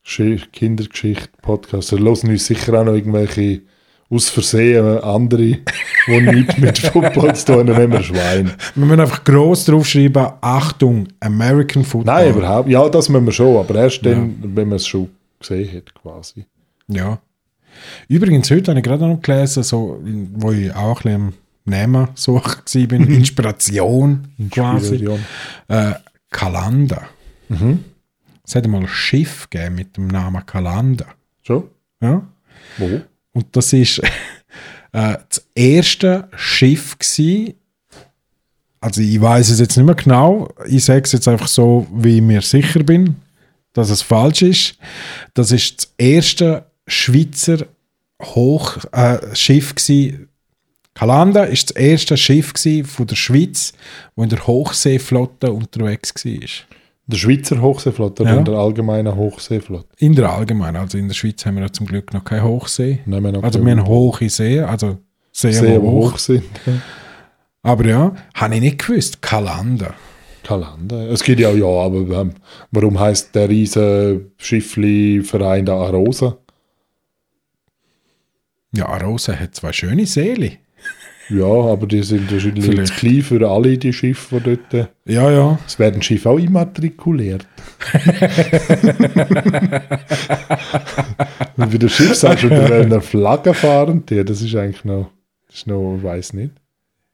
[SPEAKER 1] Kindergeschichte-Podcast. Da hören uns sicher auch noch irgendwelche aus Versehen andere, die nichts mit Football zu tun haben, wenn wir Schwein.
[SPEAKER 2] Wir müssen einfach gross draufschreiben, Achtung, American Football.
[SPEAKER 1] Nein, überhaupt. Ja, das müssen wir schon, aber erst dann, wenn man es schon gesehen hat, quasi.
[SPEAKER 2] Ja. Übrigens, heute habe ich gerade noch gelesen, so, wo ich auch ein bisschen am Namen suche,
[SPEAKER 1] <laughs>
[SPEAKER 2] war, bin, Inspiration quasi.
[SPEAKER 1] Inspiration. Mhm.
[SPEAKER 2] Äh, Kalanda. Es hat mal ein Schiff gegeben mit dem Namen Kalanda.
[SPEAKER 1] Schon?
[SPEAKER 2] Ja?
[SPEAKER 1] Wo?
[SPEAKER 2] Und das ist äh, das erste Schiff gsi. Also ich weiß es jetzt nicht mehr genau. Ich sage es jetzt einfach so, wie ich mir sicher bin, dass es falsch ist. Das ist das erste Schweizer Hochschiff äh, Schiff gsi. Kalanda ist das erste Schiff gsi von der Schweiz, wo in der Hochseeflotte unterwegs war.
[SPEAKER 1] Der Schweizer Hochseeflotte
[SPEAKER 2] Ja.
[SPEAKER 1] und der allgemeine Hochseeflotte.
[SPEAKER 2] In der Allgemeinen, also in der Schweiz haben wir ja zum Glück noch keine Hochsee.
[SPEAKER 1] Nein, wir haben noch
[SPEAKER 2] also
[SPEAKER 1] keine
[SPEAKER 2] wir haben hohe See, also Seen,
[SPEAKER 1] Sehr
[SPEAKER 2] die hoch
[SPEAKER 1] hoch sind.
[SPEAKER 2] Aber ja, habe ich nicht gewusst. Kalanda.
[SPEAKER 1] Kalender. Es geht ja ja, aber ähm, warum heißt der riesen Schiffli-Verein da Arosa?
[SPEAKER 2] Ja, Arosa hat zwei schöne Seele.
[SPEAKER 1] Ja, aber die sind wahrscheinlich zu
[SPEAKER 2] Vielleicht.
[SPEAKER 1] klein für alle die Schiffe, die dort. äh,
[SPEAKER 2] Ja, ja.
[SPEAKER 1] Es werden Schiffe auch
[SPEAKER 2] <laughs>
[SPEAKER 1] immatrikuliert. Wenn du das Schiff sagst und du einer Flagge fahren, die, das ist eigentlich noch, das ist noch, ich weiß nicht.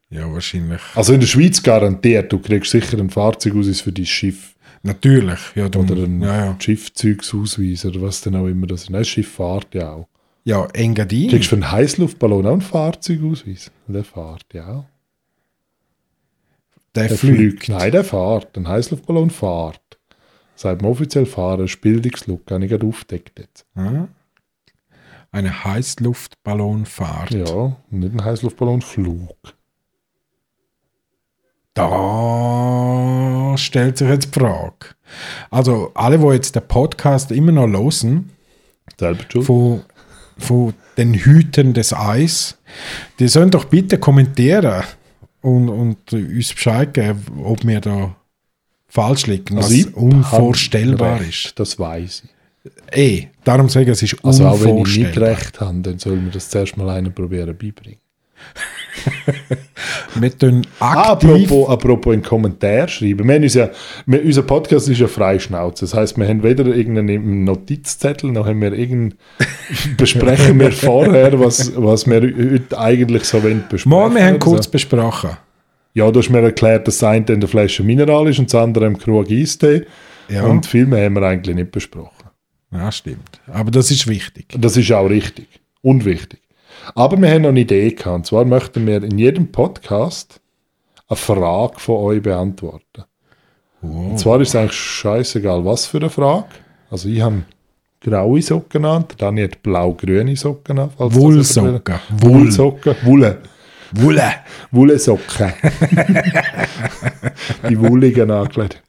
[SPEAKER 2] Ja, wahrscheinlich.
[SPEAKER 1] Also in der Schweiz garantiert, du kriegst sicher ein Fahrzeug aus ist für dein Schiff.
[SPEAKER 2] Natürlich. Ja, du,
[SPEAKER 1] Oder ein
[SPEAKER 2] Mhm. ja, ja.
[SPEAKER 1] Schiffzeugsausweis oder was denn auch immer das ist. Nein, das Schiff fährt ja auch.
[SPEAKER 2] ja, Engadin.
[SPEAKER 1] Kriegst du für einen Heißluftballon auch einen Fahrzeugausweis? Der fährt ja auch.
[SPEAKER 2] der
[SPEAKER 1] Der
[SPEAKER 2] fliegt.
[SPEAKER 1] fliegt. Nein, der fährt. Ein Heißluftballon fährt. Sagt man offiziell fahren, ist Bildungslücke, habe ich gerade aufgedeckt jetzt.
[SPEAKER 2] Ja. Eine Heißluftballonfahrt.
[SPEAKER 1] Ja, nicht ein Heißluftballonflug.
[SPEAKER 2] Da stellt sich jetzt die Frage. Also, alle, die jetzt den Podcast immer noch hören,
[SPEAKER 1] Selber schuld.
[SPEAKER 2] von, von den Hütern des Eis. Die sollen doch bitte kommentieren und, und uns Bescheid geben, ob wir da falsch liegen, was
[SPEAKER 1] Also ich
[SPEAKER 2] unvorstellbar
[SPEAKER 1] hab
[SPEAKER 2] ist.
[SPEAKER 1] recht, Das weiß ich.
[SPEAKER 2] Ey, darum sage ich, es ist
[SPEAKER 1] Also auch wenn ich nicht
[SPEAKER 2] unvorstellbar.
[SPEAKER 1] recht habe, dann soll mir das zuerst mal einer probieren beibringen.
[SPEAKER 2] Wir tun
[SPEAKER 1] Ah,
[SPEAKER 2] aktiv.
[SPEAKER 1] apropos, apropos in Kommentar schreiben. Wir haben uns ja, wir, unser Podcast ist ja Freischnauze. Das heißt, wir haben weder irgendeinen Notizzettel, noch haben wir irgendein, <laughs> besprechen wir vorher, was, was wir heute eigentlich so wollen besprechen.
[SPEAKER 2] Mal, wir haben
[SPEAKER 1] oder
[SPEAKER 2] kurz
[SPEAKER 1] So.
[SPEAKER 2] besprochen.
[SPEAKER 1] Ja, du hast mir erklärt, dass das eine in der Flasche Mineral ist und das andere im Krug Eistee.
[SPEAKER 2] Ja.
[SPEAKER 1] Und viel mehr haben wir eigentlich nicht besprochen.
[SPEAKER 2] Ja, stimmt. Aber das ist wichtig.
[SPEAKER 1] Das ist auch richtig. Unwichtig. Aber wir haben noch eine Idee gehabt. Und zwar möchten wir in jedem Podcast eine Frage von euch beantworten. Und
[SPEAKER 2] Wow.
[SPEAKER 1] zwar ist es eigentlich scheißegal, was für eine Frage. Also ich habe graue Socken an, der Dani hat blau-grüne Socken an. falls das jemand will.
[SPEAKER 2] Wollsocken. Woll.
[SPEAKER 1] Wollsocken. Wolle.
[SPEAKER 2] Wulle.
[SPEAKER 1] <laughs> Wollsocken. <laughs> die Wulligen angelegt.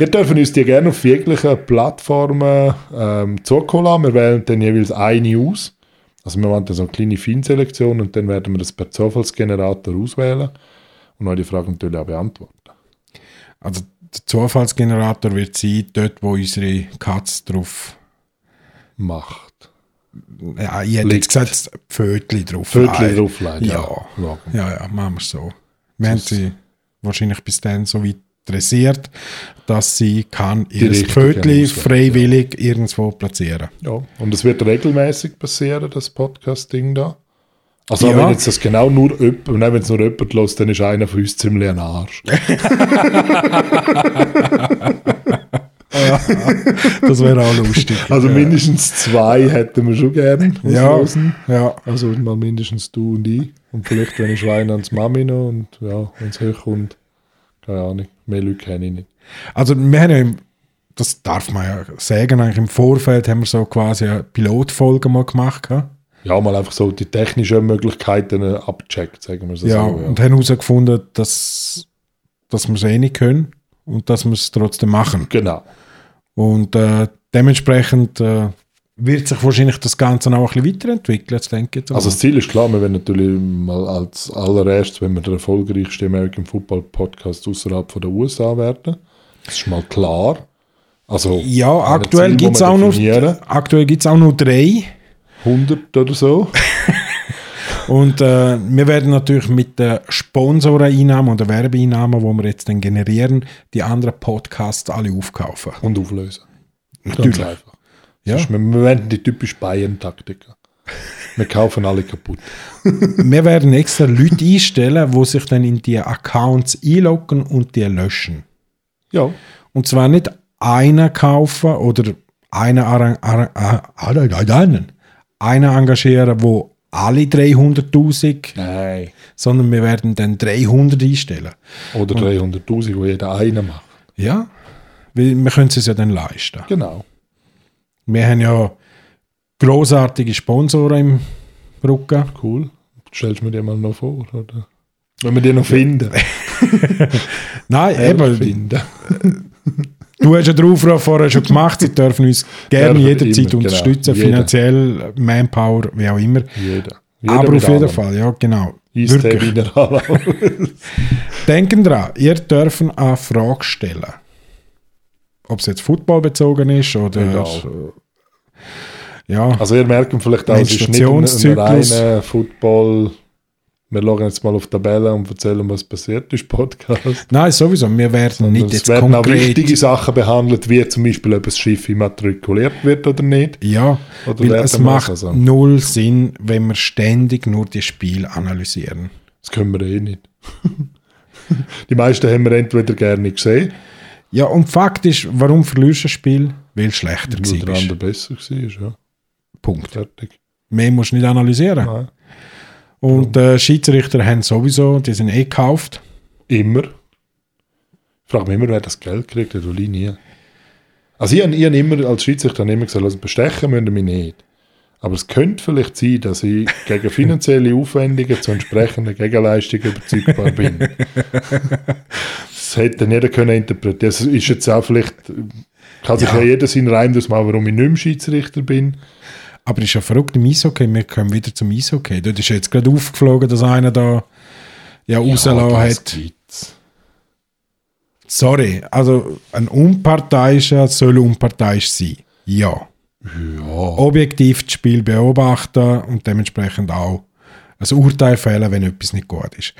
[SPEAKER 1] Ihr dürfen uns die gerne auf jeglichen Plattformen ähm, zukommen lassen. Wir wählen dann jeweils eine aus. Also wir machen dann so eine kleine Feinselektion und dann werden wir das per Zufallsgenerator auswählen und dann die Frage natürlich auch beantworten.
[SPEAKER 2] Also der Zufallsgenerator wird sein, dort, wo unsere Katze drauf.
[SPEAKER 1] Macht.
[SPEAKER 2] Ja, ich hätte
[SPEAKER 1] Liegt.
[SPEAKER 2] jetzt gesagt, Pfötli drauf.
[SPEAKER 1] Viertel
[SPEAKER 2] Nein.
[SPEAKER 1] drauf leider.
[SPEAKER 2] Ja. Ja, ja, machen wir es so. Wir haben
[SPEAKER 1] Sonst-
[SPEAKER 2] sie wahrscheinlich bis dann so weit dressiert, dass sie kann ihr
[SPEAKER 1] richtige
[SPEAKER 2] Pfötli
[SPEAKER 1] auswählen,
[SPEAKER 2] freiwillig irgendwo platzieren.
[SPEAKER 1] Ja, und es wird regelmäßig passieren, das Podcast-Ding da. Also
[SPEAKER 2] Ja.
[SPEAKER 1] wenn jetzt das genau nur jemand, nein, wenn es nur jemand lässt, dann ist einer von uns ziemlich ein
[SPEAKER 2] <laughs>
[SPEAKER 1] Arsch.
[SPEAKER 2] Das wäre auch lustig.
[SPEAKER 1] Also mindestens zwei hätten wir schon gerne. die
[SPEAKER 2] ja,
[SPEAKER 1] losen.
[SPEAKER 2] ja,
[SPEAKER 1] Also mal mindestens du und ich. Und vielleicht, wenn ich Schwein ans Mami noch und ja, wenn es hochkommt. Keine Ahnung, mehr Leute kenne ich nicht.
[SPEAKER 2] also wir haben ja, im, das darf man ja sagen, eigentlich im Vorfeld haben wir so quasi eine Pilotfolge mal gemacht. gell?
[SPEAKER 1] Ja, mal einfach so die technischen Möglichkeiten äh, abcheckt, sagen wir es
[SPEAKER 2] Ja,
[SPEAKER 1] so.
[SPEAKER 2] und haben herausgefunden, dass, dass wir es eh nicht können und dass wir es trotzdem machen.
[SPEAKER 1] Genau.
[SPEAKER 2] Und äh, dementsprechend äh, wird sich wahrscheinlich das Ganze auch ein bisschen weiterentwickeln, jetzt denke ich. jetzt
[SPEAKER 1] Also
[SPEAKER 2] mal.
[SPEAKER 1] das Ziel ist klar, wir werden natürlich mal als allererstes, wenn wir der erfolgreichste American Football Podcast außerhalb von der USA werden. Das ist mal klar. Also
[SPEAKER 2] ja,
[SPEAKER 1] ein
[SPEAKER 2] aktuell
[SPEAKER 1] Ziel,
[SPEAKER 2] gibt es
[SPEAKER 1] das wir
[SPEAKER 2] auch, nur-
[SPEAKER 1] definieren.
[SPEAKER 2] aktuell gibt's auch nur drei.
[SPEAKER 1] 100 oder so.
[SPEAKER 2] Und äh, wir werden natürlich mit den Sponsoreneinnahmen oder Werbeeinnahmen, die wir jetzt dann generieren, die anderen Podcasts alle
[SPEAKER 1] <laughs>
[SPEAKER 2] aufkaufen.
[SPEAKER 1] Und auflösen.
[SPEAKER 2] Natürlich.
[SPEAKER 1] Ganz einfach.
[SPEAKER 2] Ja.
[SPEAKER 1] Ja. Wir, wir wenden die typische Bayern-Taktik. an. Wir kaufen alle kaputt.
[SPEAKER 2] wir werden extra Leute einstellen, die sich dann in die Accounts einloggen und die löschen.
[SPEAKER 1] Ja.
[SPEAKER 2] Und zwar nicht einen kaufen oder einen, arran- arran- ar- ar- ar- einen, einen engagieren, wo alle 300.000,
[SPEAKER 1] Nein.
[SPEAKER 2] sondern wir werden dann 300 einstellen.
[SPEAKER 1] Oder 300.000, wo jeder einen macht.
[SPEAKER 2] Ja, weil wir können es ja dann leisten.
[SPEAKER 1] Genau.
[SPEAKER 2] Wir haben ja großartige Sponsoren im Rücken.
[SPEAKER 1] Cool. Stellst du mir die mal noch vor, oder? Wenn wir die noch finden.
[SPEAKER 2] Nein, eben,
[SPEAKER 1] finden.
[SPEAKER 2] du hast ja den Aufruf vorher schon gemacht, sie dürfen uns gerne
[SPEAKER 1] Dürfen
[SPEAKER 2] jederzeit
[SPEAKER 1] immer, genau.
[SPEAKER 2] unterstützen,
[SPEAKER 1] Jeder.
[SPEAKER 2] finanziell, Manpower, wie auch immer.
[SPEAKER 1] Jeder.
[SPEAKER 2] Aber auf jeden Fall, ja, genau.
[SPEAKER 1] Ist der
[SPEAKER 2] Wirklich.
[SPEAKER 1] wieder <laughs> alle.
[SPEAKER 2] Denken dran, ihr dürft eine Frage stellen. Ob es jetzt Football bezogen ist oder. also
[SPEAKER 1] Egal.
[SPEAKER 2] Ja,
[SPEAKER 1] Genau. Also ihr merkt vielleicht auch, es ist nicht ein, ein
[SPEAKER 2] Menstruationszyklus.
[SPEAKER 1] reiner Football. Wir schauen jetzt mal auf die Tabelle und erzählen, was passiert ist, Podcast.
[SPEAKER 2] nein, sowieso. Wir werden nicht
[SPEAKER 1] Also, es
[SPEAKER 2] jetzt
[SPEAKER 1] werden auch wichtige
[SPEAKER 2] konkret.
[SPEAKER 1] Sachen behandelt, wie zum Beispiel, ob das Schiff immatrikuliert wird oder nicht.
[SPEAKER 2] Ja,
[SPEAKER 1] Oder
[SPEAKER 2] weil
[SPEAKER 1] werden
[SPEAKER 2] es
[SPEAKER 1] wir
[SPEAKER 2] macht
[SPEAKER 1] also-
[SPEAKER 2] null Sinn, wenn wir ständig nur die Spiele analysieren.
[SPEAKER 1] Das können wir eh nicht. <laughs> Die meisten haben wir entweder gerne nicht gesehen,
[SPEAKER 2] Ja, und Fakt ist, warum verlierst du ein Spiel? Weil es schlechter
[SPEAKER 1] weil der
[SPEAKER 2] war.
[SPEAKER 1] andere besser war. Ja,
[SPEAKER 2] Punkt.
[SPEAKER 1] fertig.
[SPEAKER 2] Mehr musst du nicht analysieren.
[SPEAKER 1] Nein.
[SPEAKER 2] Und äh, Schiedsrichter haben sowieso, die sind eh gekauft.
[SPEAKER 1] Immer. Ich frage mich immer, wer das Geld kriegt, der Dolin nie. Also ich, hab- ich hab immer als Schiedsrichter immer gesagt, also bestechen müssen wir nicht. Aber es könnte vielleicht sein, dass ich gegen finanzielle Aufwendungen zu entsprechender Gegenleistung überzeugbar bin. das hätte dann jeder können interpretieren. Das ist jetzt auch vielleicht, kann sich ja, jeder seinen Reim daraus machen, warum ich nicht mehr Schiedsrichter bin.
[SPEAKER 2] Aber ist ja verrückt im Eishockey. Wir kommen wieder zum Eishockey. Dort ist jetzt gerade aufgeflogen, dass einer da ja rausgelassen
[SPEAKER 1] Ah, das
[SPEAKER 2] hat.
[SPEAKER 1] gibt's.
[SPEAKER 2] Sorry, also ein Unparteiischer soll unparteiisch sein. Ja.
[SPEAKER 1] Ja,
[SPEAKER 2] Objektiv das Spiel beobachten und dementsprechend auch ein Urteil fällen, wenn etwas nicht gut ist.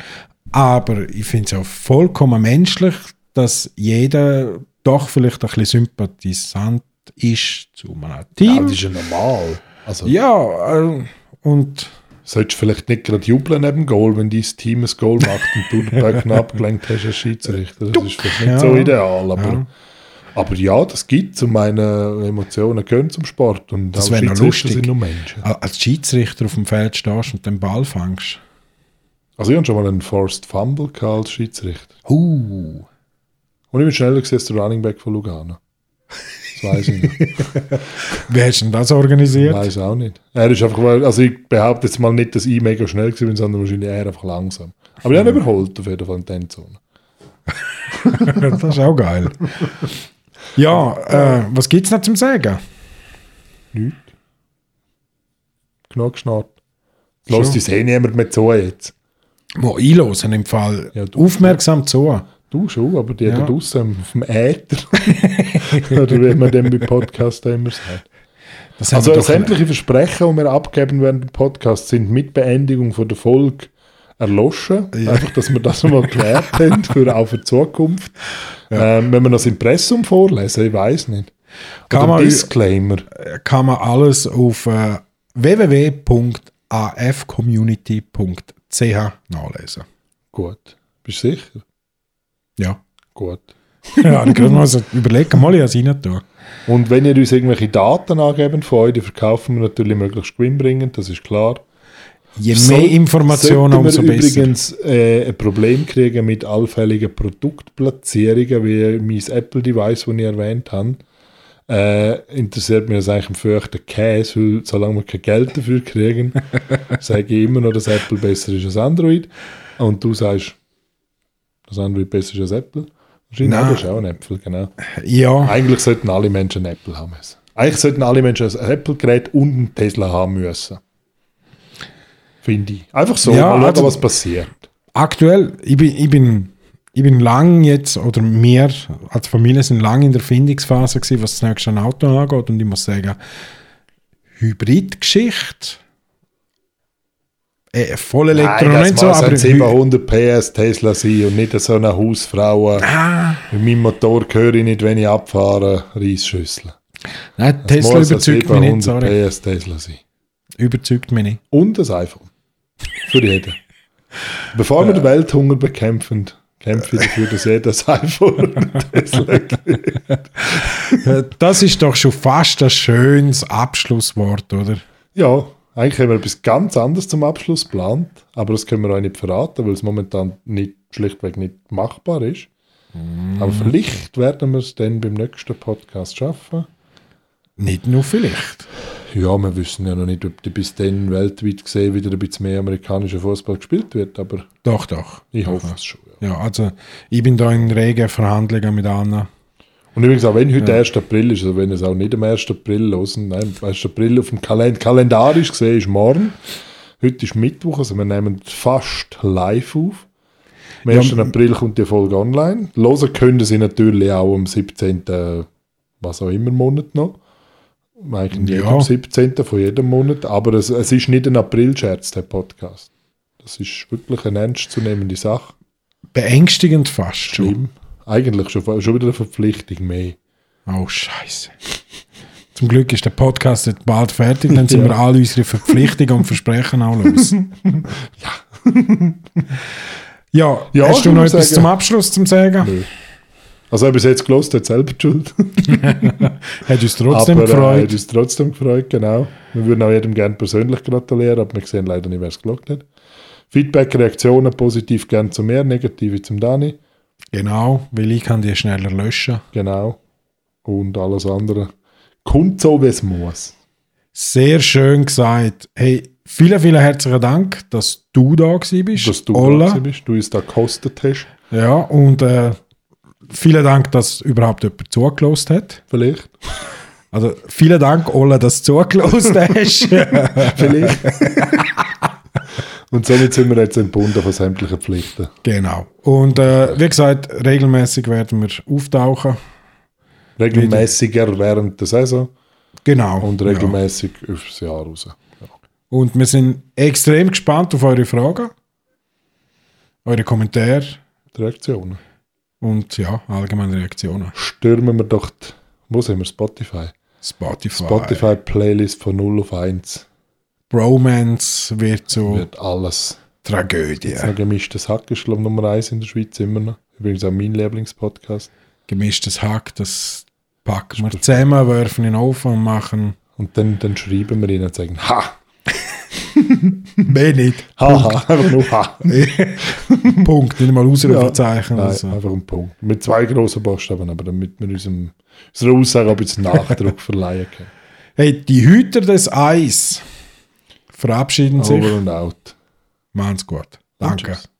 [SPEAKER 2] Aber ich finde es ja vollkommen menschlich, dass jeder doch vielleicht ein bisschen sympathisant ist zu einem
[SPEAKER 1] Ja, das
[SPEAKER 2] Team.
[SPEAKER 1] ist ja normal. Also,
[SPEAKER 2] Ja, äh, und
[SPEAKER 1] Solltest vielleicht nicht gerade jubeln neben dem Goal, wenn dein Team ein Goal macht und du den Böcken abgelenkt hast als Schiedsrichter. Das ist vielleicht nicht
[SPEAKER 2] Ja.
[SPEAKER 1] so ideal, aber
[SPEAKER 2] Ja.
[SPEAKER 1] ja, aber ja das gibt es und meine Emotionen gehören zum Sport. Und
[SPEAKER 2] Das
[SPEAKER 1] auch
[SPEAKER 2] wär noch
[SPEAKER 1] Schiedsrichter
[SPEAKER 2] lustig.
[SPEAKER 1] sind nur Menschen.
[SPEAKER 2] Al- Ah, Als Schiedsrichter auf dem Feld stehst und den Ball fängst. <laughs>
[SPEAKER 1] Also ich habe schon mal einen Forced Fumble gehabt als Schiedsrichter.
[SPEAKER 2] Uh.
[SPEAKER 1] Und ich bin schneller gewesen als der Running Back von Lugano. Das weiß ich
[SPEAKER 2] <laughs>
[SPEAKER 1] nicht.
[SPEAKER 2] Wer hat denn das organisiert?
[SPEAKER 1] Weiß auch nicht. Er ist einfach, weil- also ich behaupte jetzt mal nicht, dass ich mega schnell gewesen bin, sondern wahrscheinlich eher einfach langsam. Aber ich habe ihn
[SPEAKER 2] Hm.
[SPEAKER 1] überholt auf jeden Fall in der Endzone.
[SPEAKER 2] <laughs> das ist auch geil. Ja, äh, was gibt es noch zum Sagen?
[SPEAKER 1] Nicht. Genug geschnarrt. Lass dich eh niemand mehr zu jetzt.
[SPEAKER 2] Mal einlosen im Fall.
[SPEAKER 1] Ja, du-
[SPEAKER 2] Aufmerksam zu.
[SPEAKER 1] Du schon, aber die
[SPEAKER 2] Ja.
[SPEAKER 1] da draußen auf dem Äther. <laughs> Oder wie man dem bei Podcasts immer sagt.
[SPEAKER 2] Das haben
[SPEAKER 1] Also
[SPEAKER 2] wir doch-
[SPEAKER 1] sämtliche Versprechen, die wir abgeben während dem Podcast, sind mit Beendigung von der Folge erloschen. Einfach, dass wir das mal <laughs> geklärt haben, für, auch für die Zukunft. Ähm, wenn wir das Impressum vorlesen, ich weiß nicht.
[SPEAKER 2] Kann
[SPEAKER 1] Oder
[SPEAKER 2] man-
[SPEAKER 1] Disclaimer.
[SPEAKER 2] äh, kann man alles auf äh, www.afcommunity.ch nachlesen.
[SPEAKER 1] Gut. Bist du sicher? <laughs>
[SPEAKER 2] Ja.
[SPEAKER 1] Gut.
[SPEAKER 2] ja, dann können wir uns überlegen, mal ich das rein tun.
[SPEAKER 1] Und wenn ihr uns irgendwelche Daten angeben von euch, die verkaufen wir natürlich möglichst gewinnbringend, das ist klar.
[SPEAKER 2] Je
[SPEAKER 1] Soll-
[SPEAKER 2] mehr Informationen,
[SPEAKER 1] sollten wir
[SPEAKER 2] umso besser.
[SPEAKER 1] übrigens äh, ein Problem kriegen mit allfälligen Produktplatzierungen, wie mein Apple-Device, das ich erwähnt habe, äh, interessiert mich das eigentlich im Fürchten Käse, weil solange wir kein Geld dafür
[SPEAKER 2] <laughs>
[SPEAKER 1] kriegen, sage ich immer noch, dass Apple besser ist als Android. Und du sagst, dass Android besser ist als Apple. Wahrscheinlich
[SPEAKER 2] Nein.
[SPEAKER 1] Nein. das ist auch ein Apple, genau.
[SPEAKER 2] Ja,
[SPEAKER 1] Eigentlich sollten alle Menschen einen Apple haben müssen. Eigentlich sollten alle Menschen ein Apple-Gerät und einen Tesla haben müssen. Finde ich. Einfach so,
[SPEAKER 2] Ja,
[SPEAKER 1] mal schauen,
[SPEAKER 2] also-
[SPEAKER 1] was passiert.
[SPEAKER 2] aktuell, ich bin, ich bin, ich bin lang jetzt, oder wir als Familie sind lang in der Findungsphase gewesen, was das nächste Auto angeht. Und ich muss sagen, Hybrid-Geschichte, äh, voll Elektro,
[SPEAKER 1] Nein, das
[SPEAKER 2] nicht so,
[SPEAKER 1] muss
[SPEAKER 2] aber
[SPEAKER 1] ein 700 PS Tesla sein und nicht so eine Hausfrau.
[SPEAKER 2] Ah.
[SPEAKER 1] Mit meinem Motor höre ich nicht, wenn ich abfahre, Reisschüssel.
[SPEAKER 2] Nein,
[SPEAKER 1] Es
[SPEAKER 2] Tesla
[SPEAKER 1] muss ein
[SPEAKER 2] überzeugt mich nicht, sorry.
[SPEAKER 1] PS Tesla sein.
[SPEAKER 2] Überzeugt mich nicht.
[SPEAKER 1] Und ein iPhone. Für jeden. Bevor wir den Welthunger bekämpfen, kämpfe ich dafür, dass jeder ein iPhone und
[SPEAKER 2] <laughs>
[SPEAKER 1] ein Tesla
[SPEAKER 2] Das ist doch schon fast ein schönes Abschlusswort, oder?
[SPEAKER 1] Ja, eigentlich haben wir etwas ganz anderes zum Abschluss geplant, aber das können wir euch nicht verraten, weil es momentan nicht, schlichtweg nicht machbar ist. Aber vielleicht werden wir es dann beim nächsten Podcast schaffen.
[SPEAKER 2] Nicht nur vielleicht.
[SPEAKER 1] Ja, wir wissen ja noch nicht, ob die bis dann weltweit gesehen wieder ein bisschen mehr amerikanischer Fußball gespielt wird, aber
[SPEAKER 2] Doch, doch.
[SPEAKER 1] ich hoffe es schon. Ja.
[SPEAKER 2] Ja, also ich bin da in regen Verhandlungen mit Anna.
[SPEAKER 1] Und übrigens, auch wenn heute der 1. April ist, also wenn ihr es auch nicht am 1. April hört, nein, am 1. April auf dem Kalend kalendarisch gesehen ist morgen. Heute ist Mittwoch, also wir nehmen fast live auf. Am 1. April kommt die Folge online. Hören können sie natürlich auch am 17. was auch immer Monat noch. Eigentlich
[SPEAKER 2] Ja.
[SPEAKER 1] ja. am 17. von jedem Monat. Aber es, es ist nicht ein April-Scherz, der Podcast. Das ist wirklich eine ernstzunehmende Sache.
[SPEAKER 2] Beängstigend fast schon.
[SPEAKER 1] Schlimm. Eigentlich schon, schon wieder eine Verpflichtung mehr.
[SPEAKER 2] Oh, scheiße. Zum Glück ist der Podcast jetzt bald fertig, dann sind
[SPEAKER 1] Ja.
[SPEAKER 2] wir alle unsere Verpflichtungen und Versprechen auch
[SPEAKER 1] <laughs>
[SPEAKER 2] los. ja.
[SPEAKER 1] Ja,
[SPEAKER 2] hast du
[SPEAKER 1] ich
[SPEAKER 2] noch
[SPEAKER 1] muss
[SPEAKER 2] etwas
[SPEAKER 1] sagen-
[SPEAKER 2] zum Abschluss zum Sagen?
[SPEAKER 1] Also, wer bis jetzt gelost hat, selber die schuld.
[SPEAKER 2] <laughs> Hat uns trotzdem
[SPEAKER 1] aber Äh,
[SPEAKER 2] gefreut.
[SPEAKER 1] hat uns trotzdem gefreut, genau. Wir würden auch jedem gerne persönlich gratulieren, aber wir sehen leider nicht, wer es gelockt hat. Feedback, Reaktionen, positiv gern zu mir, negative zum Dani.
[SPEAKER 2] Genau, weil ich kann die schneller löschen.
[SPEAKER 1] Genau. Und alles andere. Kommt so, wie es muss.
[SPEAKER 2] Sehr schön gesagt. Hey, vielen, vielen herzlichen Dank, dass du da gewesen bist.
[SPEAKER 1] Dass du
[SPEAKER 2] Olla.
[SPEAKER 1] da bist, du uns da gekostet hast,
[SPEAKER 2] Ja, und äh, vielen Dank, dass überhaupt jemand zugelost hat.
[SPEAKER 1] vielleicht.
[SPEAKER 2] <laughs> Also vielen Dank, Ola, dass du
[SPEAKER 1] <laughs>
[SPEAKER 2] zugelost hast.
[SPEAKER 1] vielleicht. <laughs> Und somit sind wir jetzt entbunden von sämtlichen Pflichten.
[SPEAKER 2] genau. Und äh, wie gesagt, regelmäßig werden wir auftauchen.
[SPEAKER 1] Regelmäßiger während der Saison
[SPEAKER 2] Genau.
[SPEAKER 1] und
[SPEAKER 2] ja.
[SPEAKER 1] regelmäßig aufs Jahr raus.
[SPEAKER 2] und wir sind extrem gespannt auf eure Fragen, eure Kommentare
[SPEAKER 1] Die Reaktionen.
[SPEAKER 2] und ja, allgemeine Reaktionen.
[SPEAKER 1] stürmen wir doch, die, wo sind wir, Spotify?
[SPEAKER 2] Spotify.
[SPEAKER 1] Spotify-Playlist von 0 auf 1
[SPEAKER 2] Bromance wird so
[SPEAKER 1] wird alles.
[SPEAKER 2] Tragödie.
[SPEAKER 1] Noch gemischtes Hack ist, glaub ich, Nummer 1 in der Schweiz immer noch. Übrigens auch mein Lieblingspodcast.
[SPEAKER 2] Gemischtes Hack, das packen wir zusammen, werfen in den Ofen und machen
[SPEAKER 1] Und dann, dann schreiben wir ihnen und sagen, ha,
[SPEAKER 2] Mehr nicht.
[SPEAKER 1] <laughs> Haha, einfach nur ha.
[SPEAKER 2] Punkt. Nicht mal Ausrufezeichen.
[SPEAKER 1] Nein,
[SPEAKER 2] oder so.
[SPEAKER 1] einfach ein Punkt. Mit zwei grossen Buchstaben, aber damit wir unserem, unserer Aussage ein bisschen Nachdruck verleihen können.
[SPEAKER 2] Hey, die Hüter des Eis verabschieden sich.
[SPEAKER 1] Over and out.
[SPEAKER 2] Machen's gut. Danke.
[SPEAKER 1] Tschüss.